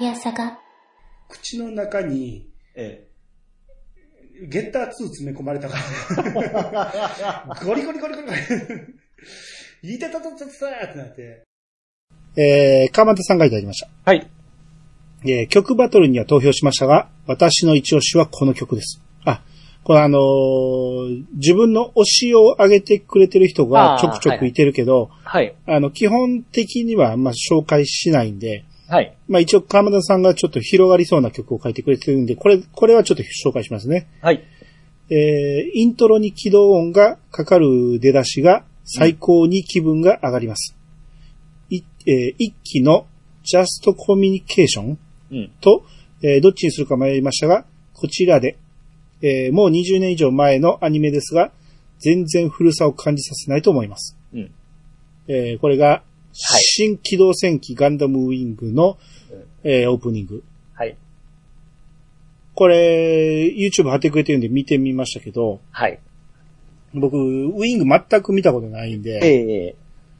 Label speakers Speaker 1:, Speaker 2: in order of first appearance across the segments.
Speaker 1: やさが、
Speaker 2: 口の中に、
Speaker 3: え
Speaker 2: ゲッター2詰め込まれた から。ゴリゴリゴリゴリゴリ。いたたたたたたってなって。
Speaker 4: えー、川端さんがいただきました
Speaker 3: え。。はい。
Speaker 4: えー曲バトルには投票しましたが、私の一押しはこの曲です。あ、これあのー自分の推しを上げてくれてる人が
Speaker 3: あー
Speaker 4: ちょくちょくいてるけど、
Speaker 3: はい。
Speaker 4: あの、基本的にはあんま紹介しないんで、
Speaker 3: はい。
Speaker 4: まあ一応川端さんがちょっと広がりそうな曲を書いてくれてるんで、これ、これはちょっと紹介しますね。
Speaker 3: はい。
Speaker 4: えーイントロに起動音がかかる出だしが最高に気分が上がります。いえー一期のジャストコミュニケーション
Speaker 3: うん。
Speaker 4: と、えーどっちにするか迷いましたが、こちらで、えーもう20年以上前のアニメですが、全然古さを感じさせないと思います。
Speaker 3: うん
Speaker 4: えーこれが、新機動戦記ガンダムウィングの、えーオープニング。
Speaker 3: はい。
Speaker 4: これ、YouTube 貼ってくれてるんで見てみましたけど、
Speaker 3: はい。
Speaker 4: 僕、ウィング全く見たことないん
Speaker 3: え
Speaker 4: で、
Speaker 3: え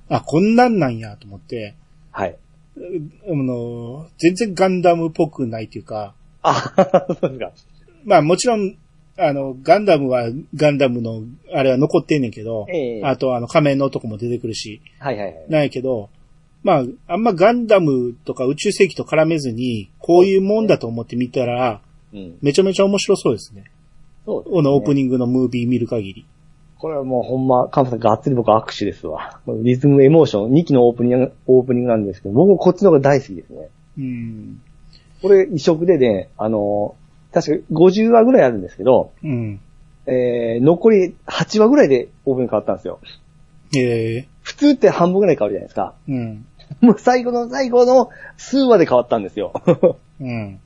Speaker 4: あ、こんなんなんやと思って、
Speaker 3: はい。
Speaker 4: あの、全然ガンダムっぽくないというか、
Speaker 3: あ、 そうですか。
Speaker 4: まあもちろん、あの、ガンダムはガンダムの、あれは残ってんねんけど、
Speaker 3: ええ
Speaker 4: あとあの仮面のとこも出てくるし、
Speaker 3: はいはいはい。
Speaker 4: なんやけど、まあ、あんまガンダムとか宇宙世紀と絡めずに、こういうもんだと思って見たら、
Speaker 3: うん。
Speaker 4: めちゃめちゃ面白そうですね。
Speaker 3: そうです
Speaker 4: このオープ
Speaker 3: ング。
Speaker 4: ニングのムービー見る限り。
Speaker 3: これはもうほんま、カムさんがっつり僕は握手ですわ。リズムエモーション、2期のオープニング、オープニングなんですけど、僕もこっちの方が大好きですね。
Speaker 4: うん。
Speaker 3: これ移植でね、あの、確か50話ぐらいあるんですけど、
Speaker 4: うん。
Speaker 3: えー、残り8話ぐらいでオープニング変わったんですよ。
Speaker 4: ええ
Speaker 3: 普通って半分ぐらい変わるじゃないですか。
Speaker 4: うん。
Speaker 3: もう最後の最後の数話で変わったんですよ。
Speaker 4: うん。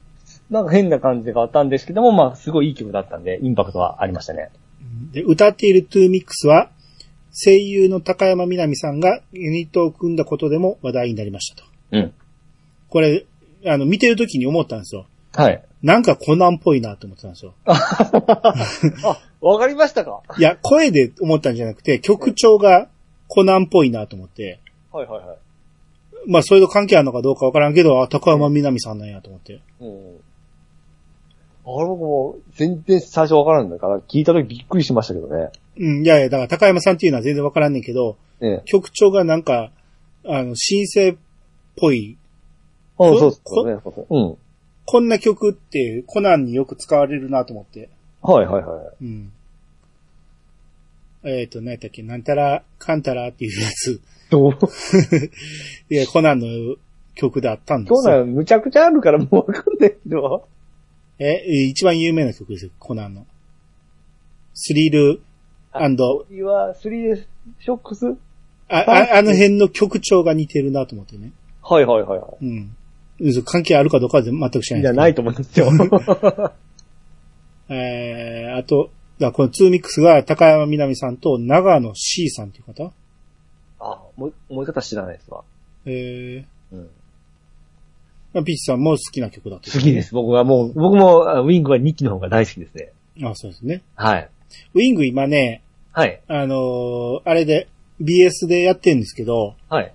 Speaker 3: なんか変な感じで変わったんですけども、まあ、すごいいい曲だったんで、インパクトはありましたね。
Speaker 4: で、歌っているトゥーミックスは、声優の高山みなみさんがユニットを組んだことでも話題になりましたと。
Speaker 3: うん。
Speaker 4: これ、あの、見てる時に思ったんですよ。
Speaker 3: はい。
Speaker 4: なんかコナンっぽいなと思ってたんですよ。
Speaker 3: あ、わかりましたか
Speaker 4: いや、声で思ったんじゃなくて、曲調がコナンっぽいなと思って、
Speaker 3: はいはいはい。
Speaker 4: まあ、それと関係あるのかどうかわからんけど、あ、高山みなみさんなんやと思って。
Speaker 3: うん。あれ僕も全然最初わからんだから、聞いた時びっくりしましたけどね。
Speaker 4: うん、いやいや、だから高山さんっていうのは全然わからんねんけど、
Speaker 3: ええ。
Speaker 4: 曲調がなんか、あの、新生っぽい
Speaker 3: あ
Speaker 4: こ
Speaker 3: そうですねそうですね。うん。
Speaker 4: こんな曲ってコナンによく使われるなと思って。
Speaker 3: はいはいはい。
Speaker 4: うん。えっ、と、何やったっけなんたら、かんたらっていうやつ。
Speaker 3: どう
Speaker 4: いや、コナンの曲だったんです
Speaker 3: ど
Speaker 4: よ。
Speaker 3: うなのむちゃくちゃあるからもうわかんないけど。
Speaker 4: え、一番有名な曲ですよ、コナンの。スリル、
Speaker 3: あ
Speaker 4: あの、
Speaker 3: 次は3です。ショックス
Speaker 4: あ、ああの辺の曲調が似てるなと思ってね。
Speaker 3: はいはいはいは
Speaker 4: うん。嘘関係あるかどうかは全全く知ら
Speaker 3: い。
Speaker 4: ない
Speaker 3: じゃ
Speaker 4: ですけど。
Speaker 3: ないと思うんですよ。
Speaker 4: えー、あと、だからこのツーミックスが高山みなみさんと長野 C さんっていう方
Speaker 3: あ、もう、もう一方知らないですわ。
Speaker 4: えー、
Speaker 3: うん。
Speaker 4: まあピーチさんも好きな曲だと。
Speaker 3: 好きです。僕はもう、僕も、あウィングは2期の方が大好きですね。
Speaker 4: あ、そうですね。
Speaker 3: はい。
Speaker 4: ウィング今ね、
Speaker 3: はい。
Speaker 4: あのーあれで、BS でやってるんですけど、
Speaker 3: はい。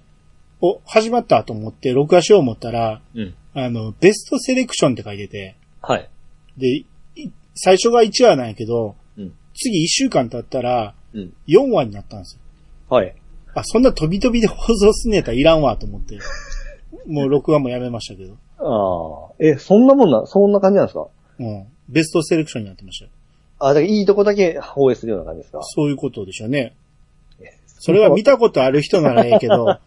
Speaker 4: お、始まったと思って、録画しよう思ったら、
Speaker 3: うん。
Speaker 4: あの、ベストセレクションって書いてて、
Speaker 3: はい。
Speaker 4: で、い最初が1話なんやけど、
Speaker 3: うん
Speaker 4: 次1週間経ったら、
Speaker 3: うん。
Speaker 4: 4話になったんですよ。
Speaker 3: はい。
Speaker 4: あ、そんな飛び飛びで放送すんねやったらいらんわと思 って、もう録画もやめましたけど、
Speaker 3: ああ。え、そんなもんな、そんな感じなんですか
Speaker 4: うん。ベストセレクションになってましたよ。
Speaker 3: あ、だからいいとこだけ放映するような感じですか
Speaker 4: そういうことでしょう ね。それは見たことある人ならええけ ど、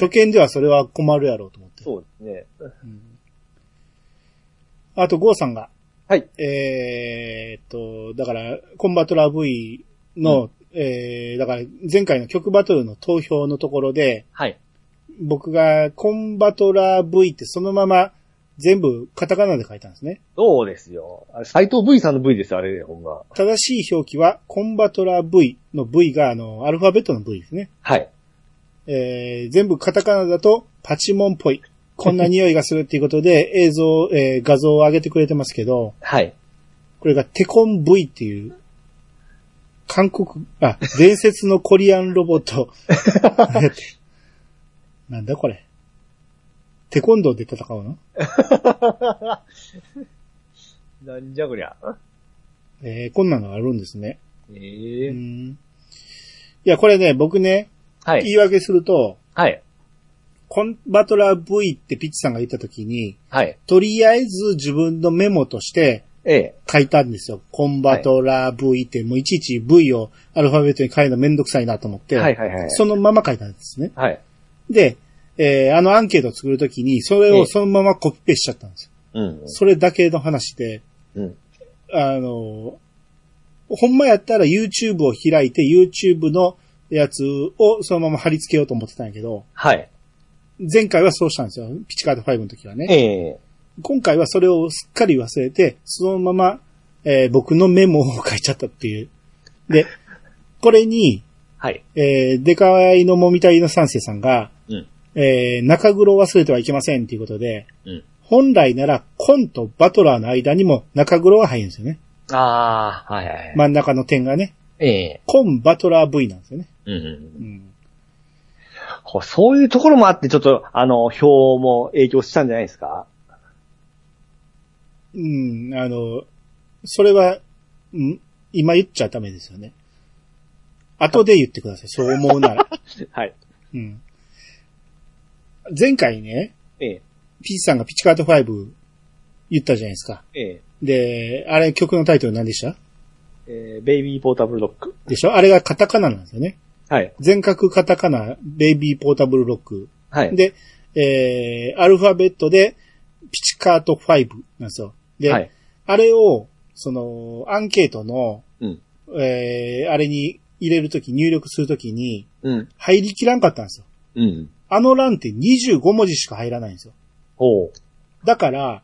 Speaker 4: 初見ではそれは困るやろうと思って。
Speaker 3: そうですね。
Speaker 4: あと、ゴーさんが、
Speaker 3: はい。
Speaker 4: えーっと、だから、コンバトラ V の、えー、だから、前回の曲バトルの投票のところで、
Speaker 3: はい。
Speaker 4: 僕がコンバトラ V ってそのまま全部カタカナで書いたんですね。
Speaker 3: そうですよ。あれ、斎藤 V さんの V ですよ、あれね、ほんま。
Speaker 4: 正しい表記は、コンバトラ V の V が、あの、アルファベットの V ですね。
Speaker 3: はい。
Speaker 4: えー全部カタカナだとパチモンっぽい。こんな匂いがするっていうことで映像、えー画像を上げてくれてますけど、
Speaker 3: はい。
Speaker 4: これがテコン V っていう、韓国、あ、伝説の コリアンロボット。なんだこれ。テコンドーで戦うの
Speaker 3: なんじゃこりゃ。
Speaker 4: えー、こんなのあるんですね。
Speaker 3: ええ
Speaker 4: うんいや、これね、僕ね、
Speaker 3: は
Speaker 4: 言
Speaker 3: い。
Speaker 4: い訳すると、
Speaker 3: はい。
Speaker 4: コンバトラー V ってピッチさんが言った時に、
Speaker 3: はい。
Speaker 4: とりあえず自分のメモとして
Speaker 3: ええ。
Speaker 4: 書いたんですよ。コンバトラー V って、もういちいち V をアルファベットに変えるのめんどくさいなと思って、
Speaker 3: はいはいはい。
Speaker 4: そのまま書いたんですね。
Speaker 3: はい。
Speaker 4: で、えーあのアンケートを作るときに、それ
Speaker 3: え
Speaker 4: を
Speaker 3: え
Speaker 4: そのままコピペしちゃったんですよ。
Speaker 3: うん。
Speaker 4: それだけの話で、
Speaker 3: うん。
Speaker 4: あの、ほんまやったら YouTube を開いて YouTube のやつをそのまま貼り付けようと思ってたんやけど、
Speaker 3: はい。
Speaker 4: 前回はそうしたんですよ。ピチカート5の時はね。
Speaker 3: ええ。
Speaker 4: 今回はそれをすっかり忘れて、そのまま、えー僕のメモを書いちゃったっていう。で、これに、
Speaker 3: はい。
Speaker 4: えー、デカいのもみたいの三世さんが、
Speaker 3: うん
Speaker 4: えー中黒を忘れてはいけませんっていうことで、
Speaker 3: うん
Speaker 4: 本来ならコンとバトラーの間にも中黒が入るんですよね。
Speaker 3: ああ、はいはい。
Speaker 4: 真ん中の点がね。
Speaker 3: ええ。
Speaker 4: コン、バトラー V なんですよね。
Speaker 3: うんうん。
Speaker 4: うん。
Speaker 3: こうそういうところもあって、ちょっと、あの、表も影響したんじゃないですか
Speaker 4: うん、あの、それは、うん今言っちゃダメですよね。後で言ってください。そう思うな ら。
Speaker 3: はい。
Speaker 4: うん。前回ね、
Speaker 3: ええ、
Speaker 4: ピッチさんがピッチカート5言ったじゃないですか。
Speaker 3: ええ、
Speaker 4: で、あれ曲のタイトル何でした
Speaker 3: えーベイビーポータブルロック。
Speaker 4: でしょあれがカタカナなんですよね。
Speaker 3: はい。
Speaker 4: 全角カタカナ、ベイビーポータブルロック。
Speaker 3: はい。
Speaker 4: で、えー、アルファベットで、ピチカート5なんですよ。で、
Speaker 3: はい。
Speaker 4: あれを、その、アンケートの、
Speaker 3: うん
Speaker 4: えー、あれに入れるとき、入力するときに、
Speaker 3: うん。
Speaker 4: 入りきらんかったんですよ。
Speaker 3: うん。
Speaker 4: あの欄って25文字しか入らないんですよ。
Speaker 3: ほう。
Speaker 4: だから、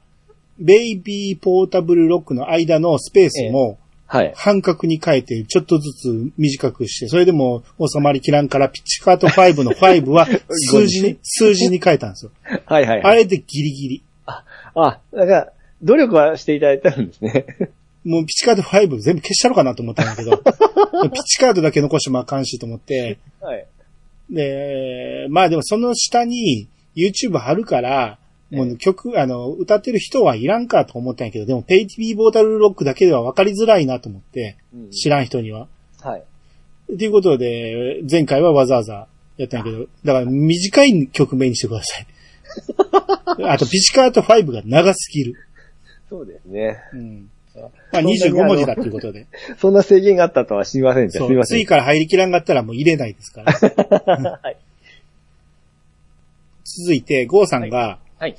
Speaker 4: ベイビーポータブルロックの間のスペースも、
Speaker 3: はい。
Speaker 4: 半角に変えて、ちょっとずつ短くして、それでも収まりきらんから、ピッチカート5の5は数字に、数字に変えたんですよ。
Speaker 3: はいはい
Speaker 4: あ
Speaker 3: はい。
Speaker 4: れでギリギリ。
Speaker 3: あ、だから、努力はしていただいたんですね。
Speaker 4: もうピッチカート5全部消したのかなと思ったんだけど、ピッチカートだけ残してもあかんしと思って、
Speaker 3: はい。
Speaker 4: で、まあでもその下に YouTube 貼るから、も
Speaker 3: え
Speaker 4: う曲、あの、歌ってる人はいらんかと思ったんやけど、でもペイティビーボータルロックだけでは分かりづらいなと思って、
Speaker 3: うん
Speaker 4: 知らん人には。
Speaker 3: はい。
Speaker 4: ということで、前回はわざわざやったんやけど、だから短い曲名にしてください。 あと、ピチカート5が長すぎる。
Speaker 3: そうですね。
Speaker 4: うん。まあ、25文字だっていうことで。
Speaker 3: そんな制限があったとは知りませんでした。
Speaker 4: そ
Speaker 3: すみ
Speaker 4: う。
Speaker 3: ませ
Speaker 4: 次
Speaker 3: ん。
Speaker 4: から入りきらんかったらもう入れないですから。
Speaker 3: はい。
Speaker 4: 続いて、ゴーさんが、
Speaker 3: はい。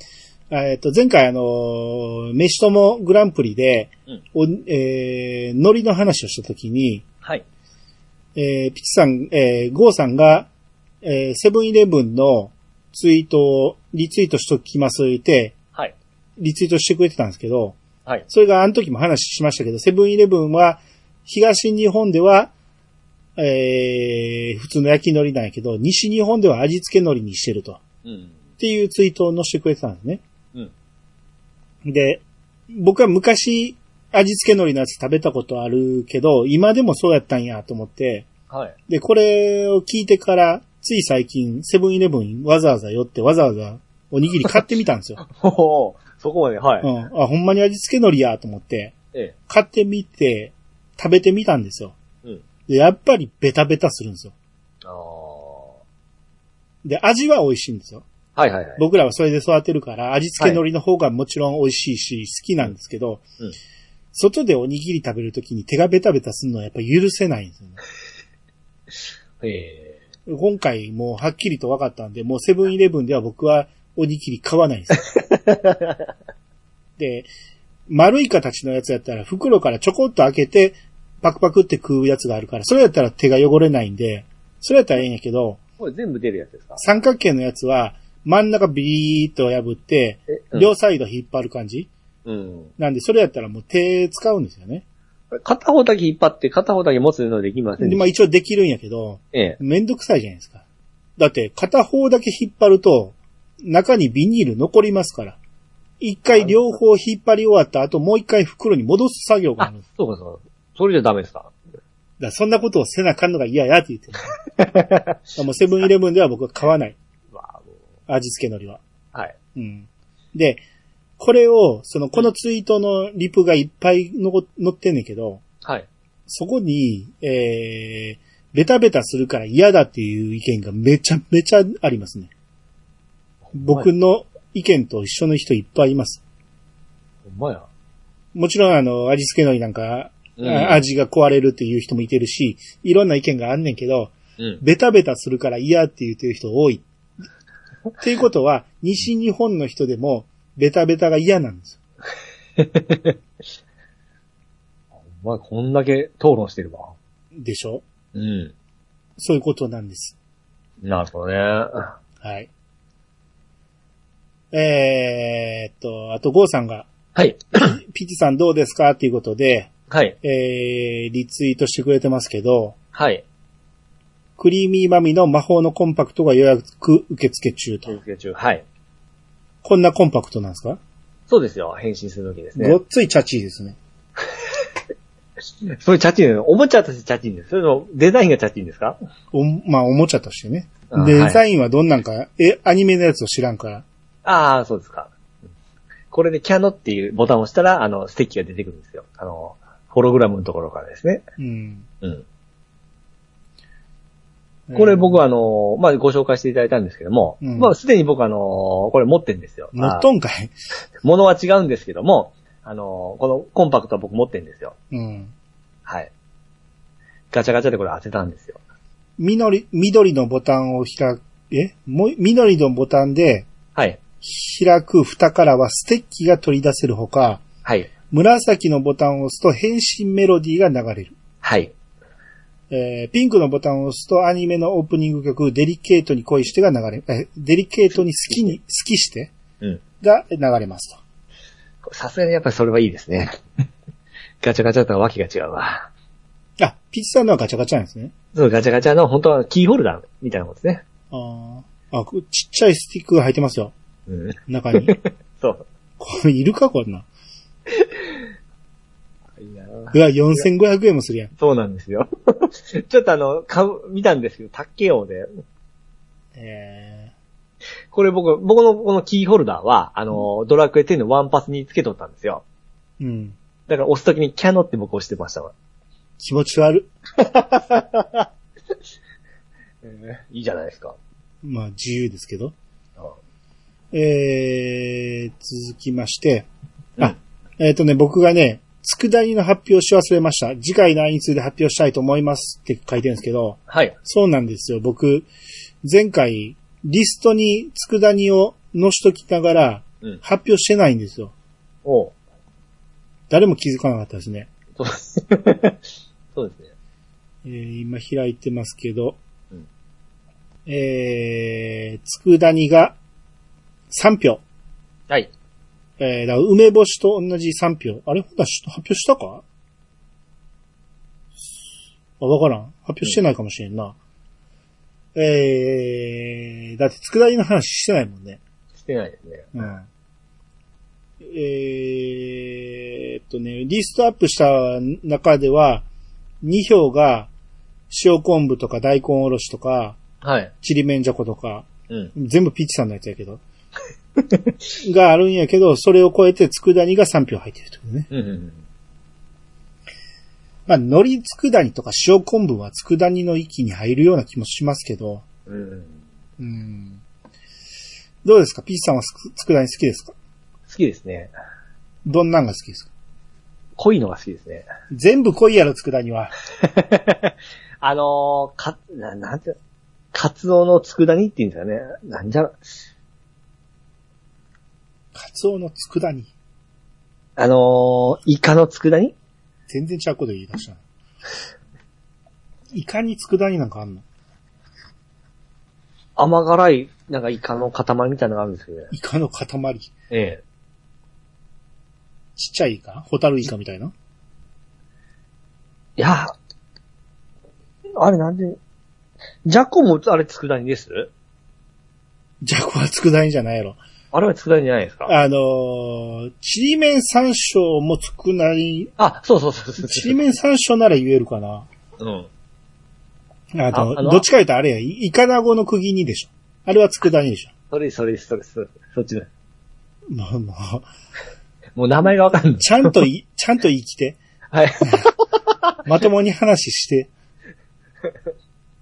Speaker 4: えっと、前回あのー、飯ともグランプリで、
Speaker 3: うん
Speaker 4: おえー、ノリの話をしたときに、
Speaker 3: はい。
Speaker 4: えー、ピチさん、えー、ゴーさんが、えー、セブンイレブンのツイートをリツイートしときます言って、
Speaker 3: はい。
Speaker 4: リツイートしてくれてたんですけど、
Speaker 3: はい。
Speaker 4: それがあの時も話しましたけど、セブンイレブンは、東日本では、えー、普通の焼き海苔なんやけど、西日本では味付け海苔にしてると。
Speaker 3: うん。
Speaker 4: っていうツイートを載せてくれてたんですね。で、僕は昔味付け海苔のやつ食べたことあるけど、今でもそうやったんやと思って、
Speaker 3: はい。
Speaker 4: で、これを聞いてから、つい最近、セブンイレブンわざわざ寄ってわざわざおにぎり買ってみたんですよ。
Speaker 3: ほほうそこまで、は
Speaker 4: う
Speaker 3: い。
Speaker 4: ん。あ、ほんまに味付け海苔やと思って、
Speaker 3: え
Speaker 4: 買ってみて、食べてみたんですよ。
Speaker 3: え。うん。
Speaker 4: で、やっぱりベタベタするんですよ。
Speaker 3: ああ。
Speaker 4: で、味は美味しいんですよ。
Speaker 3: はいはいはい。
Speaker 4: 僕らはそれで育てるから、味付け海苔の方がもちろん美味しいし、好きなんですけど、
Speaker 3: うんうん
Speaker 4: 外でおにぎり食べるときに手がベタベタするのはやっぱ許せないんですよね。
Speaker 3: ええ。
Speaker 4: 今回もうはっきりと分かったんで、もうセブンイレブンでは僕はおにぎり買わないです。で、丸い形のやつやったら袋からちょこっと開けてパクパクって食うやつがあるから、それやったら手が汚れないんで、それやったらええんやけど、
Speaker 3: これ全部出るやつですか
Speaker 4: 三角形のやつは真ん中ビリーっと破って、
Speaker 3: え、
Speaker 4: 両サイド引っ張る感じ、
Speaker 3: うん。
Speaker 4: なんで、それやったらもう手使うんですよね。
Speaker 3: 片方だけ引っ張って、片方だけ持つのできません
Speaker 4: で、
Speaker 3: で
Speaker 4: まあ
Speaker 3: し
Speaker 4: 一応できるんやけど、
Speaker 3: た。ええ。
Speaker 4: めんどくさいじゃないですか。だって、片方だけ引っ張ると、中にビニール残りますから。一回両方引っ張り終わった後、もう一回袋に戻す作業があ
Speaker 3: あ
Speaker 4: るんです。、
Speaker 3: そうかそうか。それじゃダメですか
Speaker 4: だからそんなことをせなあかんのが嫌やって言ってる。だからもうセブンイレブンでは僕は買わない。
Speaker 3: わあもう
Speaker 4: 味付け海苔は。
Speaker 3: はい。
Speaker 4: うん。で、これを、その、このツイートのリプがいっぱいのこ載ってんねんけど、
Speaker 3: はい。
Speaker 4: そこに、えー、ベタベタするから嫌だっていう意見がめちゃめちゃありますね。僕の意見と一緒の人いっぱいいます。
Speaker 3: ほんまや。
Speaker 4: もちろん、あの、味付けのりなんか、あ味が壊れるっていう人もいてるし、いろんな意見があんねんけど、
Speaker 3: うん。
Speaker 4: ベタベタするから嫌って言ってる人多い。っていうことは、西日本の人でも、ベタベタが嫌なんですよ。
Speaker 3: ほんまや、こんだけ討論してるわ。
Speaker 4: でしょ
Speaker 3: うん。
Speaker 4: そういうことなんです。
Speaker 3: なるほどね。
Speaker 4: はい。えー、っと、あと、ゴーさんが、
Speaker 3: はい。
Speaker 4: ピチさんどうですかっていうことで、
Speaker 3: はい。
Speaker 4: えー、リツイートしてくれてますけど、
Speaker 3: はい。
Speaker 4: クリーミーマミの魔法のコンパクトが予約受付中と。
Speaker 3: 受付中。はい。
Speaker 4: こんなコンパクトなんですか
Speaker 3: そうですよ。返信するときです
Speaker 4: ご
Speaker 3: ね
Speaker 4: っ。ついチャチーですね。
Speaker 3: それチャチン、おもちゃとしてチャチンです。それともデザインがチャチンですか
Speaker 4: お、まあ、おもちゃとしてね
Speaker 3: あ。
Speaker 4: デザインはどんなんか、え、アニメのやつを知らんから。
Speaker 3: ああ、そうですか。これでキャノっていうボタンを押したら、あの、ステッキが出てくるんですよ。あの、ホログラムのところからですね。
Speaker 4: うん。
Speaker 3: うん。これ僕はあの、まあ、ご紹介していただいたんですけども、
Speaker 4: うん
Speaker 3: まあ、すでに僕あの、これ持ってるんですよ。
Speaker 4: 持っとんかい。
Speaker 3: ものは違うんですけども、あの、このコンパクトは僕持ってるんですよ。
Speaker 4: うん。
Speaker 3: はい。ガチャガチャでこれ当てたんですよ。
Speaker 4: 緑、緑のボタンを開く、えもう緑のボタンで
Speaker 3: はい。
Speaker 4: 開く蓋からはステッキが取り出せるほか、
Speaker 3: はい。
Speaker 4: 紫のボタンを押すと変身メロディーが流れる。
Speaker 3: はい。
Speaker 4: えーピンクのボタンを押すとアニメのオープニング曲、デリケートに恋してが流れ、えデリケートに好きに、好きして
Speaker 3: うん。
Speaker 4: が流れますと。
Speaker 3: さすがにやっぱりそれはいいですね。 ガチャガチャとはわけが違うわ。
Speaker 4: あ、ピッチさんのはガチャガチャなんですね。
Speaker 3: そう、ガチャガチャの本当はキーホルダーみたいなもんですね。
Speaker 4: あーあ、こちっちゃいスティックが入ってますよ。
Speaker 3: うん。
Speaker 4: 中 に。
Speaker 3: そう。
Speaker 4: これいるかこんなん。
Speaker 3: いいな
Speaker 4: うわ、4500円もするやん。
Speaker 3: そうなんですよ。 ちょっとあの、買う、見たんですけど、タッケオで。
Speaker 4: え
Speaker 3: これ僕、僕のこのキーホルダーは、あの、ドラクエ10のワンパスにつけとったんですよ。
Speaker 4: ー、うん。
Speaker 3: だから押すときにキャノって僕押してましたわ。
Speaker 4: 気持ち悪
Speaker 3: いいじゃないですか。
Speaker 4: い。まあ、自由ですけど。
Speaker 3: あ
Speaker 4: えー、続きまして。
Speaker 3: う
Speaker 4: あ
Speaker 3: ん、
Speaker 4: えっ、とね、僕がね、佃煮の発表し忘れました。次回のアイニツーで発表したいと思いますって書いてるんですけど、
Speaker 3: はい。
Speaker 4: そうなんですよ。僕、前回、リストに佃煮を載しときながら
Speaker 3: うん、
Speaker 4: 発表してないんですよ。
Speaker 3: おう。
Speaker 4: 誰も気づかなかったですね。
Speaker 3: そう そうですね。
Speaker 4: えー今開いてますけど、
Speaker 3: うん
Speaker 4: えー、つくだ煮が3票。
Speaker 3: はい。
Speaker 4: えー、だから梅干しと同じ3票。あれほんならし発表したかあ、わからん。発表してないかもしれんな。えー、だってつくだ煮の話してないもんね。
Speaker 3: してないですね。
Speaker 4: うん。えーっとね、リストアップした中では、2票が、塩昆布とか大根おろしとか、
Speaker 3: はい。
Speaker 4: ちりめんじゃことか、
Speaker 3: うん。
Speaker 4: 全部ピッチさんのやつやけど。 があるんやけど、それを超えて佃煮が3票入ってるってことね。
Speaker 3: うんうんうん。
Speaker 4: まあ、海苔佃煮とか塩昆布は佃煮の域に入るような気もしますけど、
Speaker 3: うんうん。
Speaker 4: うん。どうですかピッチさんはつく佃煮好きですか
Speaker 3: 好きですね。
Speaker 4: どんなんが好きですか
Speaker 3: 濃いのが好きですね。
Speaker 4: 全部濃いやろ、佃煮は。
Speaker 3: あのー、か、な、なんて、カツオの佃煮っていうんですかね。なんじゃ、
Speaker 4: カツオの佃煮。
Speaker 3: あのー、イカの佃煮
Speaker 4: 全然ちゃうこと言い出したな。イカに佃煮なんかあんの
Speaker 3: 甘辛い、なんかイカの塊みたいなのがあるんですけどね。
Speaker 4: イカの塊。ちっ
Speaker 3: ええ。
Speaker 4: ちゃいイカホタルイカみたいない
Speaker 3: や、あれなんで、ジャコもあれ佃煮です
Speaker 4: じゃこは佃煮じゃないやろ。
Speaker 3: あれは佃煮じゃないですか
Speaker 4: あのー、ちりめん山椒も佃煮、
Speaker 3: あ、そうそうそうそう。
Speaker 4: ちりめん山椒なら言えるかな。
Speaker 3: うん。
Speaker 4: あ
Speaker 3: あ
Speaker 4: の、
Speaker 3: あの
Speaker 4: どっちか言うとあれや、イイカナゴの釘にでしょ。あれは佃煮でしょ。
Speaker 3: それ、それ、それ、それ、そっちだ。
Speaker 4: もう、もう、
Speaker 3: もう名前がわかんない。
Speaker 4: ちゃんとい、 ちゃんと生きて、
Speaker 3: はい。
Speaker 4: まともに話して、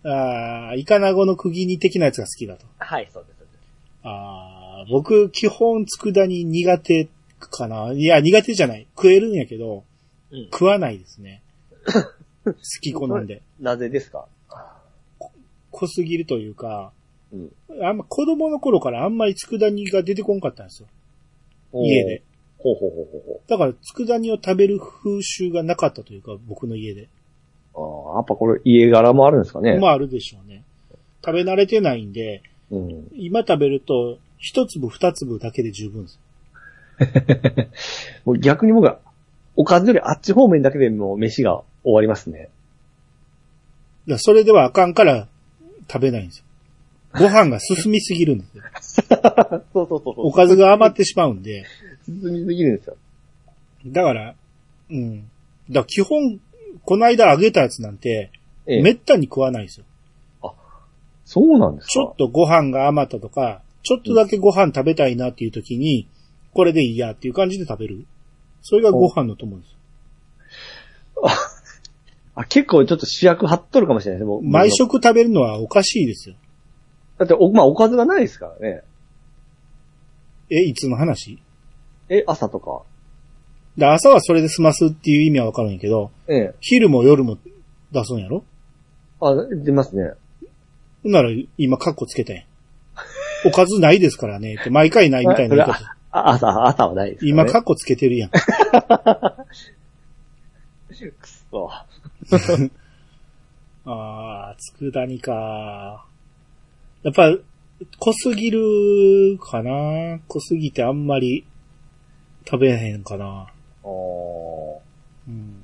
Speaker 4: ああ、イカナゴの釘煮的なやつが好きだと。
Speaker 3: はい、そうです。そうです
Speaker 4: ああ、僕、基本、佃煮苦手かな。いや、苦手じゃない。食えるんやけど、
Speaker 3: うん
Speaker 4: 食わないです ね。好き好んで。
Speaker 3: なぜですか
Speaker 4: 濃すぎるというか、
Speaker 3: うん
Speaker 4: あんま、子供の頃からあんまり佃煮が出てこんかったんですよ。家で。。
Speaker 3: ほうほうほうほうほう。
Speaker 4: だから、佃煮を食べる風習がなかったというか、僕の家で。
Speaker 3: ああ、やっぱこれ家柄もあるんですかね。
Speaker 4: まあ、あるでしょうね。食べ慣れてないんで、
Speaker 3: うん。
Speaker 4: 今食べると、一粒二粒だけで十分です。
Speaker 3: もう逆に僕は、おかずよりあっち方面だけでもう飯が終わりますね。
Speaker 4: だからそれではあかんから、食べないんですよ。ご飯が進みすぎるんですよ。
Speaker 3: そうそうそうそう。
Speaker 4: おかずが余ってしまうんで。
Speaker 3: 包みすぎるんですよ。
Speaker 4: だから、うん。だから基本、この間揚げたやつなんて、
Speaker 3: え
Speaker 4: めったに食わないんですよ。
Speaker 3: そうなんですか
Speaker 4: ちょっとご飯が余ったとか、ちょっとだけご飯食べたいなっていう時に、これでいいやっていう感じで食べる。それがご飯の友です。
Speaker 3: あ、結構ちょっと主役張っとるかもしれないですね。もう
Speaker 4: 毎。食食べるのはおかしいですよ。
Speaker 3: だってお、まあ、おかずがないですからね。
Speaker 4: え、いつの話
Speaker 3: え、朝とか。
Speaker 4: だ朝はそれで済ますっていう意味はわかるんやけど、
Speaker 3: ええ。
Speaker 4: 昼も夜も出すんやろ
Speaker 3: あ、出ますね。
Speaker 4: ほんなら今カッコつけたやん。おかずないですからねって毎回ないみたいな言い方。
Speaker 3: あ朝、朝はないです、ね。
Speaker 4: 今カッコつけてるやん。
Speaker 3: くそ。
Speaker 4: あー、佃煮か。やっぱ、濃すぎるかな。濃すぎてあんまり食べへんかな。
Speaker 3: お
Speaker 4: うん、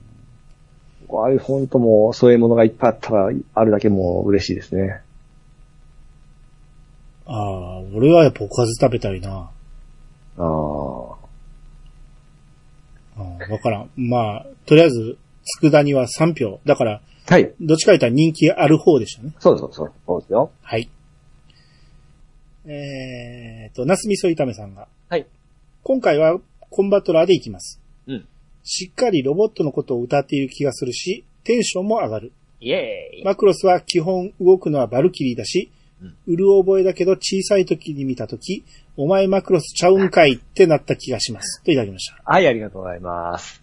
Speaker 3: ーああいう本当もう添え物がいっぱいあったら、あるだけもう嬉しいですね。
Speaker 4: あー、俺はやっぱおかず食べたいな。
Speaker 3: ああ。
Speaker 4: あーわからん。まあ、とりあえず、佃煮は3票。だから、
Speaker 3: はい。
Speaker 4: どっちか言ったら人気ある方でしたね。
Speaker 3: そうそうそう。そうですよ。
Speaker 4: はい。えーと、なすみそ炒めさんが。
Speaker 3: はい。
Speaker 4: 今回はコンバトラーでいきます。
Speaker 3: うん。
Speaker 4: しっかりロボットのことを歌っている気がするし、テンションも上がる。
Speaker 3: イエーイ。
Speaker 4: マクロスは基本動くのはバルキリーだし、
Speaker 3: うん
Speaker 4: うる覚えだけど小さい時に見た時、お前マクロスちゃうんかいってなった気がします。といただきました。
Speaker 3: はい、ありがとうございます。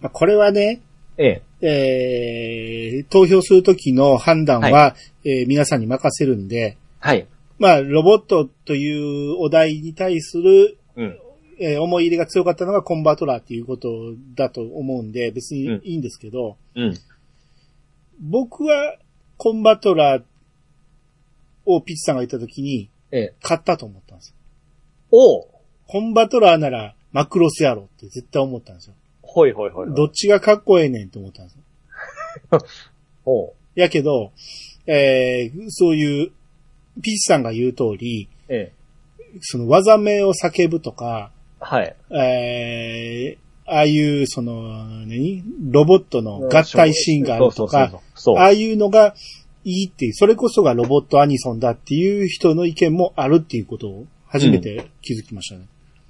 Speaker 4: まあ、これはね、
Speaker 3: ええ。
Speaker 4: えー、投票する時の判断は、えー皆さんに任せるんで、
Speaker 3: はい。
Speaker 4: まあ、ロボットというお題に対する、
Speaker 3: うん。
Speaker 4: えー思い入れが強かったのがコンバトラーっていうことだと思うんで、別にいいんですけど、
Speaker 3: うん。
Speaker 4: 僕はコンバトラーをピッチさんが言った時に、
Speaker 3: ええ。
Speaker 4: 買ったと思ったんですよ。
Speaker 3: おう
Speaker 4: コンバトラーならマクロスやろって絶対思ったんですよ。
Speaker 3: ほいほいほいほい。
Speaker 4: どっちがかっこええねんって思ったんですよ。
Speaker 3: おう
Speaker 4: やけど、えー、そういう、ピッチさんが言う通り、
Speaker 3: ええ。
Speaker 4: その技名を叫ぶとか、
Speaker 3: はい。
Speaker 4: えー、ああいう、その、何ロボットの合体シーンがあるとか
Speaker 3: そう、そうそうそう。
Speaker 4: ああいうのがいいっていう、それこそがロボットアニソンだっていう人の意見もあるっていうことを初めて気づきましたね。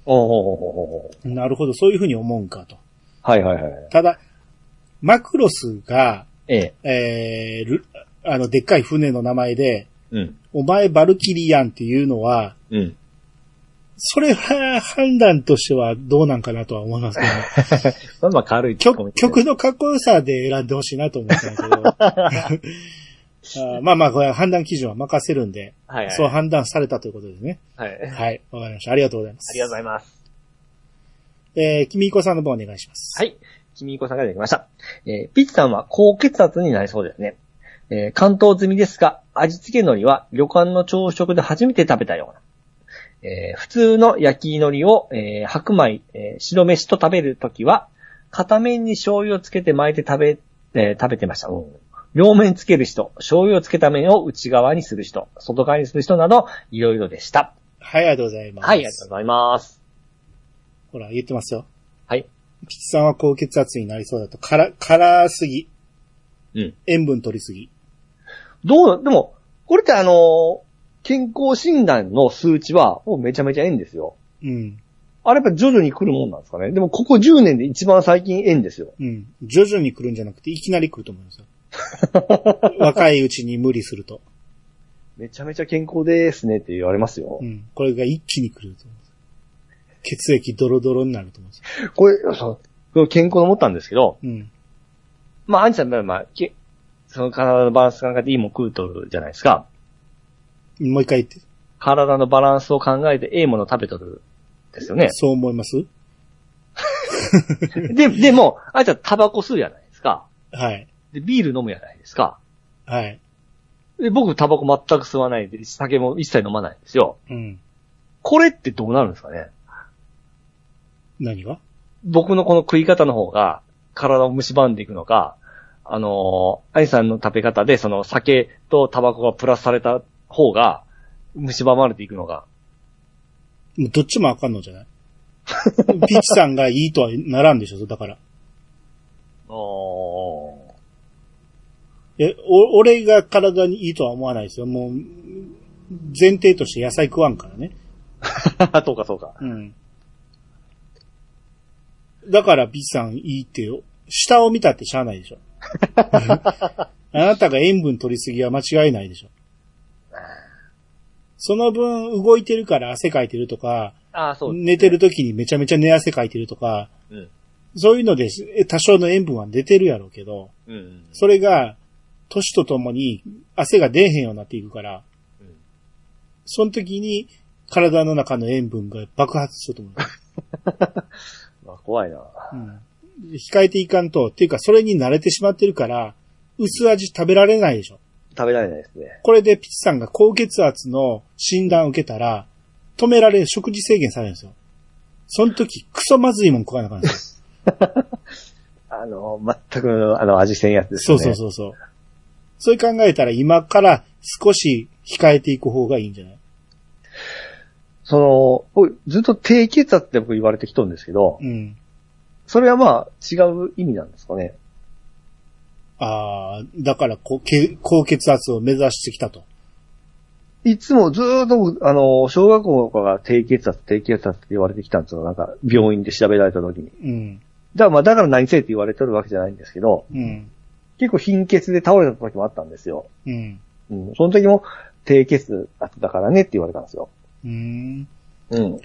Speaker 3: おうおうおうおうおう
Speaker 4: なるほど、そういうふうに思うんかと。
Speaker 3: はいはいはい。
Speaker 4: ただ、マクロスが、
Speaker 3: ええ。
Speaker 4: えールあの、でっかい船の名前で、
Speaker 3: うん。
Speaker 4: お前バルキリアンっていうのは、
Speaker 3: うん。
Speaker 4: それは判断としてはどうなんかなとは思いますけど、ね、
Speaker 3: まあまあ軽いツッコミ
Speaker 4: 曲、
Speaker 3: ですね。
Speaker 4: 曲のかっこよさで選んでほしいなと思ったんだけ ど。あーまあまあ、これは判断基準は任せるんで、
Speaker 3: はいはい。
Speaker 4: そう判断されたということですね。
Speaker 3: はい。ありが
Speaker 4: はい。わかりました。ありがとうございます。
Speaker 3: とうございます。
Speaker 4: えー、君彦さんの方お願いします。
Speaker 3: はい。君彦さんが出てきました。えーピッチさんは高血圧になりそうですね。えー関東済みですが、味付け海苔は旅館の朝食で初めて食べたような。えー普通の焼き海苔を、えー白米、えー白飯と食べるときは、片面に醤油をつけて巻いて食べ、えー食べてました。両面つける人、醤油をつけた面を内側にする人、外側にする人など、いろいろでした。
Speaker 4: はい、ありがとうございます。
Speaker 3: はい、ありがとうございます。
Speaker 4: ほら、言ってますよ。
Speaker 3: はい。
Speaker 4: ピッチさんは高血圧になりそうだと、辛、辛すぎ。
Speaker 3: うん。
Speaker 4: 塩分取りすぎ。
Speaker 3: どう、でも、これってあのー、健康診断の数値は、もうめちゃめちゃええんですよ。
Speaker 4: ううん。
Speaker 3: あれやっぱ徐々に来るもんなんですかね。でもここ10年で一番最近円ですよ。
Speaker 4: うん。徐々に来るんじゃなくて、いきなり来ると思います よ。若いうちに無理すると。
Speaker 3: めちゃめちゃ健康ですねって言われますよ
Speaker 4: う。ん。これが一気に来ると思います。血液ドロドロになると思います。
Speaker 3: これ、そう、健康の思ったんですけど、
Speaker 4: うん。
Speaker 3: まあ、アンチさん、まあまあ、けその体のバランス考えていいもん食うとるじゃないですか。
Speaker 4: もう一回言って。
Speaker 3: 体のバランスを考えてええもの食べとるです よね。
Speaker 4: そう思います
Speaker 3: で、でも、あいつはタバコ吸うじゃないですか。
Speaker 4: はい。
Speaker 3: で、ビール飲むじゃないですか。
Speaker 4: はい。
Speaker 3: で、僕タバコ全く吸わないで、酒も一切飲まないんですよ。
Speaker 4: うん。
Speaker 3: これってどうなるんですかね
Speaker 4: 何が
Speaker 3: 僕のこの食い方の方が、体を蝕んでいくのか、あのー、アイさんの食べ方で、その酒とタバコがプラスされた方が、蝕まれていくのか。
Speaker 4: もうどっちもあかんのじゃ ないピッチさんがいいとはならんでしょ、だから。
Speaker 3: おー。
Speaker 4: え、お、俺が体にいいとは思わないですよ。もう、前提として野菜食わんからね。
Speaker 3: そうかそうか。
Speaker 4: うん。だから、ピッチさんいいってよ。下を見たってしゃあない でしょ。あなたが塩分取りすぎは間違いないでしょ。その分、動いてるから汗かいてるとか、
Speaker 3: ああ、そうです。
Speaker 4: 寝てる時にめちゃめちゃ寝汗かいてるとか、
Speaker 3: うん
Speaker 4: そういうので、え多少の塩分は出てるやろうけど、
Speaker 3: うん。
Speaker 4: それが、年とともに汗が出えへんようになっていくから、
Speaker 3: うん
Speaker 4: その時に体の中の塩分が爆発すると思う。
Speaker 3: まあ、怖いな。
Speaker 4: うん控えていかんと、っていうかそれに慣れてしまってるから、薄味食べられないでしょ。
Speaker 3: 食べられないですね。
Speaker 4: これでピッチさんが高血圧の診断を受けたら、止められる食事制限されるんですよ。その時、クソまずいもん食わなあかん ですよ
Speaker 3: あの、全く、あの、味せんやつです
Speaker 4: そ
Speaker 3: ね。
Speaker 4: うそうそうそう。それ考えたら今から少し控えていく方がいいんじゃない
Speaker 3: その、僕ずっと低血圧って僕言われてきとるんですけど、
Speaker 4: うん。
Speaker 3: それはまあ、違う意味なんですかね。
Speaker 4: ああ、だからこけ高血圧を目指してきたと。
Speaker 3: いつもずーっと僕、あの、小学校から低血圧、低血圧って言われてきたんですよ。なんか、病院で調べられた時に。
Speaker 4: うん。
Speaker 3: だからまあ、だから何せって言われてるわけじゃないんですけど、
Speaker 4: うん。
Speaker 3: 結構貧血で倒れた時もあったんですよ。
Speaker 4: うん。
Speaker 3: うん。その時も、低血圧だからねって言われたんですよ。
Speaker 4: うーん。
Speaker 3: うん。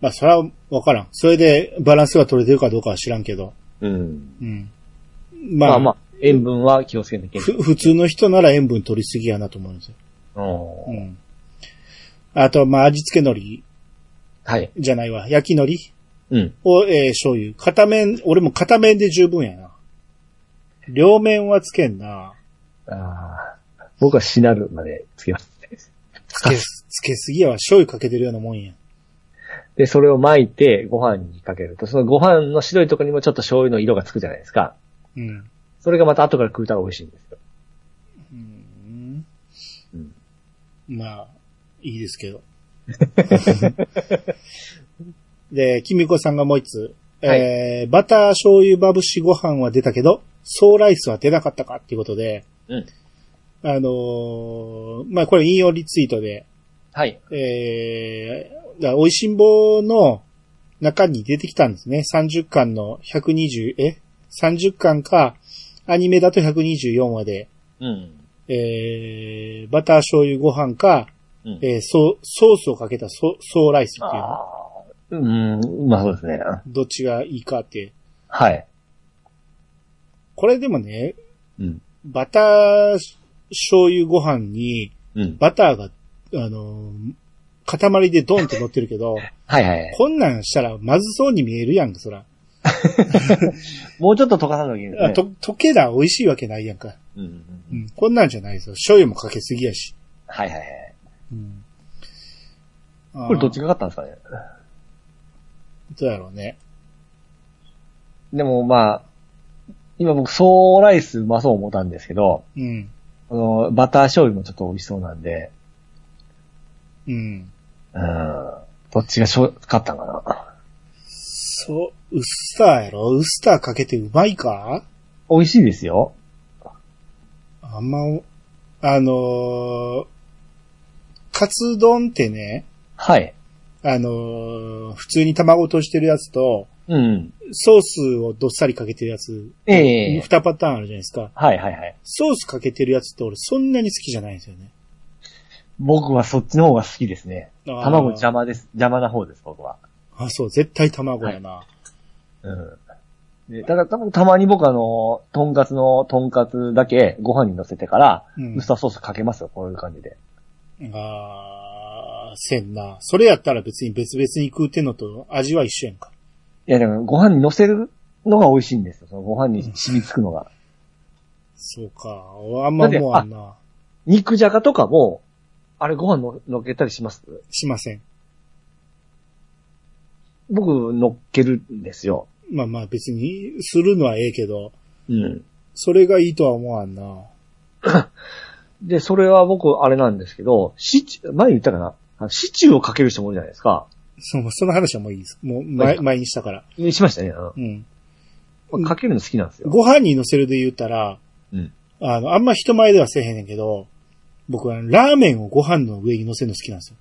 Speaker 4: まあ、それはわからん。それでバランスが取れてるかどうかは知らんけど。
Speaker 3: うん。
Speaker 4: うん。
Speaker 3: ま
Speaker 4: まあ、
Speaker 3: あまあ、塩分は気をつけなきゃいけな
Speaker 4: ふ
Speaker 3: い。
Speaker 4: 普通の人なら塩分取りすぎやなと思うんですよ。
Speaker 3: う
Speaker 4: うんん。あと、まあ、味付け海苔
Speaker 3: はい。
Speaker 4: じゃないわ。焼き海苔
Speaker 3: うん。
Speaker 4: を、えー醤油。片面、俺も片面で十分やな。両面はつけんな。
Speaker 3: あー僕はしなるまでつけます。
Speaker 4: つけす、つけすぎやわ。醤油かけてるようなもんや。
Speaker 3: で、それを巻いてご飯にかけると、そのご飯の白いところにもちょっと醤油の色がつくじゃないですか。
Speaker 4: うん。
Speaker 3: それがまた後から食うたら美味しいんですよ。
Speaker 4: うん
Speaker 3: うん
Speaker 4: まあ、いいですけど。で、きみこさんがもう一つ。
Speaker 3: はい
Speaker 4: えー、バター醤油まぶしご飯は出たけど、ソーライスは出なかったかっていうことで、
Speaker 3: うん
Speaker 4: あのーまあこれ引用リツイートで、
Speaker 3: はい。
Speaker 4: えー、だから美味しんぼの中に出てきたんですね。30巻の120、え ?30 巻か、アニメだと124話で、
Speaker 3: うん。
Speaker 4: えー、バター醤油ご飯か、
Speaker 3: うん
Speaker 4: えー、ソソースをかけたソソーライスっていうの
Speaker 3: あーうん、まあそうですね。
Speaker 4: どっちがいいかって。
Speaker 3: はい。
Speaker 4: これでもね、
Speaker 3: うん。
Speaker 4: バター醤油ご飯に、
Speaker 3: うん。
Speaker 4: バターが、あのー塊でドンと乗ってるけ ど、
Speaker 3: はいはい。
Speaker 4: こんなんしたらまずそうに見えるやんか、そら。
Speaker 3: もうちょっと溶かさなきゃいけない
Speaker 4: あ
Speaker 3: ですね。
Speaker 4: と、溶けだ美味しいわけないやんか。
Speaker 3: うんうん
Speaker 4: う
Speaker 3: うん
Speaker 4: ん。こんなんじゃないですよ。醤油もかけすぎやし。
Speaker 3: はいはいはい。
Speaker 4: うん。
Speaker 3: これどっち
Speaker 4: が
Speaker 3: が勝ったんですかね
Speaker 4: どうやろうね。
Speaker 3: でもまあ、今僕ソーライスうまそう思ったんですけど、
Speaker 4: うん。
Speaker 3: この、バター醤油もちょっと美味しそうなんで、
Speaker 4: うん。
Speaker 3: うん。どっちが勝勝ったんかな。
Speaker 4: そう、ウスターやろウスターかけてうまいか
Speaker 3: 美味しいですよ。
Speaker 4: あんま、あのーカツ丼ってね、
Speaker 3: はい。
Speaker 4: あのー普通に卵としてるやつと、
Speaker 3: うん。
Speaker 4: ソースをどっさりかけてるやつ、
Speaker 3: ええ
Speaker 4: 2パターンあるじゃないですか。
Speaker 3: はいはいはい。
Speaker 4: ソースかけてるやつって俺そんなに好きじゃないんですよね。
Speaker 3: 僕はそっちの方が好きですね。
Speaker 4: あー
Speaker 3: 卵邪魔です。邪魔な方です、僕は。
Speaker 4: あ、そう、絶対卵やな。
Speaker 3: うん。でただ、たたまに僕あの、とんかつの、とんかつだけご飯に乗せてから、
Speaker 4: うん
Speaker 3: ウスターソースかけますよ、こういう感じで。
Speaker 4: あーせんな。それやったら別に別々に食うてんのと味は一緒やんか。
Speaker 3: いや、でもご飯に乗せるのが美味しいんですよ。そのご飯に染みつくのが。
Speaker 4: そうか。あんまもうあんな、
Speaker 3: 肉じゃがとかも、あれご飯の乗っけたりします
Speaker 4: しません。
Speaker 3: 僕乗っけるんですよ。
Speaker 4: まあまあ別に、するのはええけど、
Speaker 3: うん。
Speaker 4: それがいいとは思わんな。
Speaker 3: で、それは僕、あれなんですけど、シチュー、前言ったかなあのシチューをかける人もいるじゃないですか。
Speaker 4: その、その話はもういいです。もう
Speaker 3: は
Speaker 4: 前、
Speaker 3: い
Speaker 4: 前にしたから。
Speaker 3: しましたね。あ
Speaker 4: うん。
Speaker 3: のかけるの好きなんですよ。
Speaker 4: ご飯に乗せるで言ったら、
Speaker 3: うん
Speaker 4: あの、あんま人前ではせえへんねんけど、僕はラーメンをご飯の上に乗せるの好きなんですよ。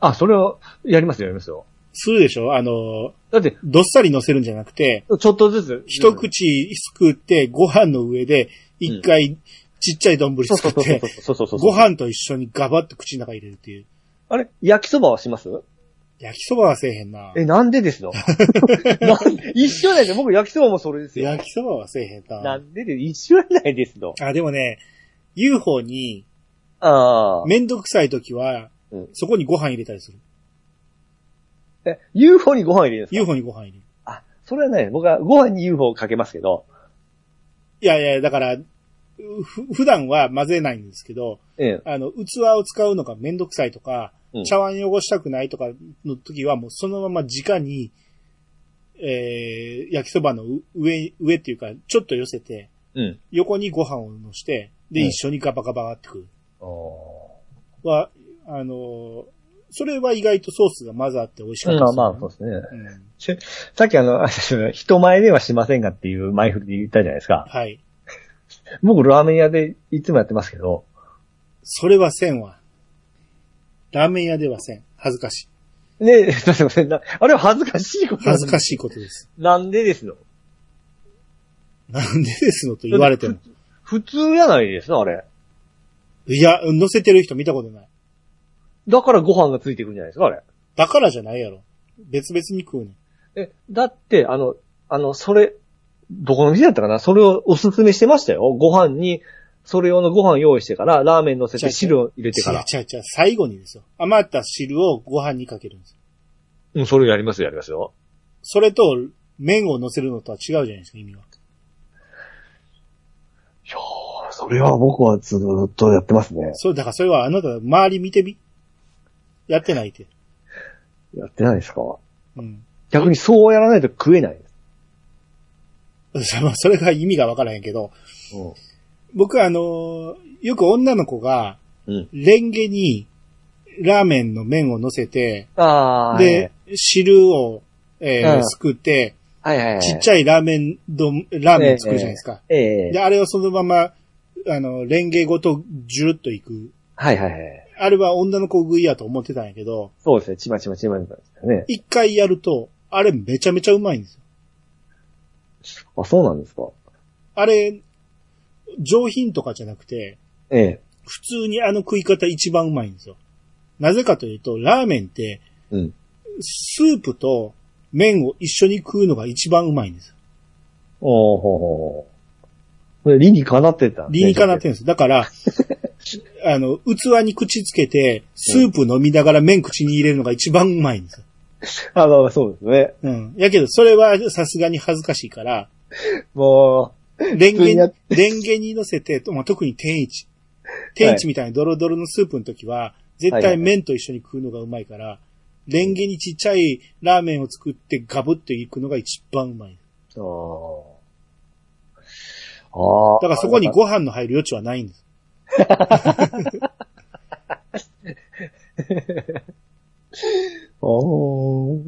Speaker 3: あ、それを、やりますよ、やりますよ。
Speaker 4: するでしょあの、
Speaker 3: だって、
Speaker 4: どっさり乗せるんじゃなくて、
Speaker 3: ちょっとずつ。
Speaker 4: 一口すくって、ご飯の上で、一回、ちっちゃい丼
Speaker 3: そう
Speaker 4: 作
Speaker 3: そう
Speaker 4: っ
Speaker 3: そ
Speaker 4: て、
Speaker 3: うそうそうそう。
Speaker 4: ご。飯と一緒にガバッと口の中入れるっていう。
Speaker 3: あれ焼きそばはします
Speaker 4: 焼きそばはせえへんな。
Speaker 3: え、なん でですのなん一緒なんですよ。僕焼きそばもそれですよ。
Speaker 4: 焼きそばはせえへん
Speaker 3: な
Speaker 4: な。
Speaker 3: んでで、一緒やないですの。
Speaker 4: あ、でもね、UFO に、
Speaker 3: ああ。
Speaker 4: めんどくさい時は
Speaker 3: うん、
Speaker 4: そこにご飯入れたりする。
Speaker 3: え、UFO にご飯入れるんですか
Speaker 4: UFO にご飯入れる。
Speaker 3: あ、それはない。僕はご飯に UFO をかけますけど、
Speaker 4: いやいや、だから、ふ普段は混ぜないんですけど、
Speaker 3: ええ、
Speaker 4: あの、器を使うのがめんどくさいとか、
Speaker 3: うん
Speaker 4: 茶碗汚したくないとかの時はもうそのまま直に、えー、焼きそばのう上、上っていうか、ちょっと寄せて、
Speaker 3: うん。
Speaker 4: 横にご飯を乗して、で、
Speaker 3: うん
Speaker 4: 一緒にガバガバってくる。
Speaker 3: お
Speaker 4: は、あのーそれは意外とソースが混ざって美味しかった
Speaker 3: まあ
Speaker 4: ですね
Speaker 3: まあ、そうです
Speaker 4: う
Speaker 3: ね。
Speaker 4: ん
Speaker 3: さっきあの、あ人前ではしませんがっていう前振りで言ったじゃないですか。
Speaker 4: はい。
Speaker 3: 僕、ラーメン屋でいつもやってますけど、
Speaker 4: それはせんわ。ラーメン屋ではせん。恥ずかしい。
Speaker 3: ね、すいませんすいません、なあれは恥ずかしいこと
Speaker 4: 恥ずか
Speaker 3: し
Speaker 4: しいことです。
Speaker 3: い。なんでですの
Speaker 4: なんでですのと言われても。
Speaker 3: 普通やないですの、あれ。
Speaker 4: いや、乗せてる人見たことない。
Speaker 3: だからご飯がついてくるんじゃないですか、あれ。
Speaker 4: だからじゃないやろ。別々に食うねん。
Speaker 3: え、だって、あの、あの、それ、どこの店だったかなそれをおすすめしてましたよ。ご飯に、それ用のご飯用意してから、ラーメン乗せて汁を入れてから。
Speaker 4: 違う違う違う。最後にですよ。余った汁をご飯にかけるんですよ。
Speaker 3: うん、それやりますよ、やりますよ。
Speaker 4: それと、麺を乗せるのとは違うじゃないですか、意味は。
Speaker 3: いやーそれは僕はずっとやってますね。
Speaker 4: そう、だからそれはあなた、周り見てみ。やってないって。
Speaker 3: やってないですか
Speaker 4: うん。
Speaker 3: 逆にそうやらないと食えないで す。
Speaker 4: そのそれが意味がわからへんけど、僕はあのーよく女の子が、
Speaker 3: うん
Speaker 4: レンゲに、ラーメンの麺を乗せて、
Speaker 3: ああ、
Speaker 4: で、汁を、えー
Speaker 3: うん
Speaker 4: すくって、
Speaker 3: はいはいはい。
Speaker 4: ちっちゃいラーメン丼、ラーメン作るじゃないですか。
Speaker 3: ええ
Speaker 4: で、あれをそのまま、あの、レンゲごとジュルっといく。
Speaker 3: はいはいはい。
Speaker 4: あれは女の子食いやと思ってたんやけど、
Speaker 3: そうですね、ちまちまちまちまですね。
Speaker 4: 一回やると、あれめちゃめちゃうまいんですよ。
Speaker 3: あ、そうなんですか
Speaker 4: あれ、上品とかじゃなくて、
Speaker 3: ええ
Speaker 4: 普通にあの食い方一番うまいんですよ。なぜかというと、ラーメンって、
Speaker 3: うん
Speaker 4: スープと麺を一緒に食うのが一番うまいんですよ。
Speaker 3: おーほうほうほう。これ理にかなってた、
Speaker 4: 理にかなってるんです。だから、あの、器に口つけて、スープ飲みながら麺口に入れるのが一番うまいんですよ。
Speaker 3: あの、そうですね。
Speaker 4: うん。やけど、それはさすがに恥ずかしい から、
Speaker 3: も
Speaker 4: レン
Speaker 3: 普通
Speaker 4: ゲ
Speaker 3: にやっ
Speaker 4: に、レンゲに乗せて、とまあ、特に天一。天一みたいなドロドロのスープの時は、絶
Speaker 3: はいは
Speaker 4: 対
Speaker 3: い
Speaker 4: 麺と一緒に食うのがうまいから、レンゲにちっちゃいラーメンを作ってガブッといくのが一番うまい。
Speaker 3: う、あーあー。
Speaker 4: だからそこにご飯の入る余地はないんです。
Speaker 3: おー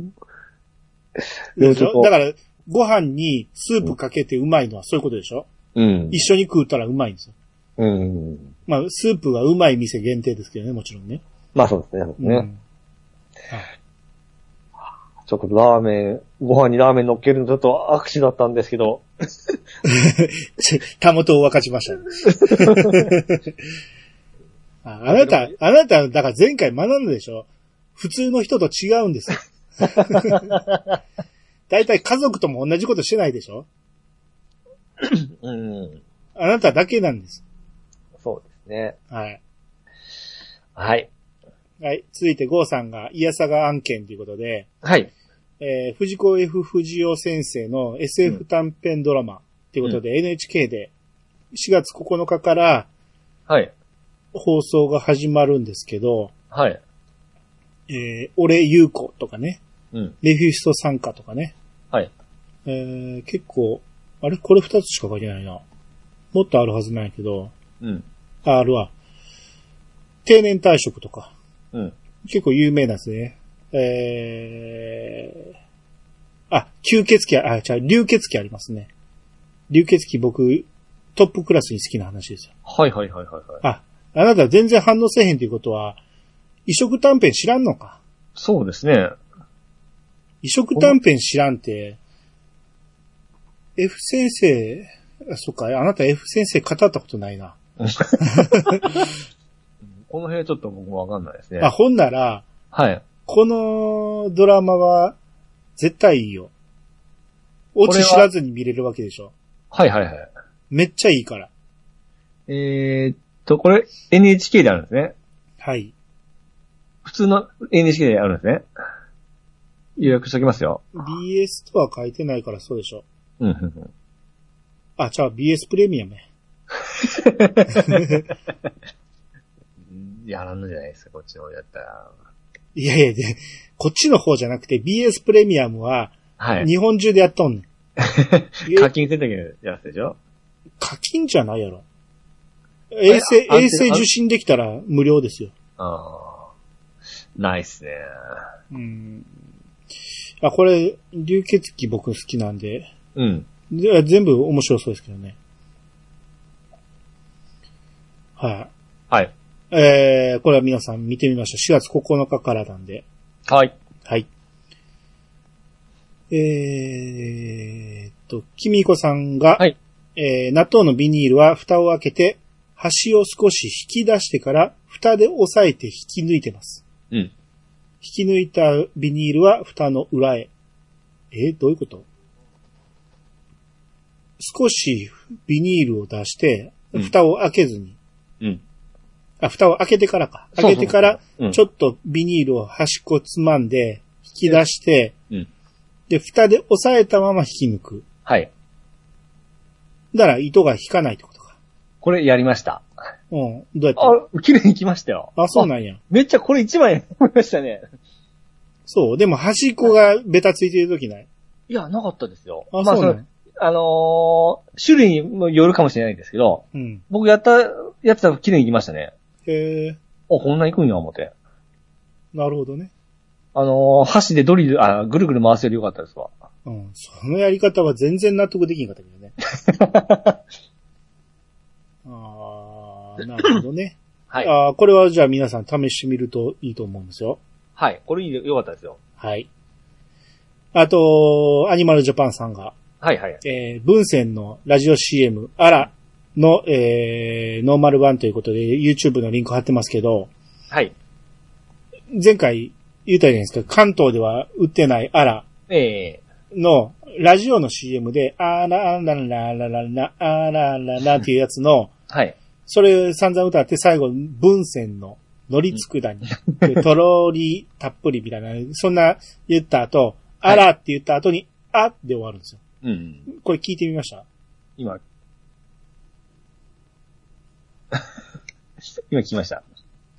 Speaker 3: で
Speaker 4: で
Speaker 3: も
Speaker 4: し
Speaker 3: ちょっ
Speaker 4: ょ
Speaker 3: と
Speaker 4: だから、ご飯にスープかけてうまいのはそういうことでしょ
Speaker 3: うん
Speaker 4: 一。緒に食うたらうまいんですよ。
Speaker 3: うん。
Speaker 4: まあ、スープはうまい店限定ですけどね、もちろんね。
Speaker 3: まあそうですね、そうですね。
Speaker 4: うん
Speaker 3: ちょっとラーメン、ご飯にラーメン乗っけるのちょっと握手だったんですけど、
Speaker 4: たもとを分かちま した。ああなた、あなた、だから前回学んだでしょ普通の人と違うん ですよ。大体家族とも同じことしてないでしょ
Speaker 3: うん、
Speaker 4: あなただけなんです。
Speaker 3: そうですね。
Speaker 4: はい。
Speaker 3: はい。
Speaker 4: はい。続いて、ゴーさんが、イヤサガ案件ということで、
Speaker 3: はい。
Speaker 4: えー、藤子 F 不二雄先生の SF 短編ドラマということで、NHK で4月9日から
Speaker 3: はい。
Speaker 4: 放送が始まるんですけど、
Speaker 3: はい。
Speaker 4: えー、俺優子とかね、
Speaker 3: うん。
Speaker 4: レフィスト参加とかね、
Speaker 3: はい。
Speaker 4: えー、結構、あれこれ2つしか書いてないな。もっとあるはずなんやけど、
Speaker 3: うん。
Speaker 4: ああるわ。定年退職とか、
Speaker 3: うん。
Speaker 4: 結構有名なんですね。えー、あ、吸血鬼、あ、違う、流血鬼ありますね。流血鬼僕、トップクラスに好きな話ですよ。
Speaker 3: はいはいはいはいはい。
Speaker 4: あ、あなた全然反応せえへんということは、移植短編知らんのか。
Speaker 3: そうですね。
Speaker 4: 移植短編知らんて、F 先生、あ、そっか、あなた F 先生語ったことないな。
Speaker 3: この辺ちょっと僕もわかんないですね。
Speaker 4: あ、ほんなら、
Speaker 3: はい。
Speaker 4: このドラマは絶対いいよ。オ
Speaker 3: れは
Speaker 4: チ知らずに見れるわけでしょ。
Speaker 3: はいはいはい。
Speaker 4: めっちゃいいから。
Speaker 3: えーっと、これ NHK であるんですね。
Speaker 4: はい。
Speaker 3: 普通の NHK であるんですね。予約しときますよ。
Speaker 4: BS とは書いてないからそうでしょ。
Speaker 3: うんうんうん。
Speaker 4: あ、じゃあ BS プレミアムや。
Speaker 3: やらんのじゃないですか、こっちの方やったら。
Speaker 4: いやいやで、こっちの方じゃなくて BS プレミアムは
Speaker 3: はい。
Speaker 4: 日本中でやっとんねん。
Speaker 3: 課金せんときのやつでしょ
Speaker 4: 課金じゃないやろ。衛星、
Speaker 3: あ
Speaker 4: 衛星受信できたら無料ですよ。
Speaker 3: ああ。ないっすね。
Speaker 4: うん。あ、これ、流血鬼僕好きなんで、
Speaker 3: うん。
Speaker 4: で全部面白そうですけどね。はい、
Speaker 3: はい。
Speaker 4: えー、これは皆さん見てみました。4月9日からなんで。
Speaker 3: はい。
Speaker 4: はい。えーっと、きみこさんが、
Speaker 3: はい
Speaker 4: えー納豆のビニールは蓋を開けて、端を少し引き出してから、蓋で押さえて引き抜いてます。
Speaker 3: うん。
Speaker 4: 引き抜いたビニールは蓋の裏へ。えーどういうこと少しビニールを出して、
Speaker 3: うん
Speaker 4: 蓋を開けずに、
Speaker 3: うん。
Speaker 4: あ、蓋を開けてからか。開けてから、
Speaker 3: うん、
Speaker 4: ちょっとビニールを端っこつまんで、引き出して、
Speaker 3: うん
Speaker 4: で、蓋で押さえたまま引き抜く。
Speaker 3: はい。
Speaker 4: だから糸が引かないってことか。
Speaker 3: これやりました。
Speaker 4: うん。どうやって
Speaker 3: あ、綺麗に来ましたよ。
Speaker 4: あそうなんや。
Speaker 3: めっちゃこれ一枚思いましたね。
Speaker 4: そう。でも端っこがベタついてるときない。
Speaker 3: いや、なかったですよ。
Speaker 4: あ、
Speaker 3: まあ、
Speaker 4: そう
Speaker 3: そ
Speaker 4: な
Speaker 3: の
Speaker 4: んや。
Speaker 3: あのー種類にもよるかもしれないんですけど、
Speaker 4: うん。
Speaker 3: 僕やった、やってたら綺麗に行きましたね。
Speaker 4: へえ、
Speaker 3: お、こんなに行くんや、思って。
Speaker 4: なるほどね。
Speaker 3: あのー箸でドリル、あ、ぐるぐる回せるよかったですわ。
Speaker 4: うん。そのやり方は全然納得できんかったけど ね。あー、なるほどね。
Speaker 3: はい。
Speaker 4: あーこれはじゃあ皆さん試してみるといいと思うんですよ。
Speaker 3: はい。これいいよかったですよ。
Speaker 4: はい。あと、アニマルジャパンさんが、
Speaker 3: はいはい。
Speaker 4: えー、文鮮のラジオ CM、あら、の、えー、ノーマル版ということで、YouTube のリンク貼ってますけど、
Speaker 3: はい。
Speaker 4: 前回言ったじゃないですか、関東では売ってないあら
Speaker 3: ええ
Speaker 4: の、ラジオの CM で、あらあららららら、あらあららっていうやつの、
Speaker 3: はい。
Speaker 4: それ散々歌って最後、文鮮の、のりつくだに、でとろりたっぷりみたいな、 そんな言った後、あらって言った後に、あって終わるんですよ。
Speaker 3: うん。
Speaker 4: これ聞いてみました
Speaker 3: 今。 今聞きました。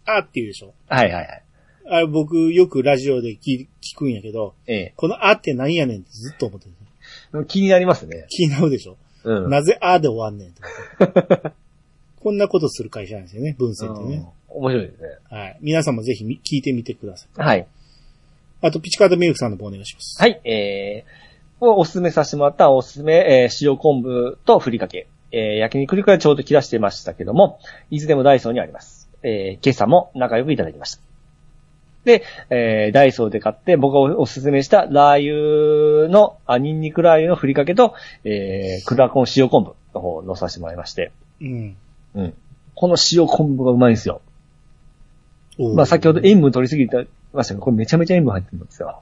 Speaker 4: あって言うでしょ
Speaker 3: はいはいはい。
Speaker 4: あれ僕よくラジオで聞聞くんやけど、
Speaker 3: え
Speaker 4: このあって何やねんってずっと思ってる。
Speaker 3: え気になりますね。
Speaker 4: 気になるでしょ、
Speaker 3: うん。
Speaker 4: なぜあで終わんねんって。こんなことする会社なんですよね、文
Speaker 3: う
Speaker 4: 鮮って
Speaker 3: ん
Speaker 4: ね。
Speaker 3: 面白いですね。
Speaker 4: はい。皆さんもぜひみ聞いてみてください。
Speaker 3: はい。
Speaker 4: あと、ピチカートミルクさんの方お願いします。
Speaker 3: はい、えー、をおすすめさせてもらったおすすめ、えー塩昆布とふりかけ。えー、焼肉にからちょうど切らしてましたけども、いつでもダイソーにあります。えー、今朝も仲良くいただきました。で、えーダイソーで買って、僕がおおすすめしたラー油の、あ、ニンニクラー油のふりかけと、えー、クラコン塩昆布の方を乗させてもらいまして、
Speaker 4: うん。
Speaker 3: うん。この塩昆布がうまいんですよ。
Speaker 4: おー
Speaker 3: まあ先ほど塩分取りすぎてましたけど、これめちゃめちゃ塩分入ってるんですよ。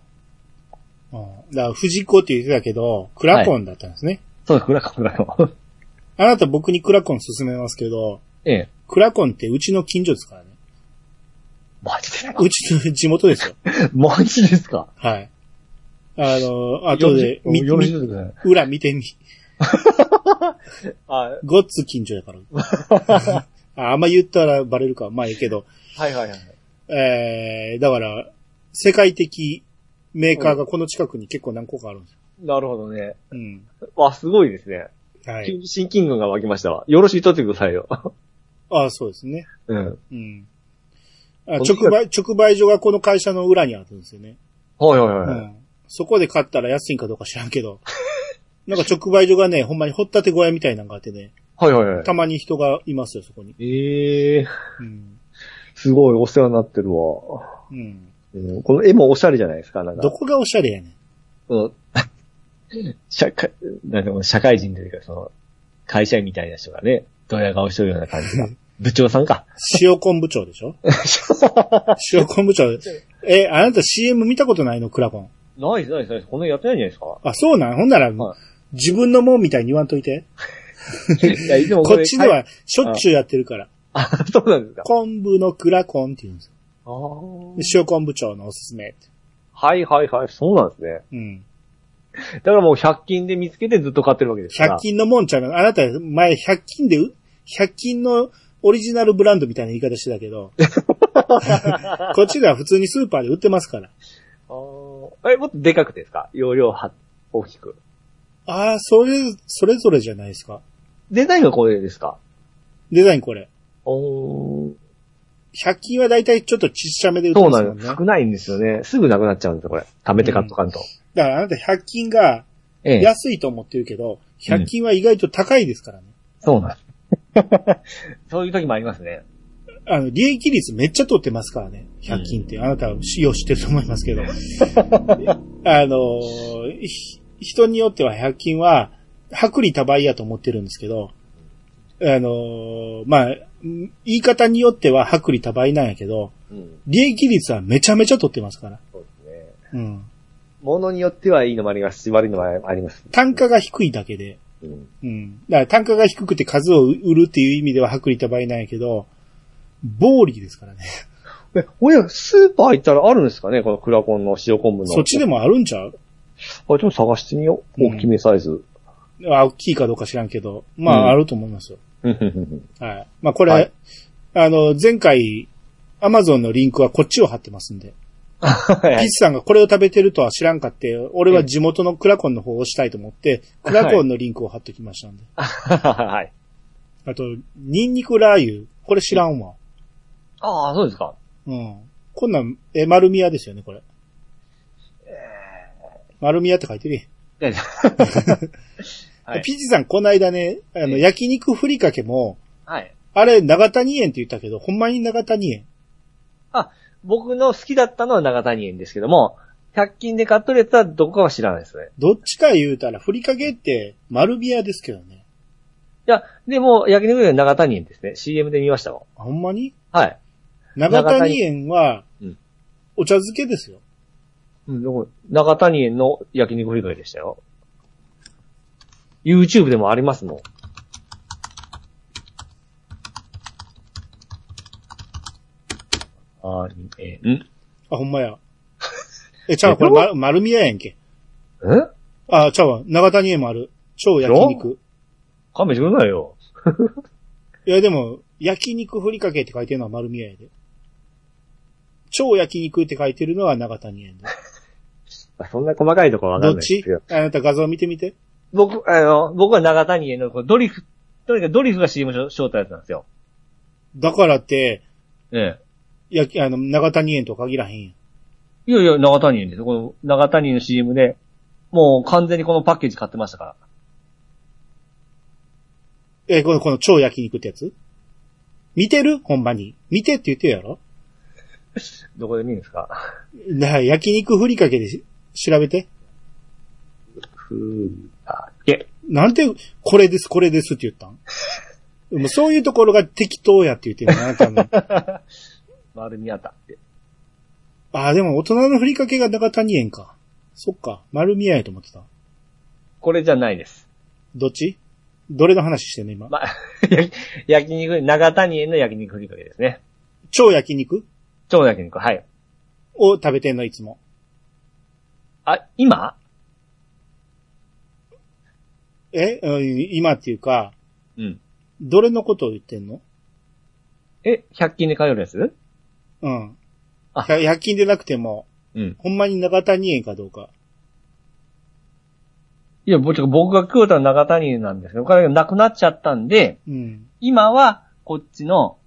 Speaker 4: うんだから、藤子って言ってたけど、クラコンだったんですね。
Speaker 3: そうだ、クラコン、クラコン。
Speaker 4: あなた僕にクラコン勧めますけど、
Speaker 3: ええ。
Speaker 4: クラコンってうちの近所ですからね。
Speaker 3: マジで
Speaker 4: うちの地元です よ。
Speaker 3: マジですか
Speaker 4: はい。あの、後で、み、
Speaker 3: よろしい
Speaker 4: み
Speaker 3: ですかね。
Speaker 4: 裏見てみ。
Speaker 3: あ、はい
Speaker 4: ごっつ近所やから。 ああんま言ったらバレるか。まあええけど。
Speaker 3: はいはい。
Speaker 4: えー、だから、世界的メーカーがこの近くに結構何個かあるんですよ。
Speaker 3: なるほどね。
Speaker 4: うん。
Speaker 3: わ、すごいですね。
Speaker 4: は
Speaker 3: 急
Speaker 4: い。
Speaker 3: に親近感が湧きましたわ。よろしいとってくださいよ。
Speaker 4: ああ、そうですね。
Speaker 3: うん。
Speaker 4: うん。あ直売、直売所がこの会社の裏にあるんですよね。
Speaker 3: はいはいは
Speaker 4: う
Speaker 3: い。
Speaker 4: ん。そこで買ったら安いんかどうか知らんけ ど。なんか直売所がね、ほんまに掘ったて小屋みたいなのがあってね、
Speaker 3: はいはいはい。
Speaker 4: たまに人がいますよ、そこに。
Speaker 3: ええー、
Speaker 4: うん。
Speaker 3: すごいお世話になってるわ。
Speaker 4: うん。
Speaker 3: うん、この絵もおしゃれじゃないですか、なんか。
Speaker 4: どこがおしゃれやねん。
Speaker 3: うん、 社会、なんかもう社会人というか、その、会社員みたいな人がね、ドヤ顔してるような感じが。部長さんか。
Speaker 4: 塩昆布町でし ょ塩昆布町。え、あなた CM 見たことないのクラコン。
Speaker 3: ないですないですないです。この辺やってないんじゃないですか
Speaker 4: あ、そうなんほんなら、
Speaker 3: はい
Speaker 4: 自分のもんみたいに言わんといて。
Speaker 3: いや、いつも
Speaker 4: こっちで
Speaker 3: はい。
Speaker 4: はしょっちゅうやってるから。
Speaker 3: あ、そうなんですか。
Speaker 4: 昆布のクラコンって言うんですよ。
Speaker 3: あー
Speaker 4: で塩昆布町のおすすめって。
Speaker 3: はいはいはい。そうなんですね。
Speaker 4: うん。
Speaker 3: だからもう100均で見つけてずっと買ってるわけですから。
Speaker 4: 100均のもんちゃうのあなた前100均でう、100均のオリジナルブランドみたいな言い方してたけ ど。こっちでは普通にスーパーで売ってますから。
Speaker 3: あーえ、もっとでかくてですか容量は、大きく。
Speaker 4: ああ、それ、それぞれじゃないですか。
Speaker 3: デザインはこれですか
Speaker 4: デザインこれ。
Speaker 3: おー
Speaker 4: 100均はだいたいちょっとちっちゃめで売って
Speaker 3: そう
Speaker 4: ます
Speaker 3: な
Speaker 4: もん
Speaker 3: んで
Speaker 4: ね。
Speaker 3: す。少ないんですよね。すぐなくなっちゃうんですよ、これ。貯めて買っとかんと。
Speaker 4: だからあなた100均が
Speaker 3: ええ。
Speaker 4: 安いと思ってるけど、100均は意外と高いですからね。
Speaker 3: そうなんです。 そういう時もありますね。
Speaker 4: あの、利益率めっちゃ取ってますからね。100均って。あなたは使用してると思いますけど。あの、ひ人によっては100均は、薄利多売やと思ってるんですけど、あの、まあ、ん言い方によっては薄利多売なんやけど、
Speaker 3: うん。
Speaker 4: 利益率はめちゃめちゃ取ってますから。
Speaker 3: そうですね。
Speaker 4: うん。
Speaker 3: ものによってはいいのもありますし、悪いのもあります。
Speaker 4: 単価が低いだけで、
Speaker 3: うん。
Speaker 4: うん。だから単価が低くて数を売るっていう意味では薄利多売なんやけど、暴利ですからね。
Speaker 3: え、おや、スーパー行ったらあるんですかねこのクラコンの塩昆布の。
Speaker 4: そっちでもあるんちゃう
Speaker 3: あ、ちょっと探してみよう。
Speaker 4: うん
Speaker 3: 大きめサイズ。
Speaker 4: あ大きいかどうか知らんけど、まあ、
Speaker 3: うん
Speaker 4: あると思いますよ。
Speaker 3: うん うんうん
Speaker 4: はい。まあ、これ、
Speaker 3: はい
Speaker 4: あの、前回、アマゾンのリンクはこっちを貼ってますんで。
Speaker 3: は
Speaker 4: ピッ
Speaker 3: い
Speaker 4: チさんがこれを食べてるとは知らんかって、俺は地元のクラコンの方を押したいと思って、クラコンのリンクを貼ってきましたんで。
Speaker 3: はい。
Speaker 4: あと、ニンニクラー油、これ知らんわ。
Speaker 3: ああ、そうですか。
Speaker 4: うん。こんなん、え、丸宮ですよね、これ。丸宮って書いてるやん。
Speaker 3: いやいやはい
Speaker 4: ピッチさん、この間ね、あの、
Speaker 3: ええ
Speaker 4: 焼肉ふりかけも、
Speaker 3: はい。
Speaker 4: あれ、長谷園って言ったけど、ほんまに長谷園。
Speaker 3: 僕の好きだったのは長谷園ですけども、100均で買っとるやつはどこかは知らないですね。
Speaker 4: どっちか言うたら、ふりかけって丸ビアですけどね。
Speaker 3: いや、でも、焼肉屋長谷園ですね。CM で見ましたもん。
Speaker 4: あほんまに
Speaker 3: はい。
Speaker 4: 長谷園は
Speaker 3: うん、
Speaker 4: お茶漬けですよ。
Speaker 3: うん、どこ長谷園の焼肉ふりかけでしたよ。YouTube でもありますもん。あえん
Speaker 4: あ、ほん まや。え、ちゃうわ、これ、ま、丸ビアやんけ。
Speaker 3: え
Speaker 4: あ、ちゃうわ、長谷園もある。超焼肉。
Speaker 3: 勘弁してくんないよ。
Speaker 4: いや、でも、焼肉ふりかけって書いてるのは丸ビアやで。超焼肉って書いてるのは長谷園で。
Speaker 3: そんな細かいところわかん
Speaker 4: ど
Speaker 3: ない
Speaker 4: っ
Speaker 3: です
Speaker 4: ち
Speaker 3: よ。
Speaker 4: あなた画像見てみて。
Speaker 3: 僕、あの、僕は長谷園のこうドリフ、とにかくドリフが CM しょったやつなんですよ。
Speaker 4: だからって、
Speaker 3: ええ。
Speaker 4: 焼き、あの、長谷園とは限らへんやん。
Speaker 3: いやいや、長谷園です。この長谷園の CM で、もう完全にこのパッケージ買ってましたから。
Speaker 4: え、この、この超焼肉ってやつ見てるほんまに。見てって言ってるやろ
Speaker 3: どこで見るんですか
Speaker 4: だから焼肉ふりかけでし調べて。
Speaker 3: ふーかけ。
Speaker 4: なんて、これです、これですって言ったんでもそういうところが適当やって言ってるの、あなたの。
Speaker 3: 丸みあたって。
Speaker 4: ああ、でも大人のふりかけが中谷園か。そっか、丸宮やと思ってた。
Speaker 3: これじゃないです。
Speaker 4: どっちどれの話してんの、今。
Speaker 3: まあ、 焼き焼肉、長谷園の焼肉ふりかけですね。
Speaker 4: 超焼肉
Speaker 3: 超焼肉、はい。
Speaker 4: を食べてんの、いつも。
Speaker 3: あ、今
Speaker 4: えうん今っていうか、
Speaker 3: うん。
Speaker 4: どれのことを言ってんの
Speaker 3: え、100均で買えるやつ
Speaker 4: うん。
Speaker 3: あ
Speaker 4: ひゃ100均でなくても、
Speaker 3: うん。
Speaker 4: ほんまに長谷園かどうか。
Speaker 3: いや、ぼちょ僕が食うたのは長谷園なんですけど、これがなくなっちゃったんで、
Speaker 4: うん。
Speaker 3: 今は、こっちの、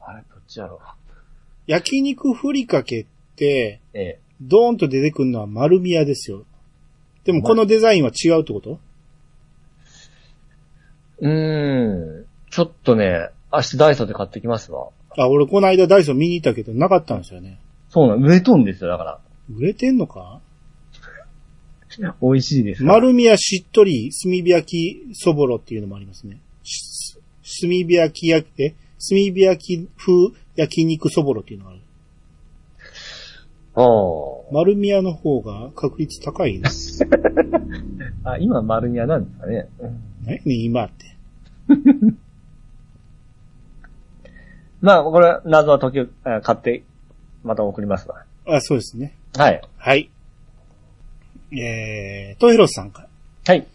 Speaker 3: あれ、どっちやろ
Speaker 4: 焼肉ふりかけって、
Speaker 3: う。ええ。
Speaker 4: ドーンと出てくるのは丸宮ですよ。でもこのデザインは違うってこと
Speaker 3: うーん。ちょっとね、明日ダイソーで買ってきますわ。
Speaker 4: あ、俺この間ダイソー見に行ったけどなかったんですよね。
Speaker 3: そうなの、売れとんですよ、だか。
Speaker 4: 売れてんのから
Speaker 3: 美味しいです。
Speaker 4: 丸宮しっとり炭火焼きそぼろっていうのもありますね。し炭火焼き焼き、え炭火焼き風焼肉そぼろっていうのがある。
Speaker 3: あー
Speaker 4: 丸宮の方が確率高いです。
Speaker 3: あ。今、丸にはなんですかね。うん
Speaker 4: 何やねん今って。
Speaker 3: まあ、これ、謎は時をえー買って、また送りますわ。
Speaker 4: あ、そうですね。
Speaker 3: はい。
Speaker 4: はい。えー、トヘロスさんから。
Speaker 3: はい。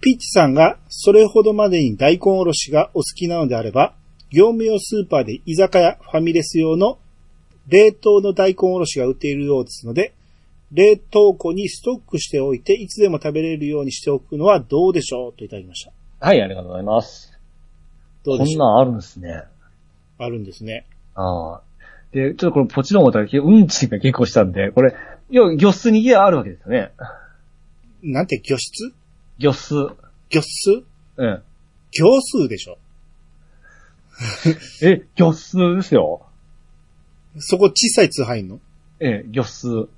Speaker 4: ピッチさんがそれほどまでに大根おろしがお好きなのであれば、業務用スーパーで居酒屋、ファミレス用の冷凍の大根おろしが売っているようですので、冷凍庫にストックしておいて、いつでも食べれるようにしておくのはどうでしょうといただきました。
Speaker 3: はい、ありがとうございます。
Speaker 4: どう
Speaker 3: こ
Speaker 4: でし
Speaker 3: ん
Speaker 4: ょう
Speaker 3: なんあるんですね。
Speaker 4: あるんですね。
Speaker 3: ああ。で、ちょっとこれポチロンったら、うんちが結構したんで、これ、要は魚室に家あるわけですよね。
Speaker 4: なんて、魚室
Speaker 3: 魚室。
Speaker 4: 魚室
Speaker 3: うん。
Speaker 4: 魚数でしょ。
Speaker 3: え、魚室ですよ。
Speaker 4: そこ小さい通販員の
Speaker 3: ええ、魚室。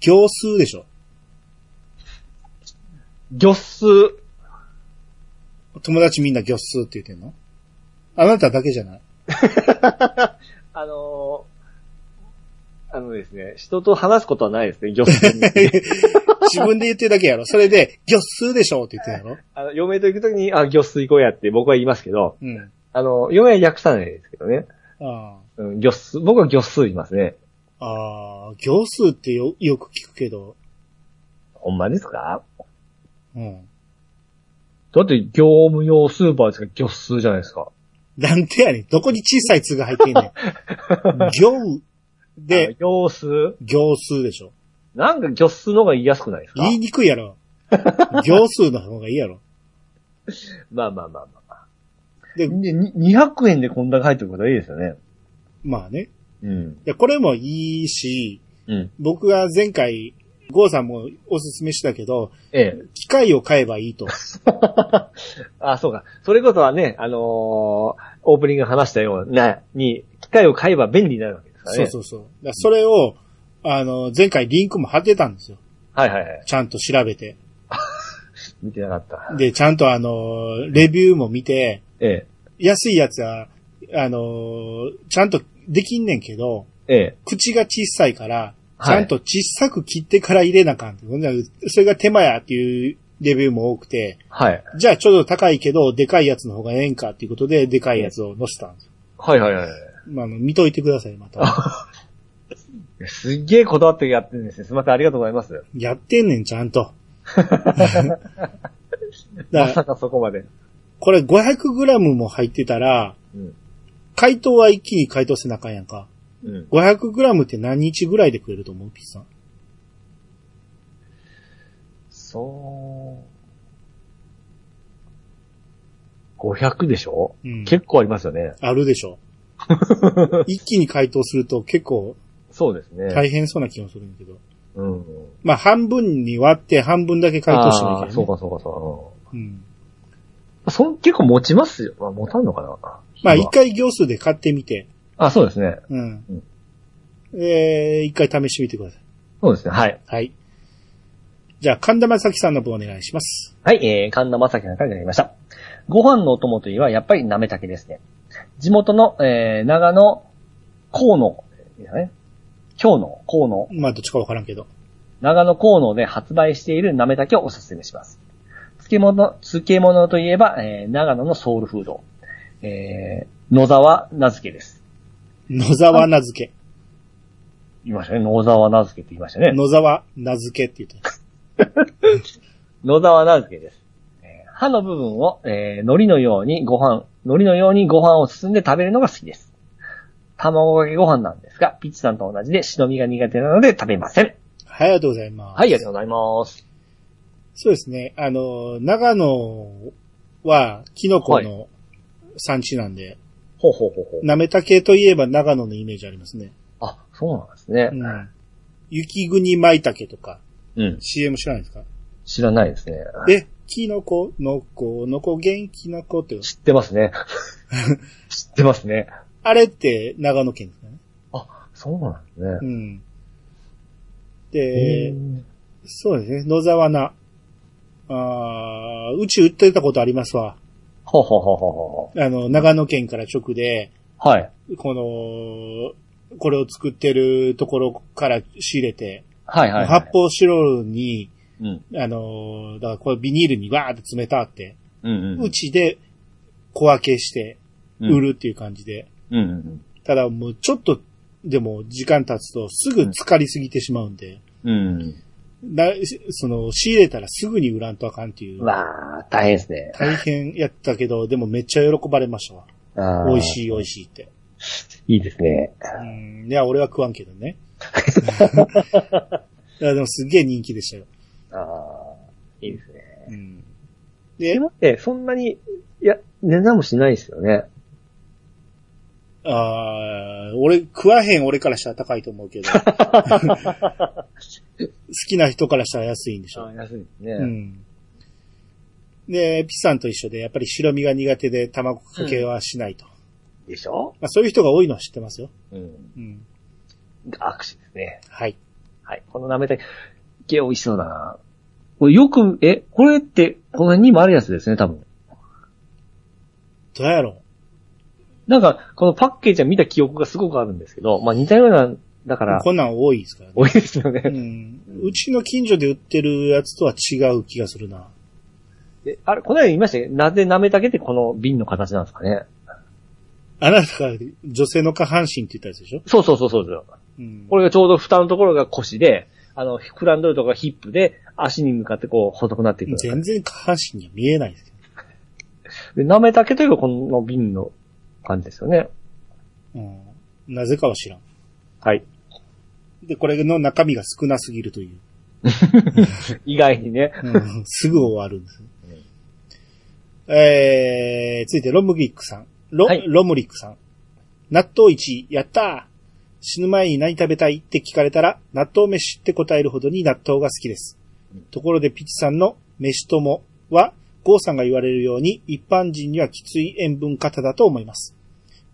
Speaker 4: 魚数でしょ。
Speaker 3: 魚室。
Speaker 4: 友達みんな魚数って言ってんのあなただけじゃない
Speaker 3: あのー、あのですね、人と話すことはないですね、魚室に。
Speaker 4: 自分で言ってるだけやろ。それで、魚数でしょって言ってるやろ。
Speaker 3: あの、嫁と行くときに、あ、魚室行こうやって僕は言いますけど、
Speaker 4: うん。
Speaker 3: あの、嫁は訳さないですけどね。
Speaker 4: あ
Speaker 3: うん、魚室。僕は魚室言いますね。
Speaker 4: あ。ああ、行数ってよ、よく聞くけど。
Speaker 3: ほんまですか
Speaker 4: うん。
Speaker 3: だって業務用スーパーですから魚室じゃないですか。
Speaker 4: なんてやねん。どこに小さい通が入ってんねん。行
Speaker 3: あ
Speaker 4: で、、
Speaker 3: 魚室
Speaker 4: 行数でしょ。
Speaker 3: なんか魚室の方が言いやすくないですか
Speaker 4: 言いにくいやろ。行数の方がいいやろ。
Speaker 3: まあまあまあまあ。
Speaker 4: で
Speaker 3: で、に200円でこんだけ入ってることはいいですよね。
Speaker 4: まあね。
Speaker 3: うん。
Speaker 4: いや、これもいいし、
Speaker 3: うん。
Speaker 4: 僕が前回、ゴーさんもおすすめしたけど、
Speaker 3: ええ。
Speaker 4: 機械を買えばいいと。
Speaker 3: あ、そうか。それこそはね、あのーオープニングで話したような、に、機械を買えば便利になるわけですから
Speaker 4: そ
Speaker 3: ね。
Speaker 4: うそうそう。だからそれを、あの、前回リンクも貼ってたんですよ。
Speaker 3: はいはいはい。
Speaker 4: ちゃんと調べて。
Speaker 3: 見てなかった。
Speaker 4: で、ちゃんとあの、レビューも見て、
Speaker 3: え
Speaker 4: 安いやつは、あの、ちゃんとできんねんけど、
Speaker 3: え。ええ。
Speaker 4: 口が小さいから、ち
Speaker 3: はい
Speaker 4: ゃんと小さく切ってから入れなあかんって。ほんならそれが手間やっていうレビューも多くて、
Speaker 3: はい。
Speaker 4: じゃあちょっと高いけど、でかいやつの方がええんかっていうことで、でかいやつを載せたんですよ。
Speaker 3: はいはいはい。
Speaker 4: まあ、あの、見といてください、ま た。
Speaker 3: すっげえこだわってやってるんですね。すみません、ありがとうございます。
Speaker 4: やってんねん、ちゃん と。だ
Speaker 3: ま
Speaker 4: から
Speaker 3: さかそこまで。
Speaker 4: これ 500g も入ってたら、
Speaker 3: うん。
Speaker 4: 解凍は一気に解凍せなあかんやんか。
Speaker 3: うん。
Speaker 4: 500g って何日ぐらいで食えると思うピッツさん。
Speaker 3: そう。500でしょ、
Speaker 4: うん。
Speaker 3: 結構ありますよね。
Speaker 4: あるでし ょ。一気に解凍すると結構
Speaker 3: そうですね。
Speaker 4: 大変そうな気もするんだけど。
Speaker 3: うん。
Speaker 4: まあ半分に割って半分だけ解凍してもいい
Speaker 3: あ
Speaker 4: け
Speaker 3: ー
Speaker 4: ど
Speaker 3: そう
Speaker 4: ね。
Speaker 3: かそうかそうか。うん
Speaker 4: うん。
Speaker 3: そん結構持ちますよ。まあ、持たんのかな
Speaker 4: まあ、
Speaker 3: うわ
Speaker 4: 一回行数で買ってみて、
Speaker 3: あ、そうですね。
Speaker 4: うん。えー、一回試してみてください。
Speaker 3: そうですね。はい。
Speaker 4: はい。じゃあ、神田正輝さんの分お願いします。
Speaker 3: はい、えー、神田正輝さんからいただきました。ご飯のお供といえば、やっぱりなめたけですね。地元の、えー、長野、河野、ですね。今日の河野、
Speaker 4: まあ、どっちかわからんけど。
Speaker 3: 長野河野で発売しているなめたけをおすすめします。漬物、漬物といえば、えー、長野のソウルフード、えー、野沢名付けです。
Speaker 4: 野沢名付け。
Speaker 3: 言いましたね。野沢名付けって言いましたね。
Speaker 4: 野沢名付けって言ってます。
Speaker 3: 野沢菜漬けです。えー歯の部分を、えー、海苔のようにご飯、海苔のようにご飯を包んで食べるのが好きです。卵かけご飯なんですが、ピッチさんと同じで忍びが苦手なので食べません。
Speaker 4: はい、ありがとうございます。
Speaker 3: はい、ありがとうございます。
Speaker 4: そうですね。あの、長野は、キノコの産地なんで、
Speaker 3: ほうほうほうほう。
Speaker 4: なめたけといえば長野のイメージありますね。
Speaker 3: あ、そうなんですね
Speaker 4: う。ん。雪国舞茸とか、
Speaker 3: うん。
Speaker 4: CM 知らないですか
Speaker 3: 知らないですね。
Speaker 4: え、キノコ、ノコ、ノコ元気な子って、
Speaker 3: 知ってますね。知ってますね。
Speaker 4: あれって長野県ですね。
Speaker 3: あ、そうなんですね
Speaker 4: う。ん。
Speaker 3: う
Speaker 4: で、
Speaker 3: ん
Speaker 4: そうですね、野沢菜。あーうち売ってたことありますわ。
Speaker 3: ほうほうほうほうほ
Speaker 4: あの、長野県から直で、
Speaker 3: う。はい。
Speaker 4: この、これを作ってるところから仕入れて、
Speaker 3: はいはい、はい
Speaker 4: 発。泡スチロールに、
Speaker 3: うん。
Speaker 4: あの、だからこれビニールにわーって詰めたって、
Speaker 3: うんうん。
Speaker 4: うちで小分けして
Speaker 3: うん
Speaker 4: 売るっていう感じで、
Speaker 3: うんうんうん。
Speaker 4: ただもうちょっとでも時間経つとすぐ浸かりすぎてしまうんで、
Speaker 3: うんうん。
Speaker 4: なその仕入れたらすぐに売らんとあかんっていう
Speaker 3: う、わー、大変ですね。
Speaker 4: 大変やったけど、でもめっちゃ喜ばれましたわ。美味
Speaker 3: い。
Speaker 4: しい美味しいって。
Speaker 3: いいですね。
Speaker 4: うん、いや、俺は食わんけど ね。いや、でもすげえ人気でしたよ。
Speaker 3: あーいいですね。
Speaker 4: うん、
Speaker 3: え、
Speaker 4: で、
Speaker 3: 待って、そんなに、いや、値段もしないですよね。
Speaker 4: あー俺、食わへん俺からしたら高いと思うけど。 好きな人からしたら安いんでしょう。
Speaker 3: 安いです
Speaker 4: う
Speaker 3: ね。
Speaker 4: ん。で、ピさんと一緒で、やっぱり白身が苦手で卵かけはしないと。
Speaker 3: でしょ
Speaker 4: まあ、そういう人が多いのは知ってますよ。
Speaker 3: うん。
Speaker 4: うん。
Speaker 3: 握手ですね。
Speaker 4: はい。
Speaker 3: はい。このなめたけ、美味しそうだな。これよく、え、これって、この辺にもあるやつですね、多分。
Speaker 4: どうやろ
Speaker 3: なんか、このパッケージは見た記憶がすごくあるんですけど、まあ似たような、だか
Speaker 4: う
Speaker 3: ら、
Speaker 4: こんなん多いですからね。
Speaker 3: 多いですよ
Speaker 4: う
Speaker 3: ね。
Speaker 4: ん。うちの近所で売ってるやつとは違う気がするな。
Speaker 3: えあれ、この間言いましたよなぜなめたけってこの瓶の形なんですかね。
Speaker 4: あなたが女性の下半身って言ったやつでしょ
Speaker 3: そうそうそうそうですよ。
Speaker 4: うん。
Speaker 3: これがちょうど蓋のところが腰で、あの、膨らんどるとこがヒップで、足に向かってこう、細くなっていく。
Speaker 4: 全然下半身には見えないですけ
Speaker 3: で、舐めたけというか、この瓶の感じですよね。
Speaker 4: ど。うん。なぜかは知らん。
Speaker 3: はい。
Speaker 4: で、これの中身が少なすぎるという。
Speaker 3: 意外にね。
Speaker 4: うん、 すぐ終わるんです。えー、続いてロムリックさん。ロ、
Speaker 3: はい
Speaker 4: ロムリックさん。納豆1位、やったー死ぬ前に何食べたいって聞かれたら、納豆飯って答えるほどに納豆が好きです。ところでピチさんの飯ともは、ゴーさんが言われるように、一般人にはきつい塩分型だと思います。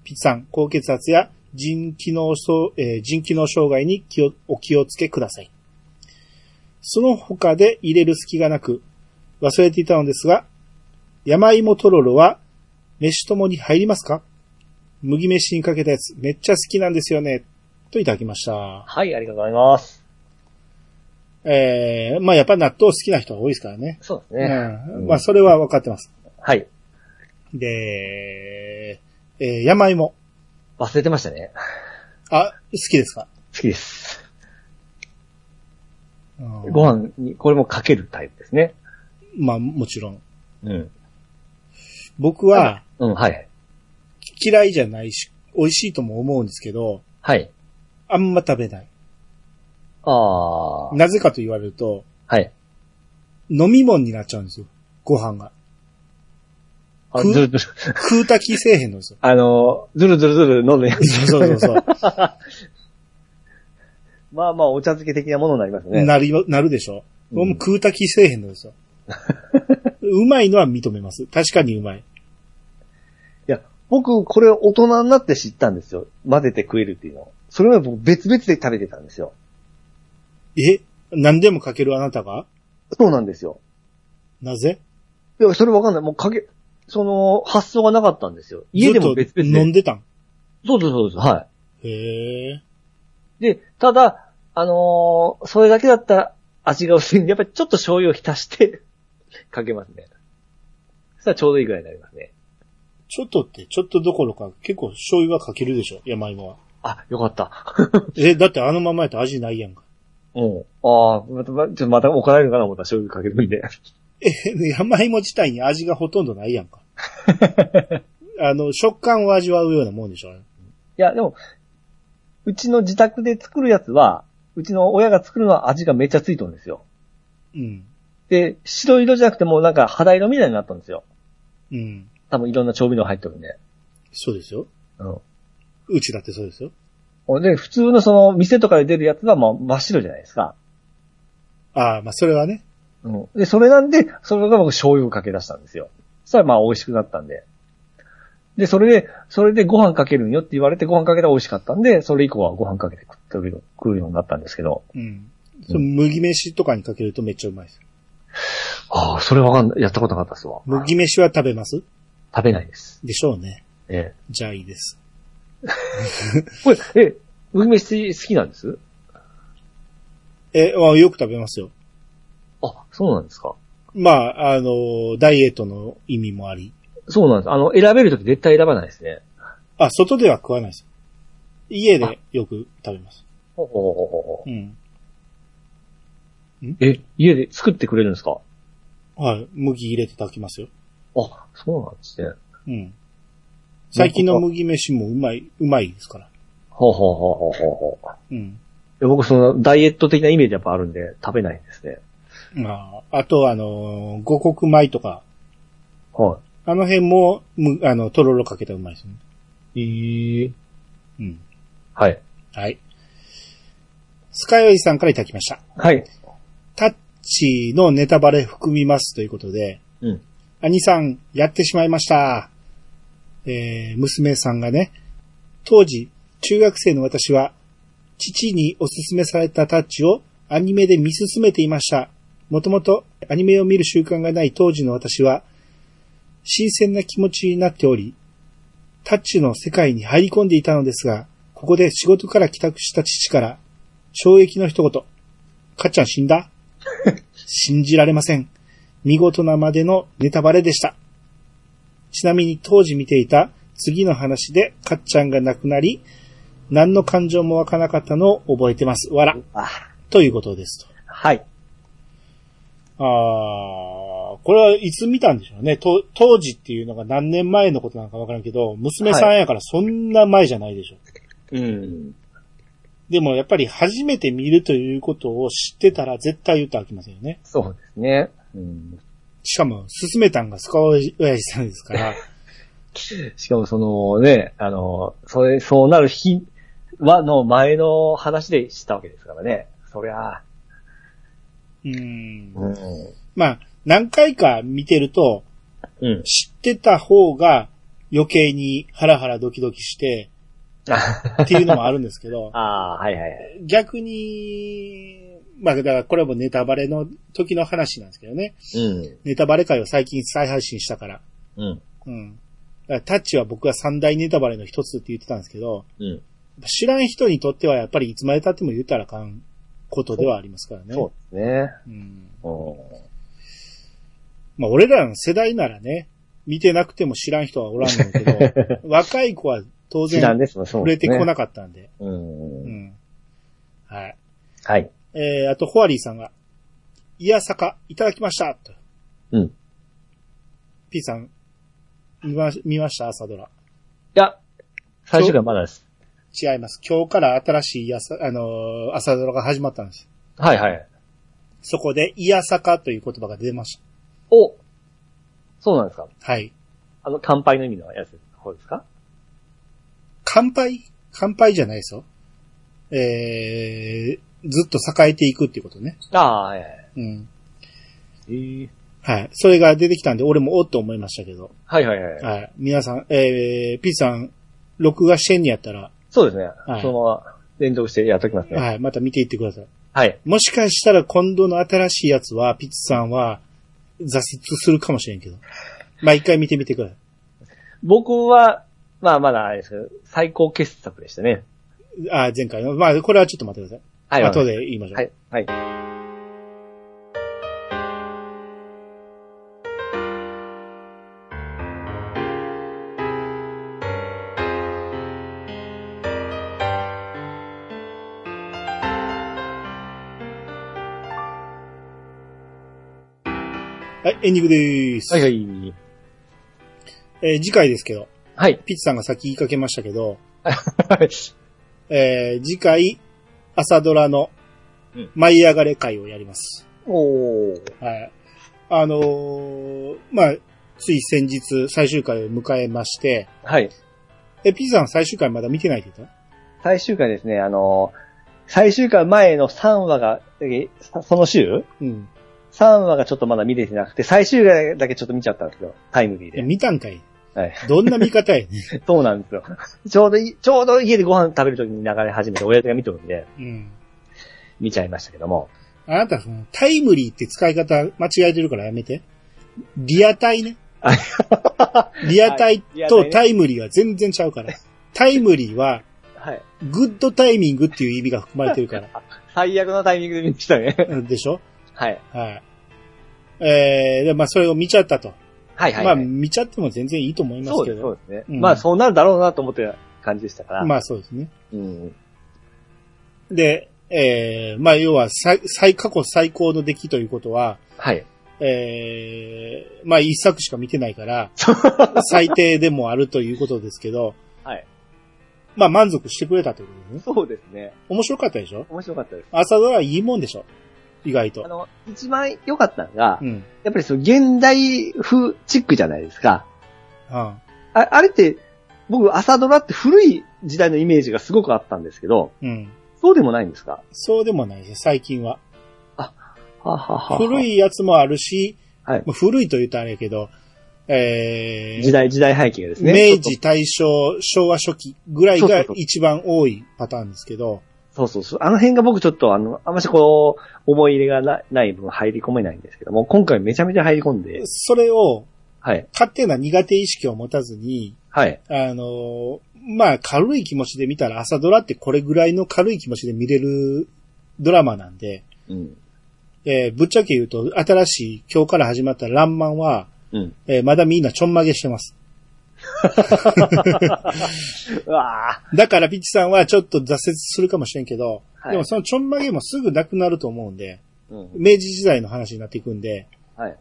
Speaker 4: ピチさん、高血圧や腎機能障、えー腎機能障害に気をお気をつけください。その他で入れる隙がなく、忘れていたのですが、山芋とろろは、飯ともに入りますか麦飯にかけたやつ、めっちゃ好きなんですよね。といただきました。
Speaker 3: はい、ありがとうございます。
Speaker 4: えー、まあやっぱ納豆好きな人は多いですからね。
Speaker 3: そうですね。
Speaker 4: うん。まあそれは分かってます。
Speaker 3: はい。
Speaker 4: で、えー、山芋。
Speaker 3: 忘れてましたね。
Speaker 4: あ、好きですか、
Speaker 3: 好きです。
Speaker 4: うん
Speaker 3: ご飯に、これもかけるタイプですね。
Speaker 4: まあもちろん。
Speaker 3: うん。
Speaker 4: 僕は
Speaker 3: うん、はい。
Speaker 4: 嫌いじゃないし、美味しいとも思うんですけど、
Speaker 3: はい。
Speaker 4: あんま食べない。
Speaker 3: ああ。
Speaker 4: なぜかと言われると、
Speaker 3: はい。
Speaker 4: 飲み物になっちゃうんですよ。ご飯が。
Speaker 3: あ、
Speaker 4: く
Speaker 3: ずるずる、
Speaker 4: 食うた気せえへんのですよ。
Speaker 3: あの、ずるずるずる飲んでやつ
Speaker 4: そうそうそうそ
Speaker 3: まあまあ、お茶漬け的なものになります
Speaker 4: う、
Speaker 3: ね。
Speaker 4: なる、なるでしょ。
Speaker 3: うん
Speaker 4: もう食うた気せえへんのですよ。うまいのは認めます。確かにうまい。
Speaker 3: いや、僕、これ大人になって知ったんですよ。混ぜて食えるっていうのを。それまで僕別々で食べてたんですよ。
Speaker 4: え何でもかけるあなたが
Speaker 3: そうなんですよ。
Speaker 4: なぜ
Speaker 3: いや、それわかんない。もうかけ、その、発想がなかったんですよ。家でも別々
Speaker 4: ずっと飲ん
Speaker 3: で。
Speaker 4: でたん。
Speaker 3: そうそうそうです。は
Speaker 4: へえ。
Speaker 3: い。で、ただ、あのーそれだけだったら味が薄いんで、やっぱりちょっと醤油を浸して、 かけますね。そしたらちょうどいいぐらいになりますね。
Speaker 4: ちょっとって、ちょっとどころか、結構醤油はかけるでしょ、山芋は。
Speaker 3: あ、よかった。
Speaker 4: え、だってあのままやと味ないやんか。
Speaker 3: うん。ああ、また、まちょっとまた怒られるかな思ったら醤油かけるんで。
Speaker 4: え、山芋自体に味がほとんどないや んか。あの、食感を味わうようなもんでしょ。
Speaker 3: いや、でも、うちの自宅で作るやつは、うちの親が作るのは味がめっちゃついとんですよ。
Speaker 4: うん。
Speaker 3: で、白色じゃなくてもうなんか肌色みたいになったんですよ。
Speaker 4: うん。
Speaker 3: 多分いろんな調味料入ってるんで。
Speaker 4: そうですよ。
Speaker 3: うん
Speaker 4: うちだってそうですよ。
Speaker 3: ほんで、普通のその店とかで出るやつはまあ真っ白じゃないですか。
Speaker 4: ああ、まあそれはね。
Speaker 3: うん。で、それなんで、それが僕醤油をかけ出したんですよ。そしたらまあ美味しくなったんで。で、それで、それでご飯かけるんよって言われてご飯かけたら美味しかったんで、それ以降はご飯かけて食ってるよ食うようになったんですけど。
Speaker 4: うん。その麦飯とかにかけるとめっちゃうまいです。
Speaker 3: ああ、それわかんない。やったことなかったっすわ
Speaker 4: 麦飯は食べます
Speaker 3: 食べないです。
Speaker 4: でしょうね。
Speaker 3: え
Speaker 4: じゃあいいです。
Speaker 3: え。これ、え、麦飯好きなんです
Speaker 4: え、まあ、よく食べますよ。
Speaker 3: あ、そうなんですか。
Speaker 4: まあ、あの、ダイエットの意味もあり。
Speaker 3: そうなんです。あの、選べるとき絶対選ばないですね。
Speaker 4: あ、外では食わないです。家でよく食べます。
Speaker 3: ほうほうほうほうほ
Speaker 4: うん。
Speaker 3: うえ、家で作ってくれるんですか
Speaker 4: はい。麦入れて炊きますよ。
Speaker 3: あ、そうなんですね。
Speaker 4: うん。最近の麦飯もうまい、うまいですから。
Speaker 3: ほうほうほうほうほうほう
Speaker 4: うん。
Speaker 3: いや。僕、その、ダイエット的なイメージやっぱあるんで、食べないんですね。
Speaker 4: まあ、あとあのー五穀米とか、
Speaker 3: は
Speaker 4: あの辺も、むあの、とろろかけたらうまいですね。
Speaker 3: い。ええ
Speaker 4: うん。
Speaker 3: はい。
Speaker 4: はい。スカイオイさんからいただきました。
Speaker 3: はい。
Speaker 4: タッチのネタバレ含みますということで、
Speaker 3: うん。
Speaker 4: 兄さん、やってしまいました。えー、娘さんがね、当時、中学生の私は、父におすすめされたタッチをアニメで見進めていました。もともとアニメを見る習慣がない当時の私は、新鮮な気持ちになっており、タッチの世界に入り込んでいたのですが、ここで仕事から帰宅した父から、衝撃の一言、かっちゃん死んだ信じられません。見事なまでのネタバレでした。ちなみに当時見ていた次の話でかっちゃんが亡くなり、何の感情も湧かなかったのを覚えてます。わら。
Speaker 3: あ、
Speaker 4: ということですと。
Speaker 3: はい。
Speaker 4: あー、これはいつ見たんでしょうね。と当時っていうのが何年前のことなのかわからんけど、娘さんやからそんな前じゃないでしょ。
Speaker 3: うん。
Speaker 4: でもやっぱり初めて見るということを知ってたら絶対言うと飽きませんよね。
Speaker 3: そうですね。うん。し
Speaker 4: しかも、進めたんがスカオヤジさんですから。
Speaker 3: しかもそのね、あの、それ、そうなる日はの前の話でしたわけですからね。そりゃあ、
Speaker 4: うん。
Speaker 3: うん。
Speaker 4: まあ、何回か見てると、
Speaker 3: うん。、
Speaker 4: 知ってた方が余計にハラハラドキドキして、っていうのもあるんですけど
Speaker 3: ああー、はいはいはい。
Speaker 4: 逆に、まあ、だからこれもネタバレの時の話なんですけどね。
Speaker 3: うん。
Speaker 4: ネタバレ会を最近再配信したから。
Speaker 3: うん。
Speaker 4: うん。だからタッチは僕は三大ネタバレの一つって言ってたんですけど、
Speaker 3: うん。
Speaker 4: 知らん人にとってはやっぱりいつまで経っても言ったらあかんことではありますからね。
Speaker 3: そうですね。
Speaker 4: うん。
Speaker 3: う
Speaker 4: まあ、俺らの世代ならね、見てなくても知らん人はおらんのだ けど、若い子は当
Speaker 3: ん。知らん
Speaker 4: 然
Speaker 3: ですもん、そう
Speaker 4: 触れ
Speaker 3: です
Speaker 4: て
Speaker 3: ね。
Speaker 4: こなかったんで。
Speaker 3: う。
Speaker 4: うんん。はい。
Speaker 3: はい。
Speaker 4: えー、あと、ホワリーさんが、いやさか、いただきましたと。
Speaker 3: うん。
Speaker 4: P さん、見ま、見ました朝ドラ。
Speaker 3: いや、最終回まだです。
Speaker 4: 違います。今日から新しいやさ、あのー朝ドラが始まったんです。
Speaker 3: はいはい。
Speaker 4: そこで、いやさかという言葉が出まし
Speaker 3: おそうなんですか
Speaker 4: た。はい。
Speaker 3: あの、乾杯の意味のやつ、こうですか
Speaker 4: 乾杯乾杯じゃないですよ。えー、ずっと栄えていくっていうことね。
Speaker 3: ああ、はいはい。
Speaker 4: うん。
Speaker 3: ええ
Speaker 4: はい。それが出てきたんで、俺もおっと思いましたけど。
Speaker 3: はいはいはい。
Speaker 4: はい。皆さん、えー、ピッツさん、録画してんねやったら、
Speaker 3: そうですね。
Speaker 4: い
Speaker 3: そのまま連続してやっときますね。
Speaker 4: はい。また見ていってください。
Speaker 3: はい。
Speaker 4: もしかしたら今度の新しいやつは、ピッツさんは、挫折するかもしれんけど。まあ、一回見てみてくださ
Speaker 3: 僕は、まあまだあれですけど、最高傑作でしたね。
Speaker 4: い。あ、前回の。まあ、これはちょっと待ってください。
Speaker 3: はい。
Speaker 4: 後で言いましょう。
Speaker 3: はい。はい。
Speaker 4: はい、エンディングでーす。
Speaker 3: はいはい。
Speaker 4: えー次回ですけど、
Speaker 3: はい。
Speaker 4: ピッツさんがさっき言いかけましたけど、
Speaker 3: はい。
Speaker 4: えー次回、朝ドラの
Speaker 3: うん、
Speaker 4: 舞い上がれ会をやります。
Speaker 3: おー。
Speaker 4: はい。あのーまあ、つい先日、最終回を迎えまして、
Speaker 3: はい。
Speaker 4: え、ピッツさん最終回まだ見てないって言っ
Speaker 3: 最終回ですね、あの、最終回前の3話が、えさその週
Speaker 4: たうん。
Speaker 3: 3話がちょっとまだ見れてなくて、最終回だけちょっと見ちゃったんですよ。タイムリー
Speaker 4: いや
Speaker 3: で。
Speaker 4: 見たんかい。
Speaker 3: はい。
Speaker 4: どんな見方やねん。
Speaker 3: そうなんですよ。ちょうどい、ちょうど家でご飯食べるときに流れ始めて、親父が見とるん で、
Speaker 4: うん。
Speaker 3: 見ちゃいましたけど も。
Speaker 4: あなた、その、タイムリーって使い方間違えてるからやめて。リアタイね
Speaker 3: あ。
Speaker 4: リアタイ
Speaker 3: はいリアタイ
Speaker 4: と
Speaker 3: ね
Speaker 4: タイムリーは全然ちゃうから。タイムリーは、
Speaker 3: はい。
Speaker 4: グッドタイミングっていう意味が含まれてるか
Speaker 3: 最悪のタイミングで見ましたね。
Speaker 4: ら。でしょ
Speaker 3: はい。
Speaker 4: はい。えー、で、まあ、それを見ちゃったと。
Speaker 3: はいはい、
Speaker 4: ま
Speaker 3: は
Speaker 4: あ、
Speaker 3: い。
Speaker 4: 見ちゃっても全然いいと思います
Speaker 3: そう
Speaker 4: け
Speaker 3: です、
Speaker 4: ど。
Speaker 3: そうですね。
Speaker 4: うん
Speaker 3: まあ、そうなるだろうなと思ってた感じでしたから。
Speaker 4: まあ、そうですね。
Speaker 3: うん。
Speaker 4: で、えー、まあ、要は、最、最、過去最高の出来ということは、
Speaker 3: はい。
Speaker 4: えー、まあ、一作しか見てない から、最低でもあるということですけど、
Speaker 3: はい。
Speaker 4: まあ、満足してくれたということですね。
Speaker 3: そうですね。
Speaker 4: 面白かったでしょ
Speaker 3: 面白かったです。
Speaker 4: 朝ドラいいもんでしょ意外
Speaker 3: あ
Speaker 4: と。
Speaker 3: の、一番良かったのが、
Speaker 4: うん。
Speaker 3: やっぱりその現代風チックじゃないですか。
Speaker 4: は
Speaker 3: ああれって、僕、朝ドラって古い時代のイメージがすごくあったんですけど、
Speaker 4: いうん。
Speaker 3: そうでもないんですか
Speaker 4: そうでもないです、最近は。
Speaker 3: はははは
Speaker 4: 古。いやつもあるし、
Speaker 3: はい
Speaker 4: もう古いと言うとあれやけど、えー
Speaker 3: 時代、時代背景がですね。
Speaker 4: 明治、大正、昭和初期ぐらい
Speaker 3: そうそ
Speaker 4: が
Speaker 3: うそう
Speaker 4: 一番多いパターンですけど、
Speaker 3: そうそうそう。あの辺が僕ちょっと、あの、あんましこう、思い入れがなない分入り込めないんですけども、今回めちゃめちゃ入り込んで、
Speaker 4: それを
Speaker 3: はい、
Speaker 4: 勝手な苦手意識を持たずに、
Speaker 3: はい、
Speaker 4: あのーまあ、軽い気持ちで見たら朝ドラってこれぐらいの軽い気持ちで見れるドラマなんで、
Speaker 3: うん、
Speaker 4: えーぶっちゃけ言うと、新しい今日から始まったランマンは、
Speaker 3: うん。
Speaker 4: えーまだみんなちょんまげしてます。
Speaker 3: うわあ
Speaker 4: だからピッチさんはちょっと挫折するかもしれんけど、
Speaker 3: はい
Speaker 4: でもそのちょんまげもすぐなくなると思うんで、
Speaker 3: うん、
Speaker 4: 明治時代の話になっていくんで、
Speaker 3: はい。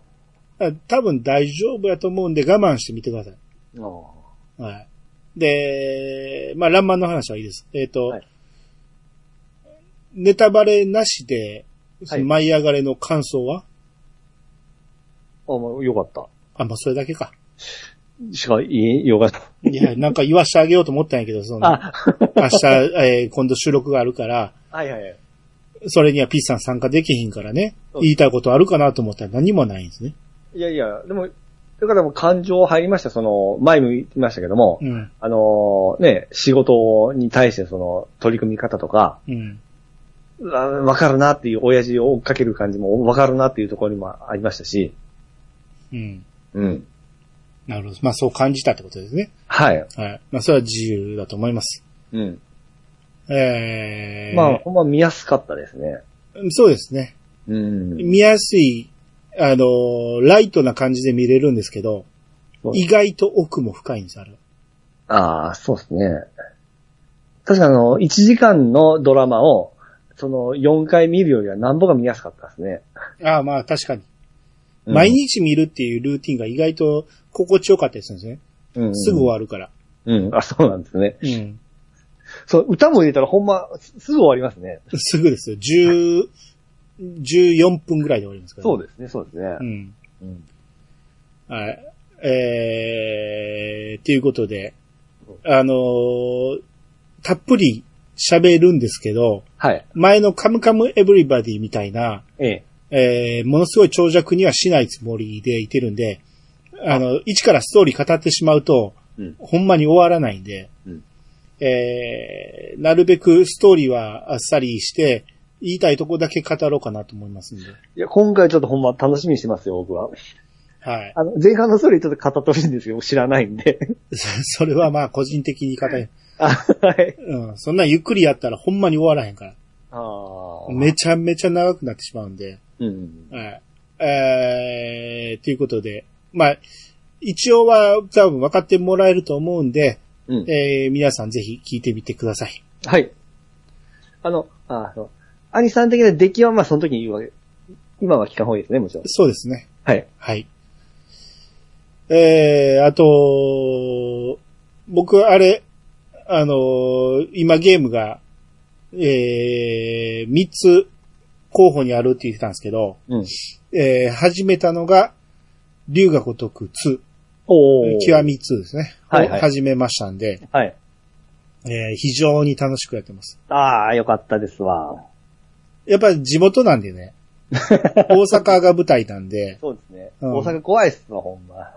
Speaker 4: あ多分大丈夫やと思うんで我慢してみてください。
Speaker 3: お
Speaker 4: はい。で、まあ、ランマンの話はいいです。えっ、と、
Speaker 3: はい
Speaker 4: ネタバレなしで、その
Speaker 3: はい
Speaker 4: 舞い上がれの感想は、
Speaker 3: ーあ、もうよかった。
Speaker 4: あ、まあ、それだけか。
Speaker 3: しか、いい、よかった。
Speaker 4: いや、なんか言わしてあげようと思ったんやけど、その、
Speaker 3: あ、
Speaker 4: 明日、えー今度収録があるから、
Speaker 3: はいはいはい。
Speaker 4: それにはピッチさん参加できひんからね
Speaker 3: そ、う
Speaker 4: 言いたいことあるかなと思ったら何もないんですね。
Speaker 3: いやいや、でも、だからもう感情入りました、その、前も言いましたけども、
Speaker 4: うん。
Speaker 3: あのーね、仕事に対してその、取り組み方とか、
Speaker 4: うん。
Speaker 3: うわわかるなっていう、親父を追っかける感じもわかるなっていうところにもありましたし、
Speaker 4: うん。
Speaker 3: うん。
Speaker 4: なるほど。まあ、そう感じたってことですね。
Speaker 3: はい。
Speaker 4: はい。まあ、それは自由だと思います。
Speaker 3: うん。
Speaker 4: えー、
Speaker 3: まあ、ほんま見やすかったですね。
Speaker 4: そうですね。
Speaker 3: うん。
Speaker 4: 見やすい、あのーライトな感じで見れるんですけど、
Speaker 3: そう
Speaker 4: 意外と奥も深いんです、あれは。
Speaker 3: ああ、そうですね。確かあの、1時間のドラマを、その、4回見るよりは何ぼか見やすかったですね。
Speaker 4: ああ、まあ確かに。
Speaker 3: うん
Speaker 4: 毎日見るっていうルーティンが意外と心地よかったりするんですね。
Speaker 3: うん
Speaker 4: すぐ終わるから。
Speaker 3: うん。あ、そうなんですね。
Speaker 4: うん。
Speaker 3: そう、歌も入れたらほんま、すすぐ終わりますね。
Speaker 4: すぐですよ。10 14分ぐらいで終わりますから、
Speaker 3: そう
Speaker 4: で
Speaker 3: ですね、そうですね
Speaker 4: す。う。ん。
Speaker 3: うん
Speaker 4: はい。えー、ということで、あのーたっぷり喋るんですけど、
Speaker 3: はい。
Speaker 4: 前のカムカムエブリバディみたいな、
Speaker 3: ええ。
Speaker 4: えーものすごい長尺にはしないつもりでいてるんで、あの、一からストーリー語ってしまうと、
Speaker 3: うん
Speaker 4: ほんまに終わらないんで、
Speaker 3: うん
Speaker 4: えーなるべくストーリーはあっさりして、言いたいとこだけ語ろうかなと思いますんで。
Speaker 3: いや、今回ちょっとほんま楽しみにしてますよ、僕は。
Speaker 4: はい。
Speaker 3: あの、前半のストーリーちょっと語ってほしいんですけど、知らないんで。
Speaker 4: それはまあ個人的に語り、
Speaker 3: あ、 はい。
Speaker 4: うん、そんなんゆっくりやったらほんまに終わらへんから。
Speaker 3: ああ。
Speaker 4: めちゃめちゃ長くなってしまうんで。
Speaker 3: うん。
Speaker 4: はい。えー、ということで、まあ、一応は多分分かってもらえると思うんで、
Speaker 3: うん。
Speaker 4: えー、皆さんぜひ聞いてみてください。
Speaker 3: はい。あの、あそう。兄さん的な出来はまあその時に言うわけ。今は聞かん方がいいですね、もちろん。
Speaker 4: そうですね。
Speaker 3: はい。
Speaker 4: はい。えー、あと、僕、あれ、あのー今ゲームが、えー、3つ候補にあるって言ってたんですけど、
Speaker 3: うん。
Speaker 4: えー、始めたのが、龍が如く2、
Speaker 3: お
Speaker 4: 極。み2ですね。
Speaker 3: はいはい
Speaker 4: を始めましたんで、
Speaker 3: はい。
Speaker 4: えー非常に楽しくやってます。
Speaker 3: ああ、よかったですわ。
Speaker 4: やっぱり地元なんで ね、大阪が舞台なんで、
Speaker 3: そうですね。
Speaker 4: うん
Speaker 3: 大阪怖いっすわ、ほんま。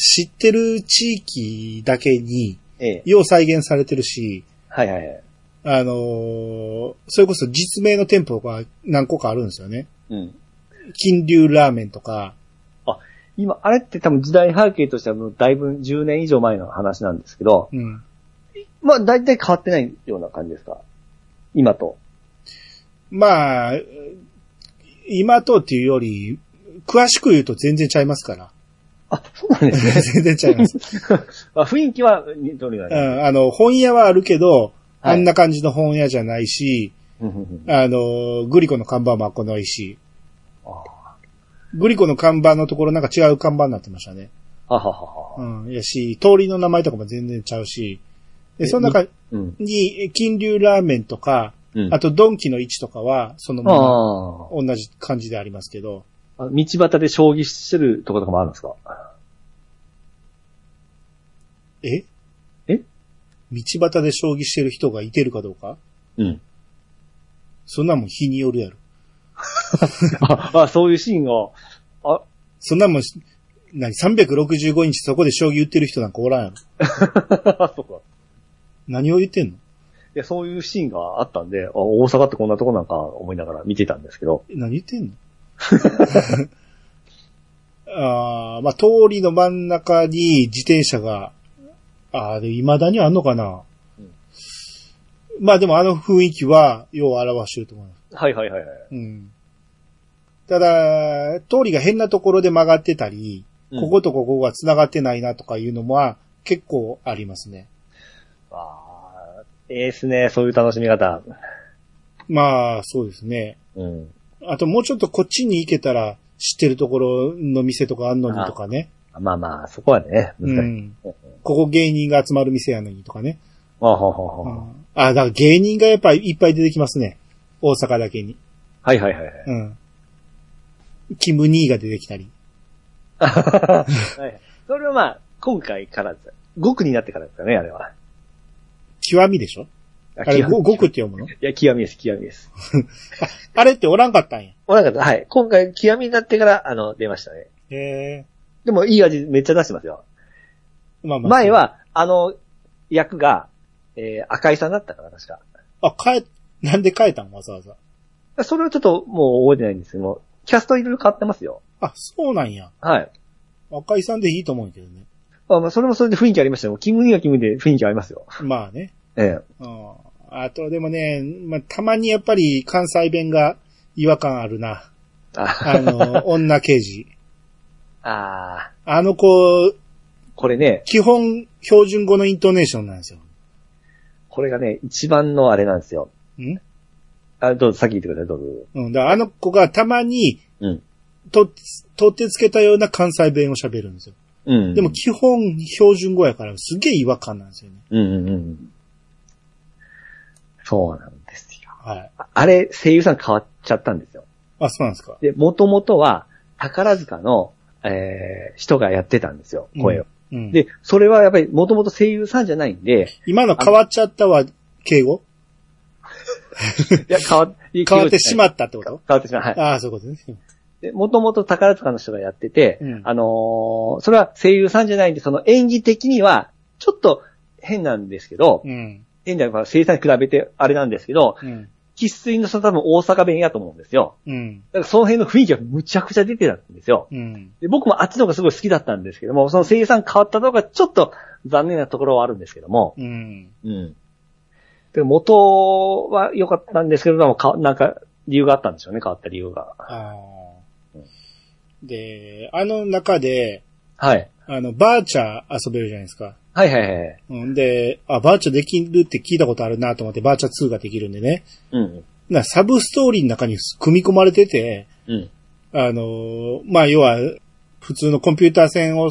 Speaker 4: 知ってる地域だけに、
Speaker 3: ええ。
Speaker 4: よう再現されてるし、
Speaker 3: はいはいはい。
Speaker 4: あのーそれこそ実名の店舗が何個かあるんですよね。
Speaker 3: うん。
Speaker 4: 金龍ラーメンとか、
Speaker 3: 今、あれって多分時代背景としてはもうだいぶ10年以上前の話なんですけど、
Speaker 4: うん。
Speaker 3: まあ大体変わってないような感じですか今と。
Speaker 4: まあ、今とっていうより、詳しく言うと全然ちゃいますから。
Speaker 3: あ、そうなんです
Speaker 4: 全
Speaker 3: ね。
Speaker 4: 然ちゃいます。
Speaker 3: まあ雰囲気は似てるよ
Speaker 4: う
Speaker 3: ね。
Speaker 4: ん。あの、本屋はあるけど、
Speaker 3: は
Speaker 4: あ
Speaker 3: い
Speaker 4: んな感じの本屋じゃないし、
Speaker 3: うんうんうん
Speaker 4: あの、グリコの看板もあっこないし、
Speaker 3: あ
Speaker 4: グリコの看板のところなんか違う看板になってましたね。
Speaker 3: あはははは。
Speaker 4: うん。やし、通りの名前とかも全然ちゃうし、で、その中
Speaker 3: うん。
Speaker 4: に、え金龍ラーメンとか、
Speaker 3: うん。
Speaker 4: あとドンキの位置とかは、そのま
Speaker 3: あ
Speaker 4: ま同じ感じでありますけど、
Speaker 3: あ。道端で将棋してるとことかもあるんですか
Speaker 4: え
Speaker 3: え
Speaker 4: 道端で将棋してる人がいてるかどうか
Speaker 3: うん。
Speaker 4: そんなもん日によるやろ。
Speaker 3: あ、あそういうシーンを、あ、
Speaker 4: そんなもん、何、365日そこで将棋売ってる人なんかおらんやろ。
Speaker 3: そうか。
Speaker 4: 何を言ってんの
Speaker 3: いや、そういうシーンがあったんで、あ大阪ってこんなとこなんか思いながら見てたんですけど。
Speaker 4: え何言ってんの あーまあ、通りの真ん中に自転車が、ああ、で、未だにあんのかな、
Speaker 3: うん
Speaker 4: まあでもあの雰囲気は、よう表してると思います。
Speaker 3: はいはいはいはい。
Speaker 4: うん。ただ、通りが変なところで曲がってたり、
Speaker 3: うん
Speaker 4: こことここが繋がってないなとかいうのは、結構ありますね。
Speaker 3: ああ、ええっすね、そういう楽しみ方。
Speaker 4: まあ、そうですね。
Speaker 3: うん。
Speaker 4: あともうちょっとこっちに行けたら、知ってるところの店とかあんのにとかね。
Speaker 3: まあまあ、そこはね、難しい。
Speaker 4: うん。ここ芸人が集まる店やのにとかね。
Speaker 3: あははは
Speaker 4: う
Speaker 3: は。
Speaker 4: んあ、だから芸人がやっぱいっぱい出てきますね。大阪だけに。
Speaker 3: は いはいはいはい。
Speaker 4: うん。キム兄が出てきたり。
Speaker 3: はい。それはまあ、今回からです、5区になってからですかね、あれは。
Speaker 4: 極みでしょ
Speaker 3: あ
Speaker 4: あれ、
Speaker 3: 極
Speaker 4: ごごくって読むの
Speaker 3: いや、極みです、極みです。
Speaker 4: あれっておらんかったんや。
Speaker 3: おなかった。はい。今回、極みになってから、あの、出ましたね。
Speaker 4: へ
Speaker 3: でも、いい味めっちゃ出してますよ。
Speaker 4: ーまあまあ。
Speaker 3: 前。は、あの、役が、えー、赤井さんだったから、確か。
Speaker 4: あ、変え、なんで変えたんわざわざ。
Speaker 3: それはちょっと、もう覚えてないんですけども、キャストいろいろ変わってますよ。
Speaker 4: あ、そうなんや。
Speaker 3: はい。
Speaker 4: 赤井さんでいいと思うけどね。
Speaker 3: あまあ、それもそれで雰囲気ありましたよ。キングにはキングで雰囲気ありますよ。
Speaker 4: まあね。
Speaker 3: ええ
Speaker 4: うん。あと、でもね、まあ、たまにやっぱり関西弁が違和感あるな。
Speaker 3: あ
Speaker 4: あ の、女刑事。
Speaker 3: あ
Speaker 4: あの子、
Speaker 3: ー、これね、
Speaker 4: 基本、標準語のイントネーションなんですよ。
Speaker 3: これがね、一番のあれなんですよ。
Speaker 4: ん
Speaker 3: あ、どうぞ、先言ってください、どうぞ。
Speaker 4: うん。だからあの子がたまに、
Speaker 3: うん。
Speaker 4: とっ、とってつけたような関西弁を喋るんですよ。
Speaker 3: うん。
Speaker 4: でも基本標準語やからすげえ違和感なんですよね。
Speaker 3: うんうんうん。そうなんですよ。
Speaker 4: はい。
Speaker 3: ああれ、声優さん変わっちゃったんですよ。
Speaker 4: あ、そうなんですか。
Speaker 3: で、元々は、宝塚の、えー、人がやってたんですよ、声を。
Speaker 4: うん。で、
Speaker 3: で、それはやっぱり元々声優さんじゃない んで、
Speaker 4: 今の変わっちゃったは敬語
Speaker 3: いや、変わ、変
Speaker 4: 変わってしまったってこと
Speaker 3: 変わってしまう。はい。
Speaker 4: ああ、そういうことね。
Speaker 3: で、もともと宝塚の人がやってて、
Speaker 4: うん
Speaker 3: あのーそれは声優さんじゃないんで、その演技的には、ちょっと変なんですけど、
Speaker 4: うん。
Speaker 3: 変じゃない、声優さんに比べてあれなんですけど、
Speaker 4: うん。
Speaker 3: 喫水の人多分大阪弁やと思うんですよ。
Speaker 4: うん。
Speaker 3: だからその辺の雰囲気がむちゃくちゃ出てたんですよ。
Speaker 4: うん。
Speaker 3: で僕もあっちの方がすごい好きだったんですけども、その声優さん変わったのがちょっと残念なところはあるんですけども、
Speaker 4: うん。
Speaker 3: うん。で元は良かったんですけど、でもかなんか理由があったんでしょうね、変わった理由が。
Speaker 4: あーで、あの中で、
Speaker 3: はい。
Speaker 4: あの、バーチャー遊べるじゃないですか。
Speaker 3: はいはいはいはい。
Speaker 4: うんで、あ、バーチャーできるって聞いたことあるなと思って、バーチャー2ができるんでね。
Speaker 3: うん。
Speaker 4: な、サブストーリーの中に組み込まれてて、
Speaker 3: うん。
Speaker 4: あのーまあ、要は、普通のコンピューター戦を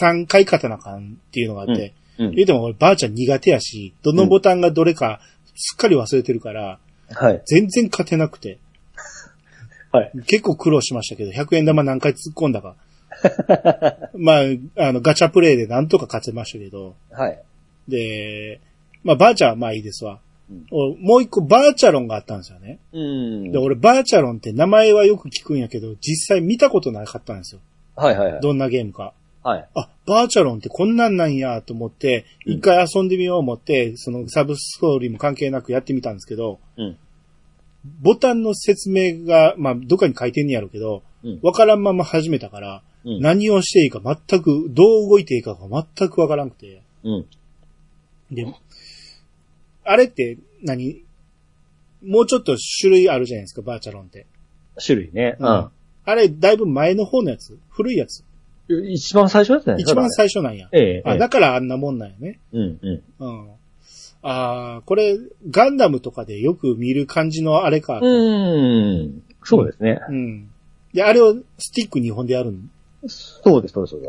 Speaker 4: 3回勝たなあかんっていうのがあって、
Speaker 3: うん。
Speaker 4: 言うても俺バーチャー苦手やし、どのボタンがどれかすっかり忘れてるから、
Speaker 3: はい。
Speaker 4: 全然勝てなくて。
Speaker 3: はい。
Speaker 4: 結構苦労しましたけど、100円玉何回突っ込んだか。 まあ、あの、ガチャプレイでなんとか勝てましたけど、
Speaker 3: はい。
Speaker 4: で、まあ、バーチャーはまあいいですわ。
Speaker 3: うん
Speaker 4: おもう一個バーチャロンがあったんですよね。
Speaker 3: うん
Speaker 4: で、。俺バーチャロンって名前はよく聞くんやけど、実際見たことなかったんですよ。
Speaker 3: はいはいはい。
Speaker 4: どんなゲームか。
Speaker 3: はい。
Speaker 4: あ、バーチャロンってこんなんなんやと思って、
Speaker 3: うん
Speaker 4: 一回遊んでみよう思って、そのサブストーリーも関係なくやってみたんですけど、
Speaker 3: うん
Speaker 4: ボタンの説明が、まあ、どっかに書いてんねやろうけど、
Speaker 3: うん
Speaker 4: わからんまま始めたから、
Speaker 3: うん
Speaker 4: 何をしていいか全く、どう動いていいかが全くわからなくて。
Speaker 3: うん。
Speaker 4: でも、あれって何、もうちょっと種類あるじゃないですか、バーチャロンって。
Speaker 3: 種類ね。う
Speaker 4: あ
Speaker 3: ん。
Speaker 4: れ、だいぶ前の方のやつ古いやつ
Speaker 3: 一番最初だったね。
Speaker 4: 一番最初なんや。
Speaker 3: 初。ええ。
Speaker 4: あ、だからあんなもんなんやね。
Speaker 3: うんうん。
Speaker 4: うん。ああ、これ、ガンダムとかでよく見る感じのあれか。うん。
Speaker 3: うん。そうですね。
Speaker 4: で、あれをスティック2本でやるの
Speaker 3: そうです、そうです、そうで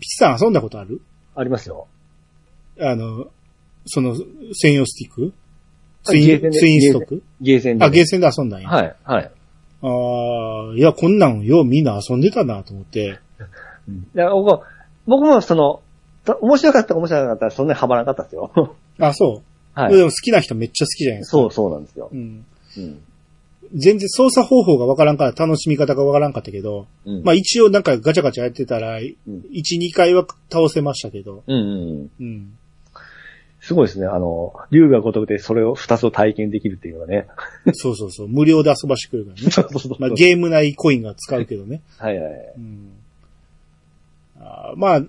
Speaker 4: ピチさん遊んだことある
Speaker 3: ありますよ。
Speaker 4: あの、その、専用スティック
Speaker 3: あ
Speaker 4: ツイ
Speaker 3: ゲーセン
Speaker 4: ン、
Speaker 3: で
Speaker 4: ツインストック
Speaker 3: ゲーセンで。
Speaker 4: あ、ゲーセンで遊んだんや。
Speaker 3: はい、はい。
Speaker 4: ああ、いや、こんなんようみんな遊んでたなと思って。
Speaker 3: だから僕は僕もその、た面白かったか面白くなかったらそんなにハマらなかったですよ。
Speaker 4: あそ
Speaker 3: は
Speaker 4: う。
Speaker 3: い。
Speaker 4: でも好きな人めっちゃ好きじゃないですか。
Speaker 3: そう、そうなんですよ。
Speaker 4: うん。
Speaker 3: うん。
Speaker 4: 全然操作方法がわからんから楽しみ方がわからんかったけど、
Speaker 3: うん。
Speaker 4: まあ一応なんかガチャガチャやってたら、1、2回は倒せましたけど、
Speaker 3: うんうんうん。
Speaker 4: うん。
Speaker 3: すごいですね。あの、竜が如くでそれを二つを体験できるっていうのがね。
Speaker 4: そうそうそう、無料で遊ばしてくれるからね。
Speaker 3: そうそう そう。
Speaker 4: まあゲーム内コインが使うけどね。
Speaker 3: はいはい。
Speaker 4: うん。あーまあ、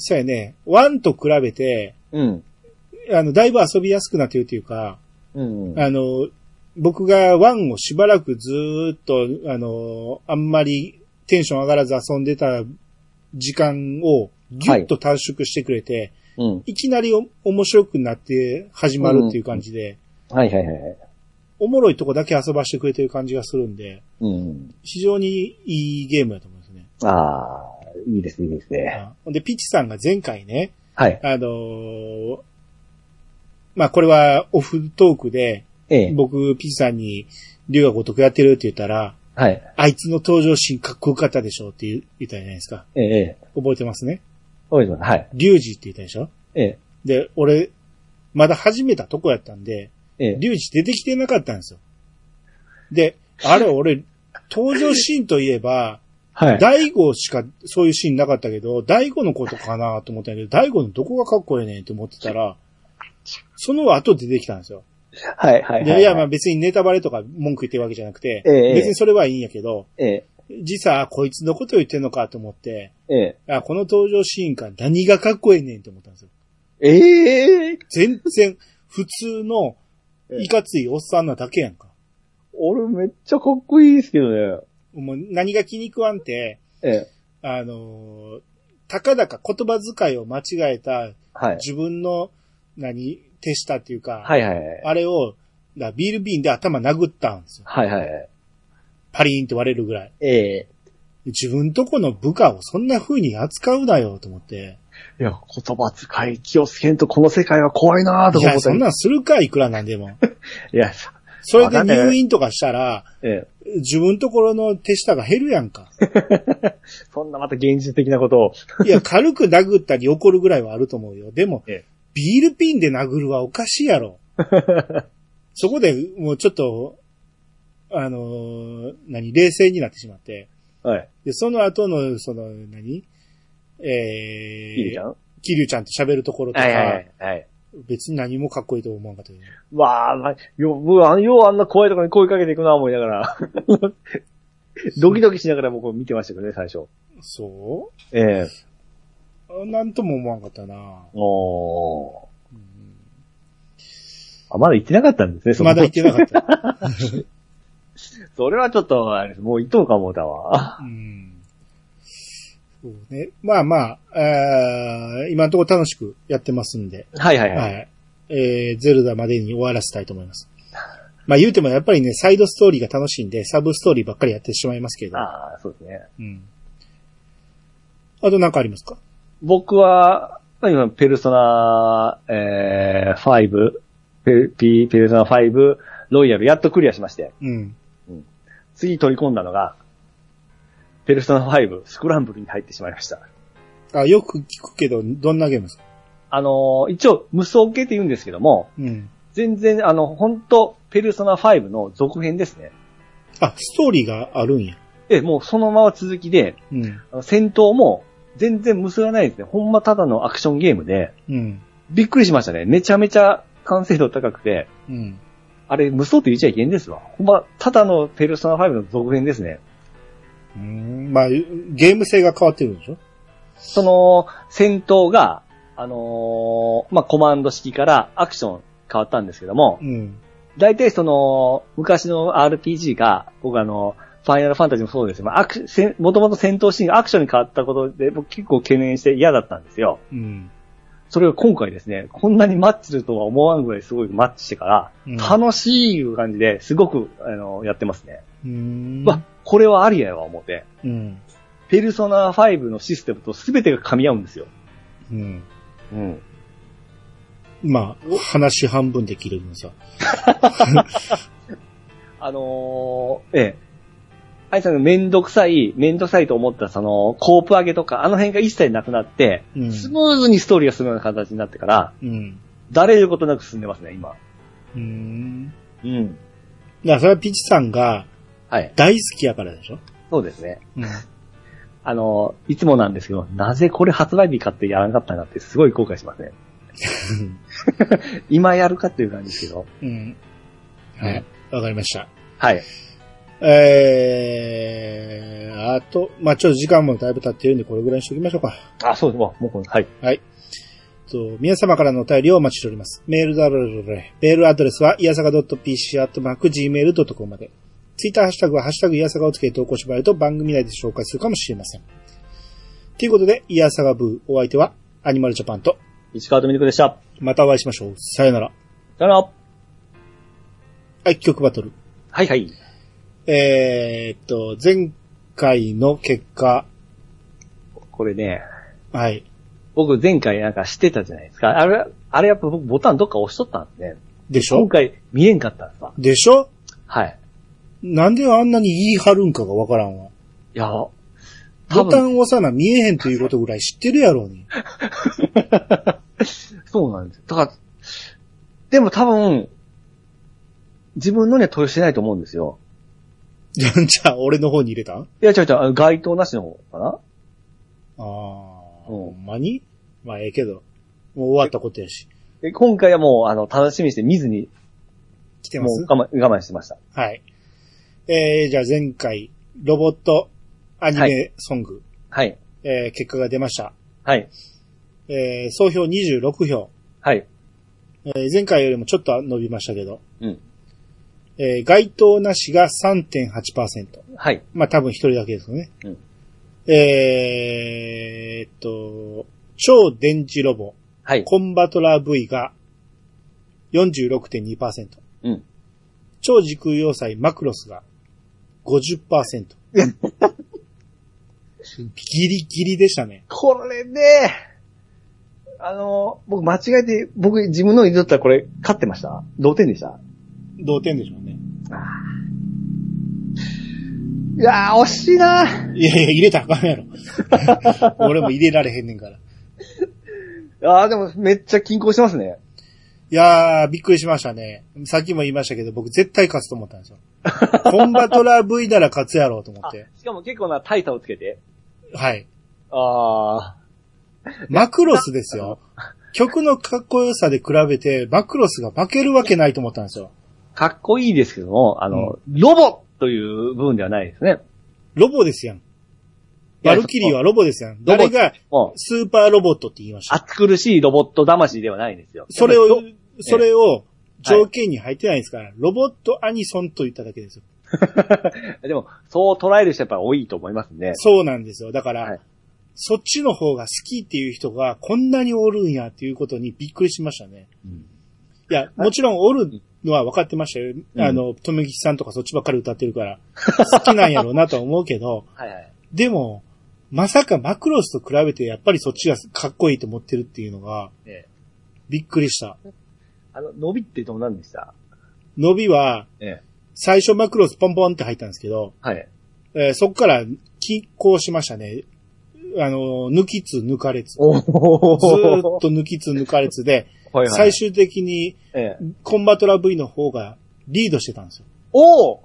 Speaker 4: そうやね、1と比べて、
Speaker 3: うん。
Speaker 4: あの、だいぶ遊びやすくなってるというか、
Speaker 3: うん。
Speaker 4: あの、僕がワンをしばらくずーっと、あの、あんまりテンション上がらず遊んでた時間をギュッと短縮してくれて、
Speaker 3: うん。
Speaker 4: い、きなりお面白くなって始まるっていう感じで、
Speaker 3: はいはいはい。
Speaker 4: おもろいとこだけ遊ばしてくれてる感じがするんで、
Speaker 3: うん。
Speaker 4: 非常にいいゲームだと思いますね。
Speaker 3: ああ、いいですね、いいですね。
Speaker 4: あほんで、ピッチさんが前回ね、
Speaker 3: はい。
Speaker 4: あのーまあこれはオフトークで、
Speaker 3: ええ。
Speaker 4: 僕、ピッチさんに、留学ごとくやってるって言ったら、
Speaker 3: はい。
Speaker 4: あいつの登場シーンかっこよかったでしょって言う言ったじゃないですか。
Speaker 3: ええ。
Speaker 4: 覚えてますね。
Speaker 3: おいします。はい。
Speaker 4: リュウジって言ったでしょ
Speaker 3: ええ。
Speaker 4: で、俺、まだ始めたとこやったんで、
Speaker 3: ええ。
Speaker 4: リュウジ出てきてなかったんですよ。で、あれ俺、登場シーンといえば、
Speaker 3: はい。
Speaker 4: 大悟しかそういうシーンなかったけど、大悟のことかなと思ったんやけど、大悟のどこがかっこいいねんって思ってたら、その後出てきたんですよ。
Speaker 3: はいはいはい。
Speaker 4: で、いや、まあ別にネタバレとか文句言ってるわけじゃなくて、
Speaker 3: ええ
Speaker 4: 別にそれはいいんやけど、
Speaker 3: ええ。
Speaker 4: 実はあこいつのこと言ってんのかと思って、
Speaker 3: ええ。
Speaker 4: あ、この登場シーンか何がかっこええねんって思ったんですよ。
Speaker 3: ええ
Speaker 4: 全然普通 のいかついおっさんなだけやんか。
Speaker 3: 俺めっちゃかっこいいですけどね。
Speaker 4: もう何が気に食わんて、
Speaker 3: ええ。
Speaker 4: あのーたかだか言葉遣いを間違えた
Speaker 3: はい。
Speaker 4: 自分の何、手下っていうか、
Speaker 3: はいはいはい。
Speaker 4: あれをだビール瓶で頭殴ったんですよ。
Speaker 3: はいはいはい。
Speaker 4: パリーンって割れるぐらい。
Speaker 3: ええ。
Speaker 4: 自分とこの部下をそんな風に扱うなよと思って。
Speaker 3: いや、言葉遣い気をつけんとこの世界は怖いなぁと
Speaker 4: い
Speaker 3: か思
Speaker 4: や、
Speaker 3: った
Speaker 4: そ
Speaker 3: り
Speaker 4: んなんするか、いくらなんでも。
Speaker 3: いや、そ
Speaker 4: それで入院とかしたら、
Speaker 3: ええ、
Speaker 4: 自分ところの手下が減るやんか。
Speaker 3: そんなまた現実的なことを。
Speaker 4: いや、軽く殴ったり怒るぐらいはあると思うよ。でも
Speaker 3: ええ、
Speaker 4: ビール ピンで殴るはおかしいやろ。そこでもうちょっと、あのー、何、冷静になってしまって、
Speaker 3: はい。
Speaker 4: で、その後の、その、何えー、
Speaker 3: いいじゃん
Speaker 4: キリュウちゃんと喋るところとか、
Speaker 3: はいはいはい。
Speaker 4: 別に何もかっこいいと思わんかったよね。
Speaker 3: わあ、まあ、よ、うわようあんな怖いとこに声かけていくな、思いながら。 ドキドキしながら僕見てましたけどね、最初。
Speaker 4: そ
Speaker 3: ええ
Speaker 4: うあなんとも思わんかったな
Speaker 3: おー。あ、まだ行ってなかったんですね、その
Speaker 4: まだ言ってなかった。
Speaker 3: それはちょっと、あれですもう行っとうか思うたわ。
Speaker 4: うん。そうね。まあまあ、あー今のところ楽しくやってますんで、
Speaker 3: はいはいは。
Speaker 4: はいい。えー、ゼルダまでに終わらせたいと思います。まあ言うてもやっぱりね、サイドストーリーが楽しいんで、サブストーリーばっかりやってしまいますけど。
Speaker 3: ああ、そうですね。
Speaker 4: うん。あとなんかありますか
Speaker 3: 僕は、今、ペルソナ、えー、5、ペペペルソナ5、ロイヤル、やっとクリアしまして、
Speaker 4: うん。
Speaker 3: 次取り込んだのが、ペルソナ5、スクランブルに入ってしまいました。
Speaker 4: あ、よく聞くけど、どんなゲームですか
Speaker 3: あのー一応、無双系って言うんですけども、
Speaker 4: うん。
Speaker 3: 全然、あの、本当ペルソナ5の続編ですね。
Speaker 4: あ、ストーリーがあるんや。
Speaker 3: え、もうそのまま続きで、
Speaker 4: うん。
Speaker 3: あの戦闘も全然結ばないですね。ほんまただのアクションゲームで、
Speaker 4: うん。
Speaker 3: びっくりしましたね。めちゃめちゃ完成度高くて、
Speaker 4: うん。
Speaker 3: あれ、無双って言っちゃいけんですわ。ほんま、ただのペルソナ5の続編ですね。
Speaker 4: うんまあ、ゲーム性が変わってるんでしょ
Speaker 3: その、戦闘が、あのーまあ、コマンド式からアクション変わったんですけども
Speaker 4: う、ん。
Speaker 3: 大体その、昔の RPG が、僕あの、ファイナルファンタジーもそうですよ。まあ、アクシもともと戦闘シーンがアクションに変わったことで、僕結構懸念して嫌だったんですよ。
Speaker 4: うん。
Speaker 3: それが今回ですね、こんなにマッチするとは思わんぐらいすごいマッチしてから、
Speaker 4: うん
Speaker 3: 楽しいいう感じですごく、あの、やってますね。
Speaker 4: うん
Speaker 3: うわ、これはありやわ、思って。
Speaker 4: うん。
Speaker 3: ペルソナ5のシステムと全てが噛み合うんですよ。
Speaker 4: うん。
Speaker 3: うん。
Speaker 4: まあ、話半分で切るのさ。
Speaker 3: あのー、ええ。あいさんがめんどくさい、めんどくさいと思ったその、コープ上げとか、あの辺が一切なくなって、
Speaker 4: うん。
Speaker 3: スムーズにストーリーが進むような形になってから、
Speaker 4: うん。
Speaker 3: だれることなく進んでますね、今。
Speaker 4: うん。
Speaker 3: うん。
Speaker 4: だからそれはピチさんが
Speaker 3: はい。
Speaker 4: 大好きやからでしょ
Speaker 3: そうですね。
Speaker 4: うん。
Speaker 3: あのー、いつもなんですけど、なぜこれ発売日買ってやらなかったんだってすごい後悔し ますね。今やるかっていう感じですけど。
Speaker 4: うん。はい。わかりました。
Speaker 3: はい。
Speaker 4: えー、あと、まあちょっと時間もだいぶ経ってるんで、これぐらいにしておきましょうか。
Speaker 3: あ、そうです。もう、もうこの、はい。
Speaker 4: と、皆様からのお便りをお待ちしております。メールだろろろメールアドレスは、いやさか .pc アットマーク gmail.com まで。ツイッターハッシュタグは、ハッシュタグいやさかをつけて投稿してもらえると番組内で紹介するかもしれません。ということで、いやさがブー、お相手は、アニマルジャパンと、
Speaker 3: 市川とみにくでした。
Speaker 4: またお会いしましょう。さよなら。
Speaker 3: さよなら。
Speaker 4: はい、曲バトル。
Speaker 3: はいはい。
Speaker 4: えーっと、前回の結果、
Speaker 3: これね、
Speaker 4: はい。
Speaker 3: 僕前回なんかしてたじゃないですか。あれ、あれやっぱ僕ボタンどっか押しとったんですね。
Speaker 4: でし
Speaker 3: 今
Speaker 4: ょ
Speaker 3: 回見れんかったんですわ。
Speaker 4: でしょ
Speaker 3: はい。
Speaker 4: なんであんなに言い張るんかがわからんわ。
Speaker 3: いや、多
Speaker 4: ボタ
Speaker 3: 分、
Speaker 4: ン押さな見えへんということぐらい知ってるやろうに。
Speaker 3: そうなんですよ。だから、でも多分、自分のには投与してないと思うんですよ。
Speaker 4: じゃあ、俺の方に入れたあ
Speaker 3: いや、違う違うあの、該当なしの方かな
Speaker 4: あー、
Speaker 3: うん
Speaker 4: ほんまにまあ、ええけど。もう終わったことやし。
Speaker 3: で今回はもう、あの、楽しみにして見ずに、
Speaker 4: 来てま
Speaker 3: も
Speaker 4: す
Speaker 3: う我慢、我慢してました。
Speaker 4: はい。えー、じゃあ前回、ロボットアニ
Speaker 3: は
Speaker 4: メソング、
Speaker 3: はい。
Speaker 4: えー、結果が出ました。
Speaker 3: はい。
Speaker 4: えー、総票26票。
Speaker 3: はい。
Speaker 4: えー、前回よりもちょっと伸びましたけど。
Speaker 3: うん。
Speaker 4: えー、該当なしが3.8%。
Speaker 3: はい。
Speaker 4: まあ、多分一人だけですよね。
Speaker 3: うん
Speaker 4: えーっと、超電磁ロボ、
Speaker 3: はい。
Speaker 4: コンバトラー V が46.2%。
Speaker 3: うん。
Speaker 4: 超時空要塞マクロスが50%。ギリギリでしたね。
Speaker 3: これで、あの、僕間違えて、僕自分のにとったらこれ、勝ってました同点でした
Speaker 4: 同点でしょうね。
Speaker 3: いやー、惜しいない
Speaker 4: やいや、入れたらあかんやろ。 俺も入れられへんねんから。
Speaker 3: あー、でもめっちゃ均衡してますね。
Speaker 4: いやー、びっくりしましたね。さっきも言いましたけど、僕絶対勝つと思ったんですよ。コンバトラー V なら勝つやろうと思
Speaker 3: あ
Speaker 4: って。、
Speaker 3: しかも結構な大差をつけて。
Speaker 4: はい。
Speaker 3: あ
Speaker 4: マクロスですよ。曲のかっこよさで比べて、マクロスが負けるわけないと思ったんですよ。
Speaker 3: あ、かっこいいですけども、あの、ロボという部分ではないですね。
Speaker 4: ロボですやん。バルキリーはロボですやん。
Speaker 3: ロボ
Speaker 4: 誰が
Speaker 3: もう、
Speaker 4: スーパーロボットって言いました。
Speaker 3: 熱苦しいロボット魂ではないんですよ。
Speaker 4: それを
Speaker 3: ロ、
Speaker 4: それを条件に入ってないですから、ロボットアニソンと言っただけですよ。
Speaker 3: でも、そう捉える人やっぱ多いと思いますね。
Speaker 4: そうなんですよ。だから、
Speaker 3: はい
Speaker 4: そっちの方が好きっていう人がこんなにおるんやっていうことにびっくりしましたね。
Speaker 3: うん
Speaker 4: いや、もちろんおるのは分かってましたよ。
Speaker 3: うん
Speaker 4: あの、とめきちさんとかそっちばっかり歌ってるから、好きなんやろうなとは思うけど、
Speaker 3: はいはい。
Speaker 4: でも、まさかマクロスと比べてやっぱりそっちがかっこいいと思ってるっていうのが
Speaker 3: ええ、
Speaker 4: びっくりした。
Speaker 3: あの、伸びってどうなんでした
Speaker 4: 伸びは、
Speaker 3: ええ。
Speaker 4: 最初マクロスポンポンって入ったんですけど、
Speaker 3: はい。
Speaker 4: えーそっから均衡しましたね。あの、抜きつ抜かれつ。ず
Speaker 3: お
Speaker 4: ーっ
Speaker 3: お
Speaker 4: と抜きつ抜かれつで、
Speaker 3: はいはい。
Speaker 4: 最終的に
Speaker 3: ええ。
Speaker 4: コンバトラ V の方がリードしてたんですよ。
Speaker 3: おお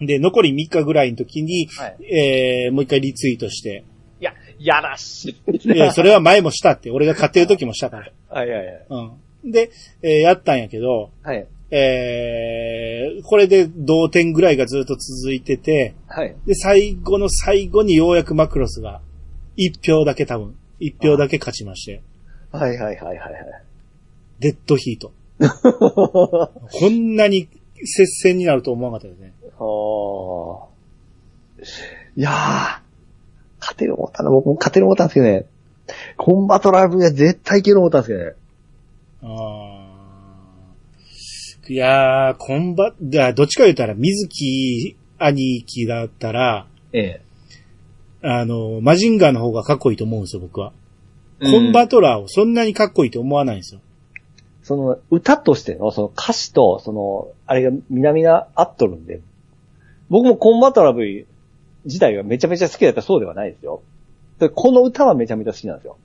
Speaker 4: で、残り3日ぐらいの時に、
Speaker 3: はい。
Speaker 4: えー、もう一回リツイートして、
Speaker 3: いや、やらしい。
Speaker 4: いやそれは前もしたって、俺が買ってる時もしたから。
Speaker 3: はいはいはい。
Speaker 4: うん。で、えーやったんやけど、
Speaker 3: はい。
Speaker 4: えー、これで同点ぐらいがずっと続いてて、
Speaker 3: はい。
Speaker 4: で、最後の最後にようやくマクロスが、1票だけ多分、1票だけ勝ちまして、
Speaker 3: はいはいはいはい
Speaker 4: デッドヒート。
Speaker 3: はい。
Speaker 4: こんなに接戦になると思わなかったですね。
Speaker 3: おーいやー、勝てる思ったの、僕も勝てる思ったんですけどね。コンバトラー V は絶対いける思ったんですけどね。
Speaker 4: あーいやー、コンバ、だどっちか言ったら、水木兄貴だったら、
Speaker 3: ええ。
Speaker 4: あの、マジンガーの方がかっこいいと思うんですよ、僕は。コンバトラーをそんなにかっこいいと思わないんですよ。
Speaker 3: その、歌としての、その歌詞と、その、あれが南が合っとるんで、僕もコンバトラ V 自体がめちゃめちゃ好きだったらそうではないですよ。でこの歌はめちゃめちゃ好きなんですよ。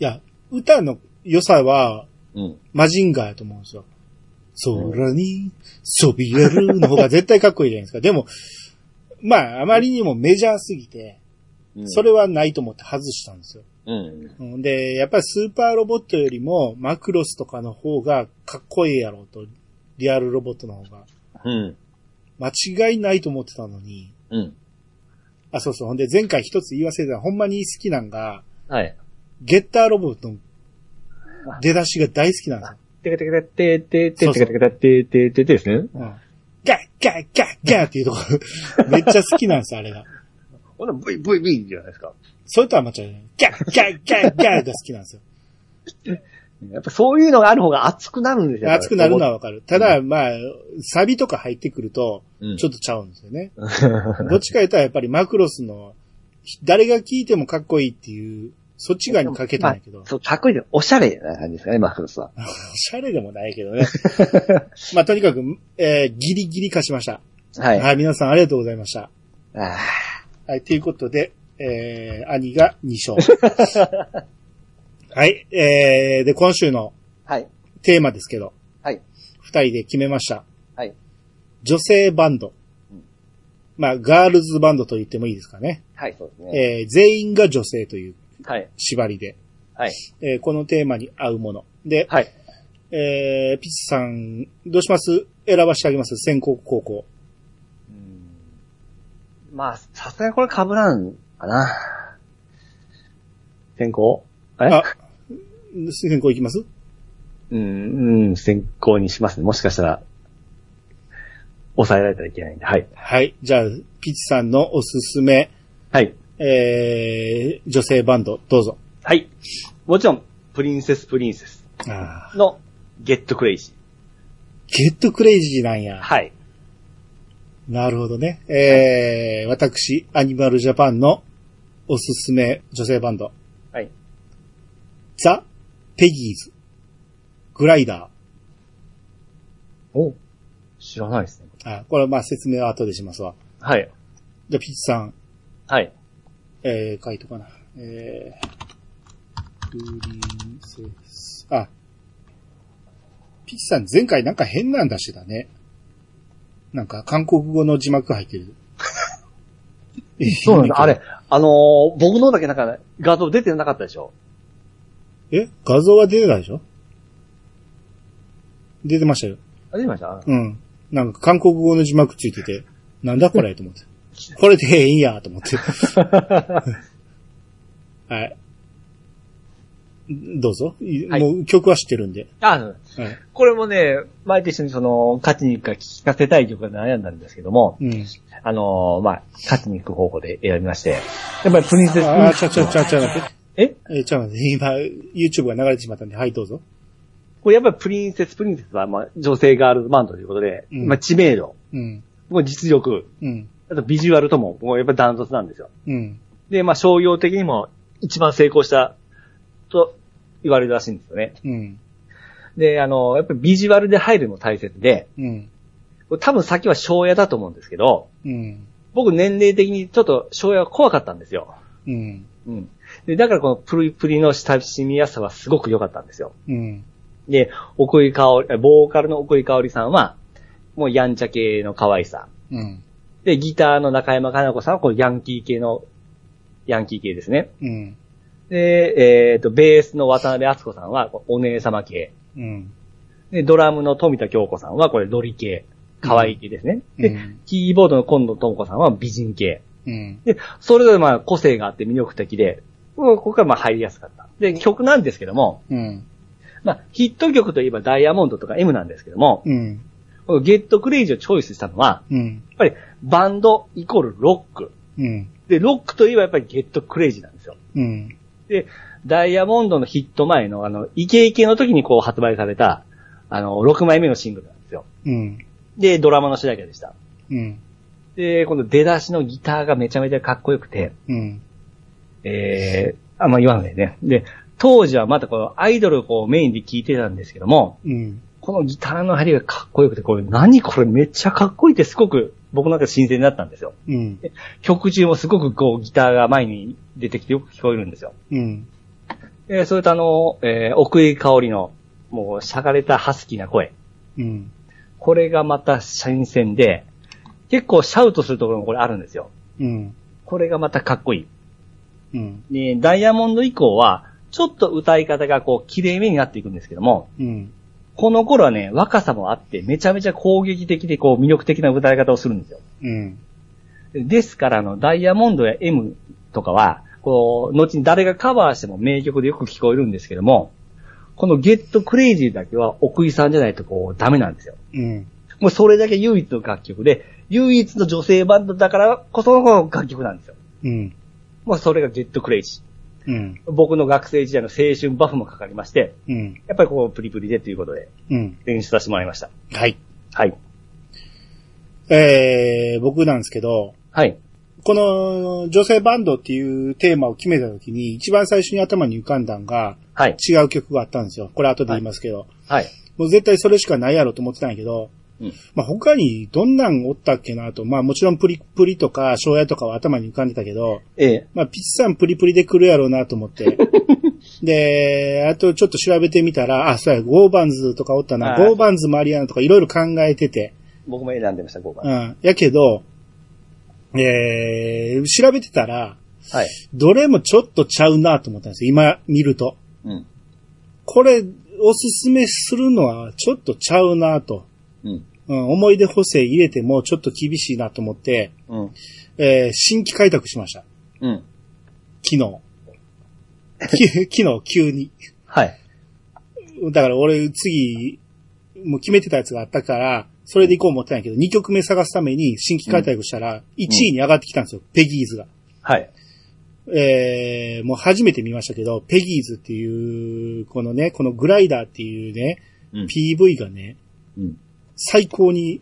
Speaker 4: いや、歌の良さは、
Speaker 3: うん。
Speaker 4: マジンガーやと思うんですよ。空に、そびえるの方が絶対かっこいいじゃないですか。でも、まあ、あまりにもメジャーすぎて、それはないと思って外したんですよ。
Speaker 3: うん。
Speaker 4: うんで、やっぱりスーパーロボットよりも、マクロスとかの方がかっこいいやろうと、リアルロボットの方が。
Speaker 3: うん。
Speaker 4: 間違いないと思ってたのに、
Speaker 3: うん。
Speaker 4: あ、そうそう。ほんで、前回一つ言い忘れてた、ほんまに好きなんが、
Speaker 3: はい。
Speaker 4: ゲッターロボットの出だしが大好きなんですよ。
Speaker 3: てかてかてててててかてかててててですね。
Speaker 4: うんガッガッガッガッっていうところ、 めっちゃ好きなんですよ、あれが。
Speaker 3: ほな、ブイブイブイじゃないですか。
Speaker 4: それとは間違いない。ガッガッガッガッが好きなんですよ。
Speaker 3: やっぱそういうのがある方が熱くなるんですよ。
Speaker 4: 熱くなるのはわかる。ただ、まあ、サビとか入ってくると、
Speaker 3: うん、
Speaker 4: ちょ
Speaker 3: っ
Speaker 4: っとちゃうんですよね。
Speaker 3: と。
Speaker 4: どっちか言ったらやっぱりマクロスの、誰が聞いてもかっこいいっていう、そっち側にかけたんだけど、
Speaker 3: そう、かっこいいで、おしゃれな感じですかね、マクロスは。
Speaker 4: おしゃれでもないけどね。 まあ、とにかく、えーギリギリ貸しました。
Speaker 3: はい。
Speaker 4: はい、皆さんありがとうございました。
Speaker 3: あ
Speaker 4: はい、ということで、えー、兄が2勝。 はい、えー、で、今週の
Speaker 3: ーはい。
Speaker 4: テーマですけど、
Speaker 3: はい。
Speaker 4: 二人で決めました。
Speaker 3: はい。
Speaker 4: 女性バンド
Speaker 3: うん。
Speaker 4: まあ、ガールズバンドと言ってもいいですかね。
Speaker 3: はい、そうですね。
Speaker 4: えー、全員が女性という
Speaker 3: はい。
Speaker 4: 縛りで、
Speaker 3: はい。
Speaker 4: えーこのテーマに合うもの。で、
Speaker 3: はい。
Speaker 4: えー、ピッチさん、どうします選ばしてあげます先行高校。
Speaker 3: うんまあ、さすがにこれ被らんかな。先行え
Speaker 4: あ、先行いきます
Speaker 3: うん、うん、先行にしますね。もしかしたら、抑えられたらいけないんで。はい。
Speaker 4: はい。じゃあ、ピッチさんのおすすめ、
Speaker 3: はい。
Speaker 4: えー、女性バンド、どうぞ。
Speaker 3: はい。もちろん、プリンセスプリンセス
Speaker 4: あー
Speaker 3: のゲットクレイジ
Speaker 4: ゲットクレイジーなん
Speaker 3: ー。
Speaker 4: や。
Speaker 3: はい。
Speaker 4: なるほどね。えー、私、アニマルジャパンのおすすめ女性バンド、
Speaker 3: はい。
Speaker 4: ザ・ペギーズ、グライダ
Speaker 3: お知らないですね。
Speaker 4: ー。あ、これまあ説明は後でしますわ。
Speaker 3: はい。
Speaker 4: じゃあ、ピッチさん、
Speaker 3: はい。
Speaker 4: えー、書いとかな。えー、プリンセス、あ、ピッチさん前回なんか変なんだしてたね。なんか韓国語の字幕入ってる。
Speaker 3: そうなんだ。あれ、あのー僕のだけなんか画像出てなかったでしょ
Speaker 4: え画像は出てたでしょ出てましたよ。
Speaker 3: あ出てました
Speaker 4: うん。なんか韓国語の字幕ついてて、なんだこれと 思って。これでええんやと思って。はい。どうぞ。い
Speaker 3: はい
Speaker 4: もう曲は知ってるんで。
Speaker 3: あ、うん
Speaker 4: はい。
Speaker 3: これもね、前と一緒にその、勝ちに行くか聞かせたい曲が悩んだんですけども、
Speaker 4: うん。
Speaker 3: あのーまあ、勝ちに行く方向で選びまして、やっぱりプリンセス、
Speaker 4: あー、ちゃうちゃうちゃうちゃう待って。
Speaker 3: え
Speaker 4: え、ちゃう待って。今、YouTube が流れてしまったんで、はい、どうぞ。
Speaker 3: これやっぱりプリンセス、プリンセスは、まあ、女性ガールズバンドということで、
Speaker 4: うん
Speaker 3: まあ、知名度、
Speaker 4: うん。
Speaker 3: もう実力、
Speaker 4: うん。
Speaker 3: あとビジュアルとも、もうやっぱダントツなんですよ。
Speaker 4: うん。
Speaker 3: で、まあ、商業的にも一番成功したと言われるらしいんですよね。
Speaker 4: うん。
Speaker 3: で、あの、やっぱりビジュアルで入るのも大切で、
Speaker 4: うん。
Speaker 3: これ多分先は昭夜だと思うんですけど、
Speaker 4: うん。
Speaker 3: 僕年齢的にちょっと昭夜は怖かったんですよ。
Speaker 4: うん。
Speaker 3: うん。で、だからこのプリプリの親しみやすさはすごく良かったんですよ。
Speaker 4: うん。
Speaker 3: で、奥井香織、ボーカルの奥井香織さんは、もうやんちゃ系の可愛さ。
Speaker 4: うん。
Speaker 3: で、ギターの中山かな子さんはこうヤンキー系の、ヤンキー系ですね。
Speaker 4: うん。
Speaker 3: で、えっ、と、ベースの渡辺敦子さんはこうお姉様系。
Speaker 4: うん。
Speaker 3: で、ドラムの富田京子さんはこれロリ系。可愛い系ですね。
Speaker 4: う
Speaker 3: で、
Speaker 4: ん。
Speaker 3: キーボードの今野智子さんは美人系。
Speaker 4: うん。
Speaker 3: で、それぞれまあ個性があって魅力的で、うんここからまあ入りやすかった。で、曲なんですけども、
Speaker 4: うん。
Speaker 3: まあヒット曲といえばダイヤモンドとか M なんですけども、
Speaker 4: うん。
Speaker 3: このゲットクレイジーをチョイスしたのは、
Speaker 4: うん。
Speaker 3: やっぱりバンドイコールロック。
Speaker 4: うん。
Speaker 3: で、ロックといえばやっぱりゲットクレイジーなんですよ。
Speaker 4: うん。
Speaker 3: で、ダイヤモンドのヒット前のあの、イケイケの時にこう発売された、あの、6枚目のシングルなんですよ。
Speaker 4: うん。
Speaker 3: で、ドラマの主題歌でした。
Speaker 4: うん。
Speaker 3: で、この出だしのギターがめちゃめちゃかっこよくて、
Speaker 4: うん。
Speaker 3: えー、あんま言わないね。で、当時はまたこのアイドルをこうメインで聴いてたんですけども、
Speaker 4: うん。
Speaker 3: このギターの張りがかっこよくて、これ何これめっちゃかっこいいってすごく僕なんか新鮮だったんですよ。
Speaker 4: うん。
Speaker 3: 曲中もすごくこうギターが前に出てきてよく聞こえるんですよ。
Speaker 4: うん。
Speaker 3: えー、それとあの、えー、奥井香織の、もう、しゃがれたハスキーな声。
Speaker 4: うん。
Speaker 3: これがまた新鮮で、結構シャウトするところもこれあるんですよ。
Speaker 4: うん。
Speaker 3: これがまたかっこいい。
Speaker 4: うん。
Speaker 3: ね、ダイヤモンド以降は、ちょっと歌い方がこう、綺麗めになっていくんですけども、
Speaker 4: うん。
Speaker 3: この頃はね、若さもあって、めちゃめちゃ攻撃的でこう、魅力的な歌い方をするんですよ。
Speaker 4: うん。
Speaker 3: ですから、あの、ダイヤモンドや M とかは、こう、後に誰がカバーしても名曲でよく聞こえるんですけども、このゲットクレイジーだけは奥井さんじゃないとこう、ダメなんですよ。
Speaker 4: うん。
Speaker 3: もうそれだけ唯一の楽曲で、唯一の女性バンドだからこその楽曲なんですよ。
Speaker 4: うん。
Speaker 3: もうそれがゲットクレイジー。
Speaker 4: うん。
Speaker 3: 僕の学生時代の青春バフもかかりまして、
Speaker 4: うん。
Speaker 3: やっぱりこうプリプリでということで
Speaker 4: うん。
Speaker 3: 練習させてもらいました。
Speaker 4: はい。
Speaker 3: はい。
Speaker 4: えー、僕なんですけど、
Speaker 3: はい。
Speaker 4: この女性バンドっていうテーマを決めたときに、一番最初に頭に浮かんだんが、
Speaker 3: はい。
Speaker 4: 違う曲があったんですよ。これ後で言いますけど。
Speaker 3: はい。
Speaker 4: もう絶対それしかないやろと思ってたんやけど、
Speaker 3: うん
Speaker 4: まあ他にどんなんおったっけなと、まあもちろんプリプリとか、昭夜とかは頭に浮かんでたけど、
Speaker 3: ええ。
Speaker 4: まあ、ピッチさんプリプリで来るやろうなと思って。で、あとちょっと調べてみたら、あ、そうや、ゴーバンズとかおったな、
Speaker 3: あー
Speaker 4: ゴーバンズマリアナとかいろいろ考えてて、
Speaker 3: 僕も選んでました、5
Speaker 4: う
Speaker 3: 番。
Speaker 4: ん。やけど、えー、調べてたら、
Speaker 3: はい。
Speaker 4: どれもちょっとちゃうなと思ったんですよ。今見ると。
Speaker 3: うん。
Speaker 4: これ、おすすめするのはちょっとちゃうなと。
Speaker 3: うん。
Speaker 4: うん、思い出補正入れてもちょっと厳しいなと思って、
Speaker 3: うん。
Speaker 4: えー、新規開拓しました。
Speaker 3: うん。
Speaker 4: 昨日。き昨日、急に。
Speaker 3: はい。
Speaker 4: だから俺、次、もう決めてたやつがあったから、それで行こう思ってたんやけど、2曲目探すために新規開拓したら、1位に上がってきたんですよ、ペギーズが。
Speaker 3: はい。
Speaker 4: えー、もう初めて見ましたけど、ペギーズっていう、このね、このグライダーっていうね、
Speaker 3: うん
Speaker 4: PV がね、
Speaker 3: うん。
Speaker 4: 最高に、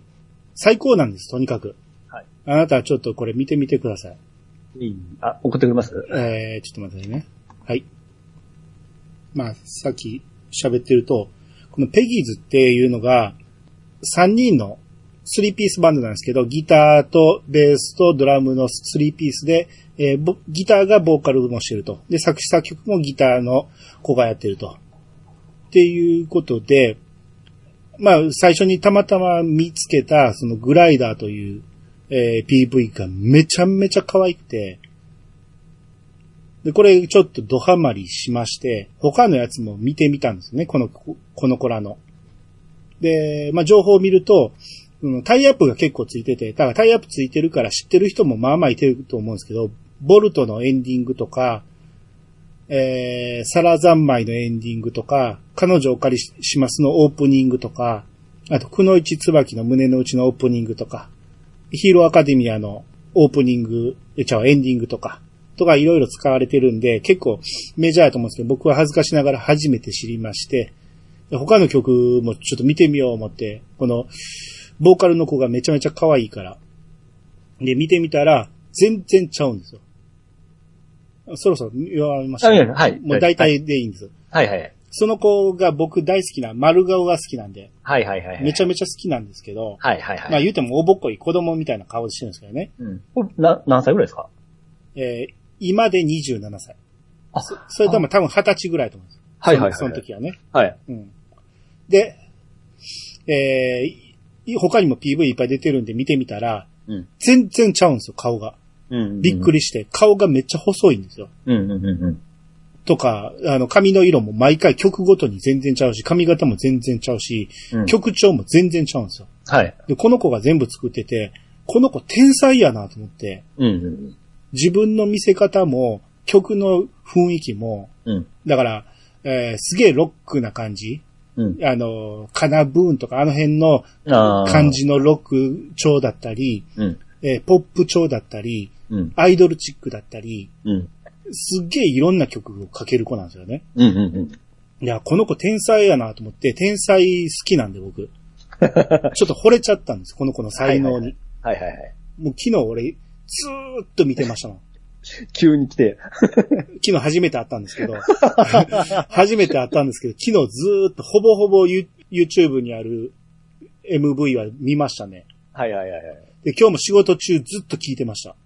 Speaker 4: 最高なんです、とにかく。
Speaker 3: はい
Speaker 4: あなたはちょっとこれ見てみてください。
Speaker 3: あ、送ってくれます
Speaker 4: えー、ちょっと待ってね。はい。まあ、さっき喋ってると、このペギーズっていうのが、3人の3ピースバンドなんですけど、ギターとベースとドラムの3ピースで、えーボギターがボーカルもしてると。で、作詞作曲もギターの子がやってると。っていうことで、まあ、最初にたまたま見つけた、そのグライダーという、えー PV がめちゃめちゃ可愛くて、で、これちょっとドハマりしまして、他のやつも見てみたんですよね、この、この子らの。で、まあ、情報を見ると、うんタイアップが結構ついてて、だからタイアップついてるから知ってる人もまあまあいてると思うんですけど、ボルトのエンディングとか、えー、サラザンマイのエンディングとか、彼女をお借りししますのオープニングとか、あと、くのいちつばきの胸の内のオープニングとか、ヒーローアカデミアのオープニング、え、ちゃう、エンディングとか、とかいろいろ使われてるんで、結構メジャーだと思うんですけど、僕は恥ずかしながら初めて知りまして、で他の曲もちょっと見てみよう思って、この、ボーカルの子がめちゃめちゃ可愛いから。で、見てみたら、全然ちゃうんですよ。あそろそろ言われました、
Speaker 3: あいやいやはい
Speaker 4: もう大体でいいんです。
Speaker 3: はいはい。
Speaker 4: その子が僕大好きな、丸顔が好きなんで、
Speaker 3: はいはいはいはい。
Speaker 4: めちゃ
Speaker 3: めち
Speaker 4: めちゃ好きなんですけど、
Speaker 3: ゃ。はいはいはい。
Speaker 4: まあ言うてもおぼっこい子供みたいな顔してるんですけどね。
Speaker 3: うん。これな、何歳ぐらいですか
Speaker 4: えー今で27歳。
Speaker 3: あ、
Speaker 4: それとも多分20歳ぐらいだと思うんですよ。
Speaker 3: はいはいはい
Speaker 4: そのその時はね。
Speaker 3: はい。
Speaker 4: うん。で、えーい他にも PV いっぱい出てるんで見てみたら、
Speaker 3: うん
Speaker 4: 全然ちゃうんですよ、顔が。
Speaker 3: うん
Speaker 4: びっく
Speaker 3: り。
Speaker 4: りして、顔がめっちゃ細いんですよ。
Speaker 3: うんうんうんうん。
Speaker 4: とか、あの、髪の色も毎回曲ごとに全然ちゃうし、髪型も全然ちゃうし、
Speaker 3: うん
Speaker 4: 曲調も全然ちゃうんですよ。
Speaker 3: はい。
Speaker 4: で、この子が全部作ってて、この子天才やなと思って、
Speaker 3: うんうん
Speaker 4: 自分の見せ方も、曲の雰囲気も、
Speaker 3: うん。
Speaker 4: だから、えーすげえロックな感じ。
Speaker 3: うん。
Speaker 4: あの、カナブーンとかあの辺の
Speaker 3: あー
Speaker 4: 感。じのロック調だったり、
Speaker 3: うん。
Speaker 4: えーポップ調だったり、
Speaker 3: うん。
Speaker 4: アイドルチックだったり、
Speaker 3: うん。
Speaker 4: すっげえいろんな曲をかける子なんですよね。
Speaker 3: うんうんうん。
Speaker 4: いや、この子天才やなと思って、天才好きなんで 僕。ちょっと惚れちゃったんです、この子の才能に。
Speaker 3: はいはいはいはいはい。
Speaker 4: もう昨日俺、ずーっと見てましたもん。
Speaker 3: 急に来て。
Speaker 4: 昨日初めて会ったんですけど、 初めて会ったんですけど、昨日ずーっとほぼほぼ You- YouTube にある MV は見ましたね。
Speaker 3: はいはいはいはい。
Speaker 4: で、今日も仕事中ずっと聞いてました。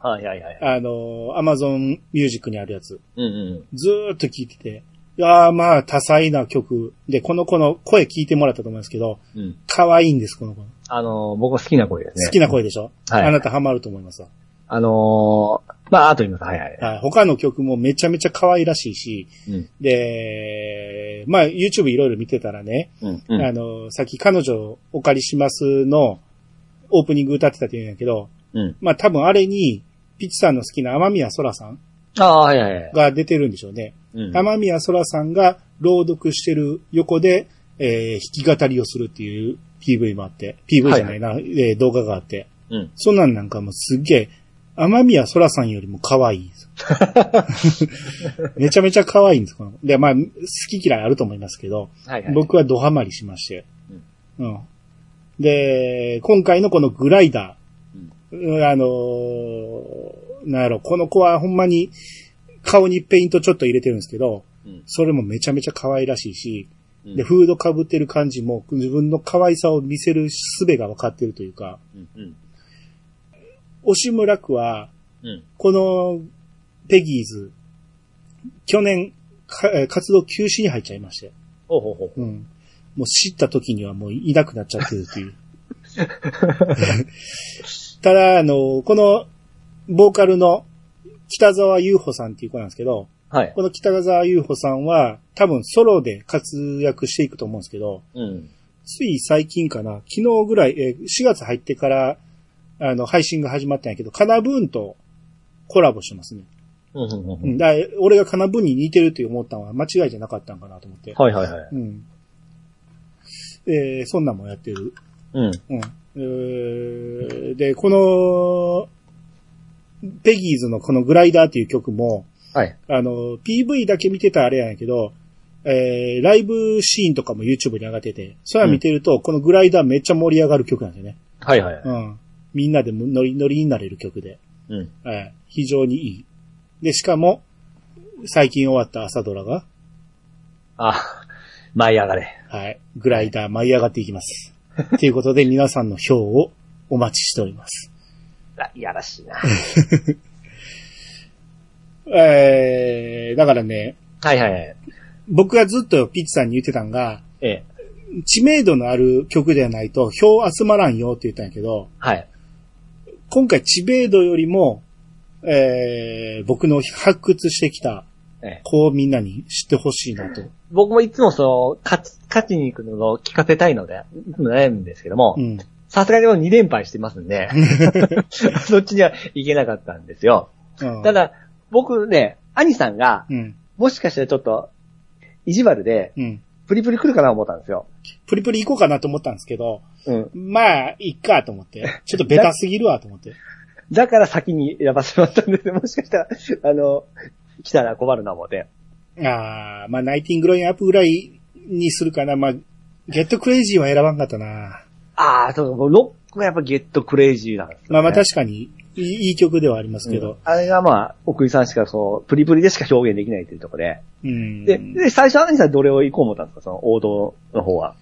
Speaker 3: はいはいはい。
Speaker 4: あのー、Amazon Music にあるやつ。
Speaker 3: うんうん。
Speaker 4: ずーっと聞いてて。いやーまあ、多彩な曲。で、この子の声聞いてもらったと思うんですけど、
Speaker 3: うん。
Speaker 4: 可愛いんです、この子。
Speaker 3: あのー、僕好きな声ですね。
Speaker 4: 好きな。声でしょ、
Speaker 3: はい
Speaker 4: あなたハマると思いますわ
Speaker 3: あのー、まあ、あと言います。はいはい。
Speaker 4: はい。他の曲もめちゃめちゃ可愛らしいし、
Speaker 3: うん
Speaker 4: で、まあ YouTube いろいろ見てたらね、
Speaker 3: うんうん。
Speaker 4: あの、さっき彼女をお借りしますのオープニング歌ってたって言うんやけど、
Speaker 3: うん。
Speaker 4: まあ多分あれに、ピッチさんの好きな天宮空さん
Speaker 3: ああ、はいはいはい。
Speaker 4: が出てるんでしょうね。
Speaker 3: うん
Speaker 4: 天宮空さんが朗読してる横で、えー弾き語りをするっていう PV もあって、PV じゃないな、えー動画があって。
Speaker 3: うん。
Speaker 4: そんなんなんかもうすっげえ、天宮空さんよりも可愛いです。 めちゃめちゃ可愛いんです、この子で、まあ、好き嫌いあると思いますけど、
Speaker 3: はいはい。
Speaker 4: 僕はドハマりしまして。うん。で、今回のこのグライダー。うんあのーなんやろ、この子はほんまに顔にペイントちょっと入れてるんですけど、
Speaker 3: うん
Speaker 4: それもめちゃめちゃ可愛らしいし、
Speaker 3: うん
Speaker 4: で、フード被ってる感じも自分の可愛さを見せる術が分かってるというか、
Speaker 3: うんうん。
Speaker 4: 押村区は、
Speaker 3: うん。
Speaker 4: このペギーズ、去年、かえー活動休止に入っちゃいまして。
Speaker 3: ほうほうほう。
Speaker 4: うん。もう知った時にはもういなくなっちゃってる っていう。ただ、あの、この、ボーカルの北沢優穂さんっていう子なんですけど、
Speaker 3: はい。
Speaker 4: この北沢優穂さんは多分ソロで活躍していくと思うんですけど、
Speaker 3: うん。
Speaker 4: つい最近かな、昨日ぐらい、えー4月入ってから、あの、配信が始まったんやけど、カナブーンとコラボしてますね。
Speaker 3: うんうん
Speaker 4: う。
Speaker 3: うんん。
Speaker 4: だから俺がカナブーンに似てるって思ったのは間違いじゃなかったんかなと思って。
Speaker 3: はいはいはい。
Speaker 4: うん。えーそんなんもやってる。
Speaker 3: うん。
Speaker 4: うん。えーで、この、ペギーズのこのグライダーっていう曲も、
Speaker 3: はい。
Speaker 4: あの、PV だけ見てたあれやねんけど、えーライブシーンとかも YouTube に上がってて、それは見てると、このグライダーめっちゃ盛り上がる曲なんですよね。
Speaker 3: はいはいはい。
Speaker 4: うん。みんなでノリノリになれる曲で、
Speaker 3: うん。
Speaker 4: えー非常にいい。で、しかも、最近終わった朝ドラが、
Speaker 3: あ、舞い上がれ。
Speaker 4: はい。グライダー舞い上がっていきます。ということで皆さんの票をお待ちしております。
Speaker 3: あいやらしいな。
Speaker 4: えー、だからね、
Speaker 3: はいはいはい。
Speaker 4: 僕がずっとピッチさんに言ってたんが、
Speaker 3: ええ。
Speaker 4: 知名度のある曲ではないと票集まらんよって言ったんやけど、
Speaker 3: はい。
Speaker 4: 今回知名度よりも、えー、僕の発掘してきた
Speaker 3: ええ、
Speaker 4: こうみんなに知ってほしいなと。
Speaker 3: 僕もいつもその、勝ち、勝ちに行くのを聞かせたいので、いつも悩むんですけども
Speaker 4: う、ん。
Speaker 3: さすがにもう2連敗してますんで、 そっちには行けなかったんですよ。た
Speaker 4: た、
Speaker 3: だ、僕ね、兄さんが、
Speaker 4: うん。
Speaker 3: もしかしてちょっと、意地悪で、
Speaker 4: うん。
Speaker 3: プリプリ来るかなと思ったんですよ。
Speaker 4: プリプリ行こうかなと思ったんですけど、
Speaker 3: うん。
Speaker 4: まあ、いっかと思って。ちょっとベタすぎるわと思って。
Speaker 3: だから先に選ばせてもらったんですよ。 もしかしたら、あの、来たら困るな思って。
Speaker 4: ああ、まあ、ナイティングロインアップぐらいにするかな。まあ、ゲットクレイジーは選ばんかったな。
Speaker 3: ああ、そう、もうロックがやっぱゲットクレイジーなんですよ、ね。
Speaker 4: まあまあ
Speaker 3: で
Speaker 4: 確かに、いいいい曲ではありますけど。
Speaker 3: あれがまあ、奥井さんしかそう、プリプリでしか表現できないというところで。
Speaker 4: うん。
Speaker 3: で、で、最初、兄さんどれを行こう思ったんですかその王道の方は。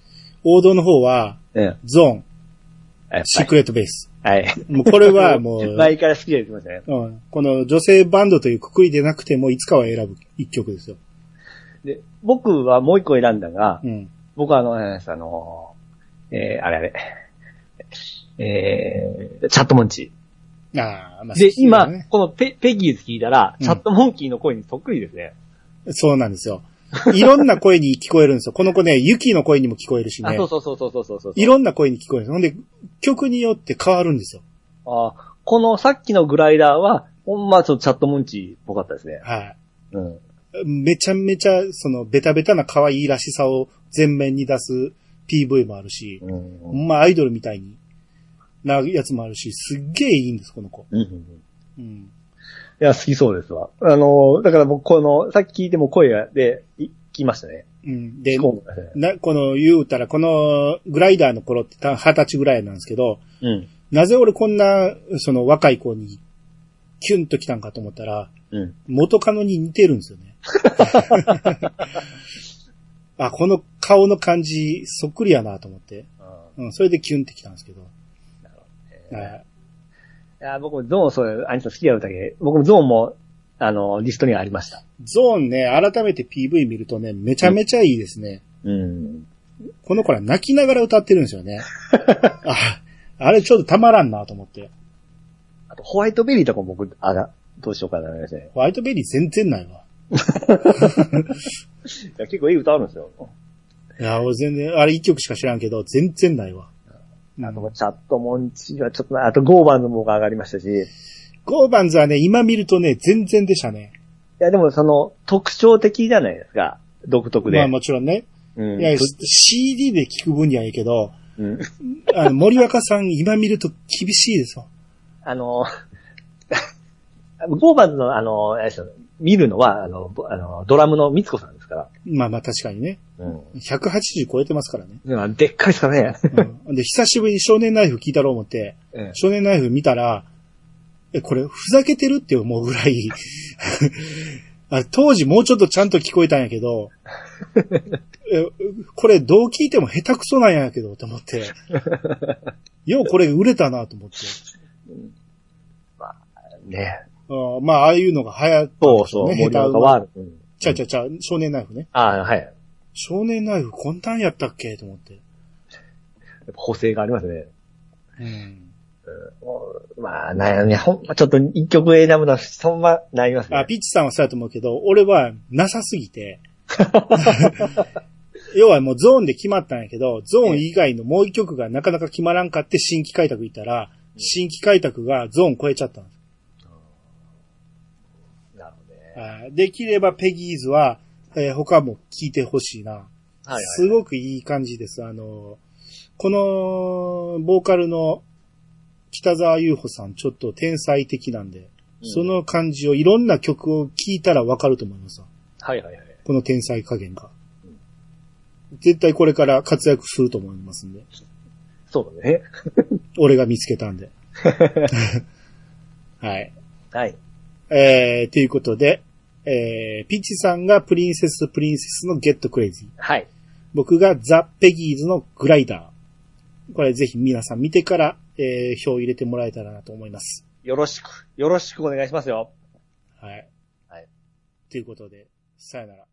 Speaker 4: 王道の方は、
Speaker 3: うん。やっ
Speaker 4: ゾーン、
Speaker 3: ぱり
Speaker 4: シークレットベース。
Speaker 3: はい。
Speaker 4: もうこれは もう、
Speaker 3: 前から好きで言ってましたね。
Speaker 4: うん、この女性バンドというくくりでなくても、いつかは選ぶ一曲ですよ。
Speaker 3: で、僕はもう一個選んだが、
Speaker 4: うん。
Speaker 3: 僕はあの、あれですあの、えー、あれあれ、えー、チャットモンチ
Speaker 4: ああ、まあ、
Speaker 3: ー。で、
Speaker 4: そう
Speaker 3: 今、
Speaker 4: ね
Speaker 3: このペペギーズ聞いたら、
Speaker 4: うん
Speaker 3: チャットモンキーの声にそっくりですね。
Speaker 4: そうなんですよ。いろんな声に聞こえるんですよ。この子ね、ユキの声にも聞こえるし
Speaker 3: あ、
Speaker 4: ね
Speaker 3: そ。うそうそうそうそうそうそう。
Speaker 4: いろんな声に聞こえるんですよ。ほんで、曲によって変わるんですよ。
Speaker 3: あこのさっきのグライダーは、ほんまちょっとチャットモンチーっぽかったですね。
Speaker 4: はい。
Speaker 3: うん。
Speaker 4: めちゃめちゃ、その、ベタベタな可愛いらしさを全面に出す PV もあるし、
Speaker 3: うん。
Speaker 4: ほんまあアイドルみたいになやつもあるし、すっげえいいんです、この子。
Speaker 3: うん
Speaker 4: うん。
Speaker 3: いや、好きそうですわ。あの、だから僕、この、さっき聞いても声が、で、い聞きましたね。
Speaker 4: うん。で、
Speaker 3: こう
Speaker 4: な、この、言うたら、この、グライダーの頃ってた二十歳ぐらいなんですけど、
Speaker 3: うん。
Speaker 4: なぜ俺こんな、その若い子に、キュンと来たんかと思ったら、
Speaker 3: うん。
Speaker 4: 元カノに似てるんですよね。 あ、この顔の感じ、そっくりやなと思って。うん、それでキュンってきたんですけど。はい
Speaker 3: いや、僕もゾーン、そう、アニさん好きな歌け、僕もゾーンも、あの、リストにはありました。
Speaker 4: ゾーンね、改めて PV 見るとね、めちゃめちゃいいですね。
Speaker 3: うん。
Speaker 4: この子ら泣きながら歌ってるんですよ ね。あ、あれちょっとたまらんなと思って。
Speaker 3: あと、ホワイトベリーとかも僕、あら、どうしようかなと思いましたね。
Speaker 4: ホワイトベリー全然ないわ。
Speaker 3: いや、結構いい歌あるんですよ。
Speaker 4: いや、俺全然、あれ一曲しか知らんけど、全然ないわ。
Speaker 3: あと、チャットモンチはちょっとな、あと、ゴーバンズも上がりましたし、い
Speaker 4: ゴーバンズはね、今見るとね、全然でしたね。
Speaker 3: や、でもその、特徴的じゃないですか。独特で。
Speaker 4: まあもちろんね。
Speaker 3: うん。
Speaker 4: いや、CD で聞く分にはいいけど、
Speaker 3: うん
Speaker 4: あの、森若さん今見ると厳しいですよ。
Speaker 3: あの、 ゴーバンズの、あの、あれですよ見るのは、あの、ぼあのドラムのミツコさんですから。
Speaker 4: まあまあ確かにね。
Speaker 3: うん。
Speaker 4: 180超えてますからね。
Speaker 3: まあでっかいですからね。
Speaker 4: うん、で、久しぶりに少年ナイフ聞いたろう思って、
Speaker 3: うん
Speaker 4: 少年ナイフ見たら、え、これ、ふざけてるって思うぐらい あ、当時もうちょっとちゃんと聞こえたんやけ ど、え、これどう聞いても下手くそなんやけど、と思 って。ようこれ売れたな、と思って。
Speaker 3: ね。
Speaker 4: あまあ、ああいうのが流行ったん
Speaker 3: そ
Speaker 4: で
Speaker 3: う
Speaker 4: しょ
Speaker 3: そう、
Speaker 4: ね、下
Speaker 3: 森
Speaker 4: 手
Speaker 3: 岡
Speaker 4: 馬。
Speaker 3: は。うん
Speaker 4: ちゃうちゃうちゃう、少年ナイフね。
Speaker 3: ああ、はい。
Speaker 4: 少年ナイフこんなんやったっけと思って。
Speaker 3: 補正がありますね。
Speaker 4: うん。
Speaker 3: まあ、悩み、ほんま、ちょっと一曲選ぶのは、そんま悩みます
Speaker 4: あ、
Speaker 3: ね。
Speaker 4: ピッチさんはそうやと思うけど、俺はなさすぎて。 要はもうゾーンで決まったんやけど、ゾーン以外のもう一曲がなかなか決まらんかって新規開拓行ったら、新規開拓がゾーン超えちゃったんです。
Speaker 3: なるほどね。
Speaker 4: あーできればペギーズは、えー他も聞いてほしいな。
Speaker 3: はいはい。
Speaker 4: すごくいい感じです。あの、この、ボーカルの北沢優穂さん、ちょっと天才的なんで、
Speaker 3: うん
Speaker 4: その感じをいろんな曲を聴いたらわかると思います。
Speaker 3: はいはいはい。
Speaker 4: この天才加減が。絶対これから活躍すると思いますんで。
Speaker 3: そうだね。
Speaker 4: 俺が見つけたんで。はい。
Speaker 3: はい。
Speaker 4: えー、ということで、えー、ピッチさんがプリンセスプリンセスのゲットクレイジー。
Speaker 3: はい。
Speaker 4: 僕がザ・ペギーズのグライダー。これぜひ皆さん見てから、えー、票入れてもらえたらなと思います。
Speaker 3: よろしく、よろしくお願いしますよ。
Speaker 4: はい。
Speaker 3: はい。
Speaker 4: ということで、さよなら。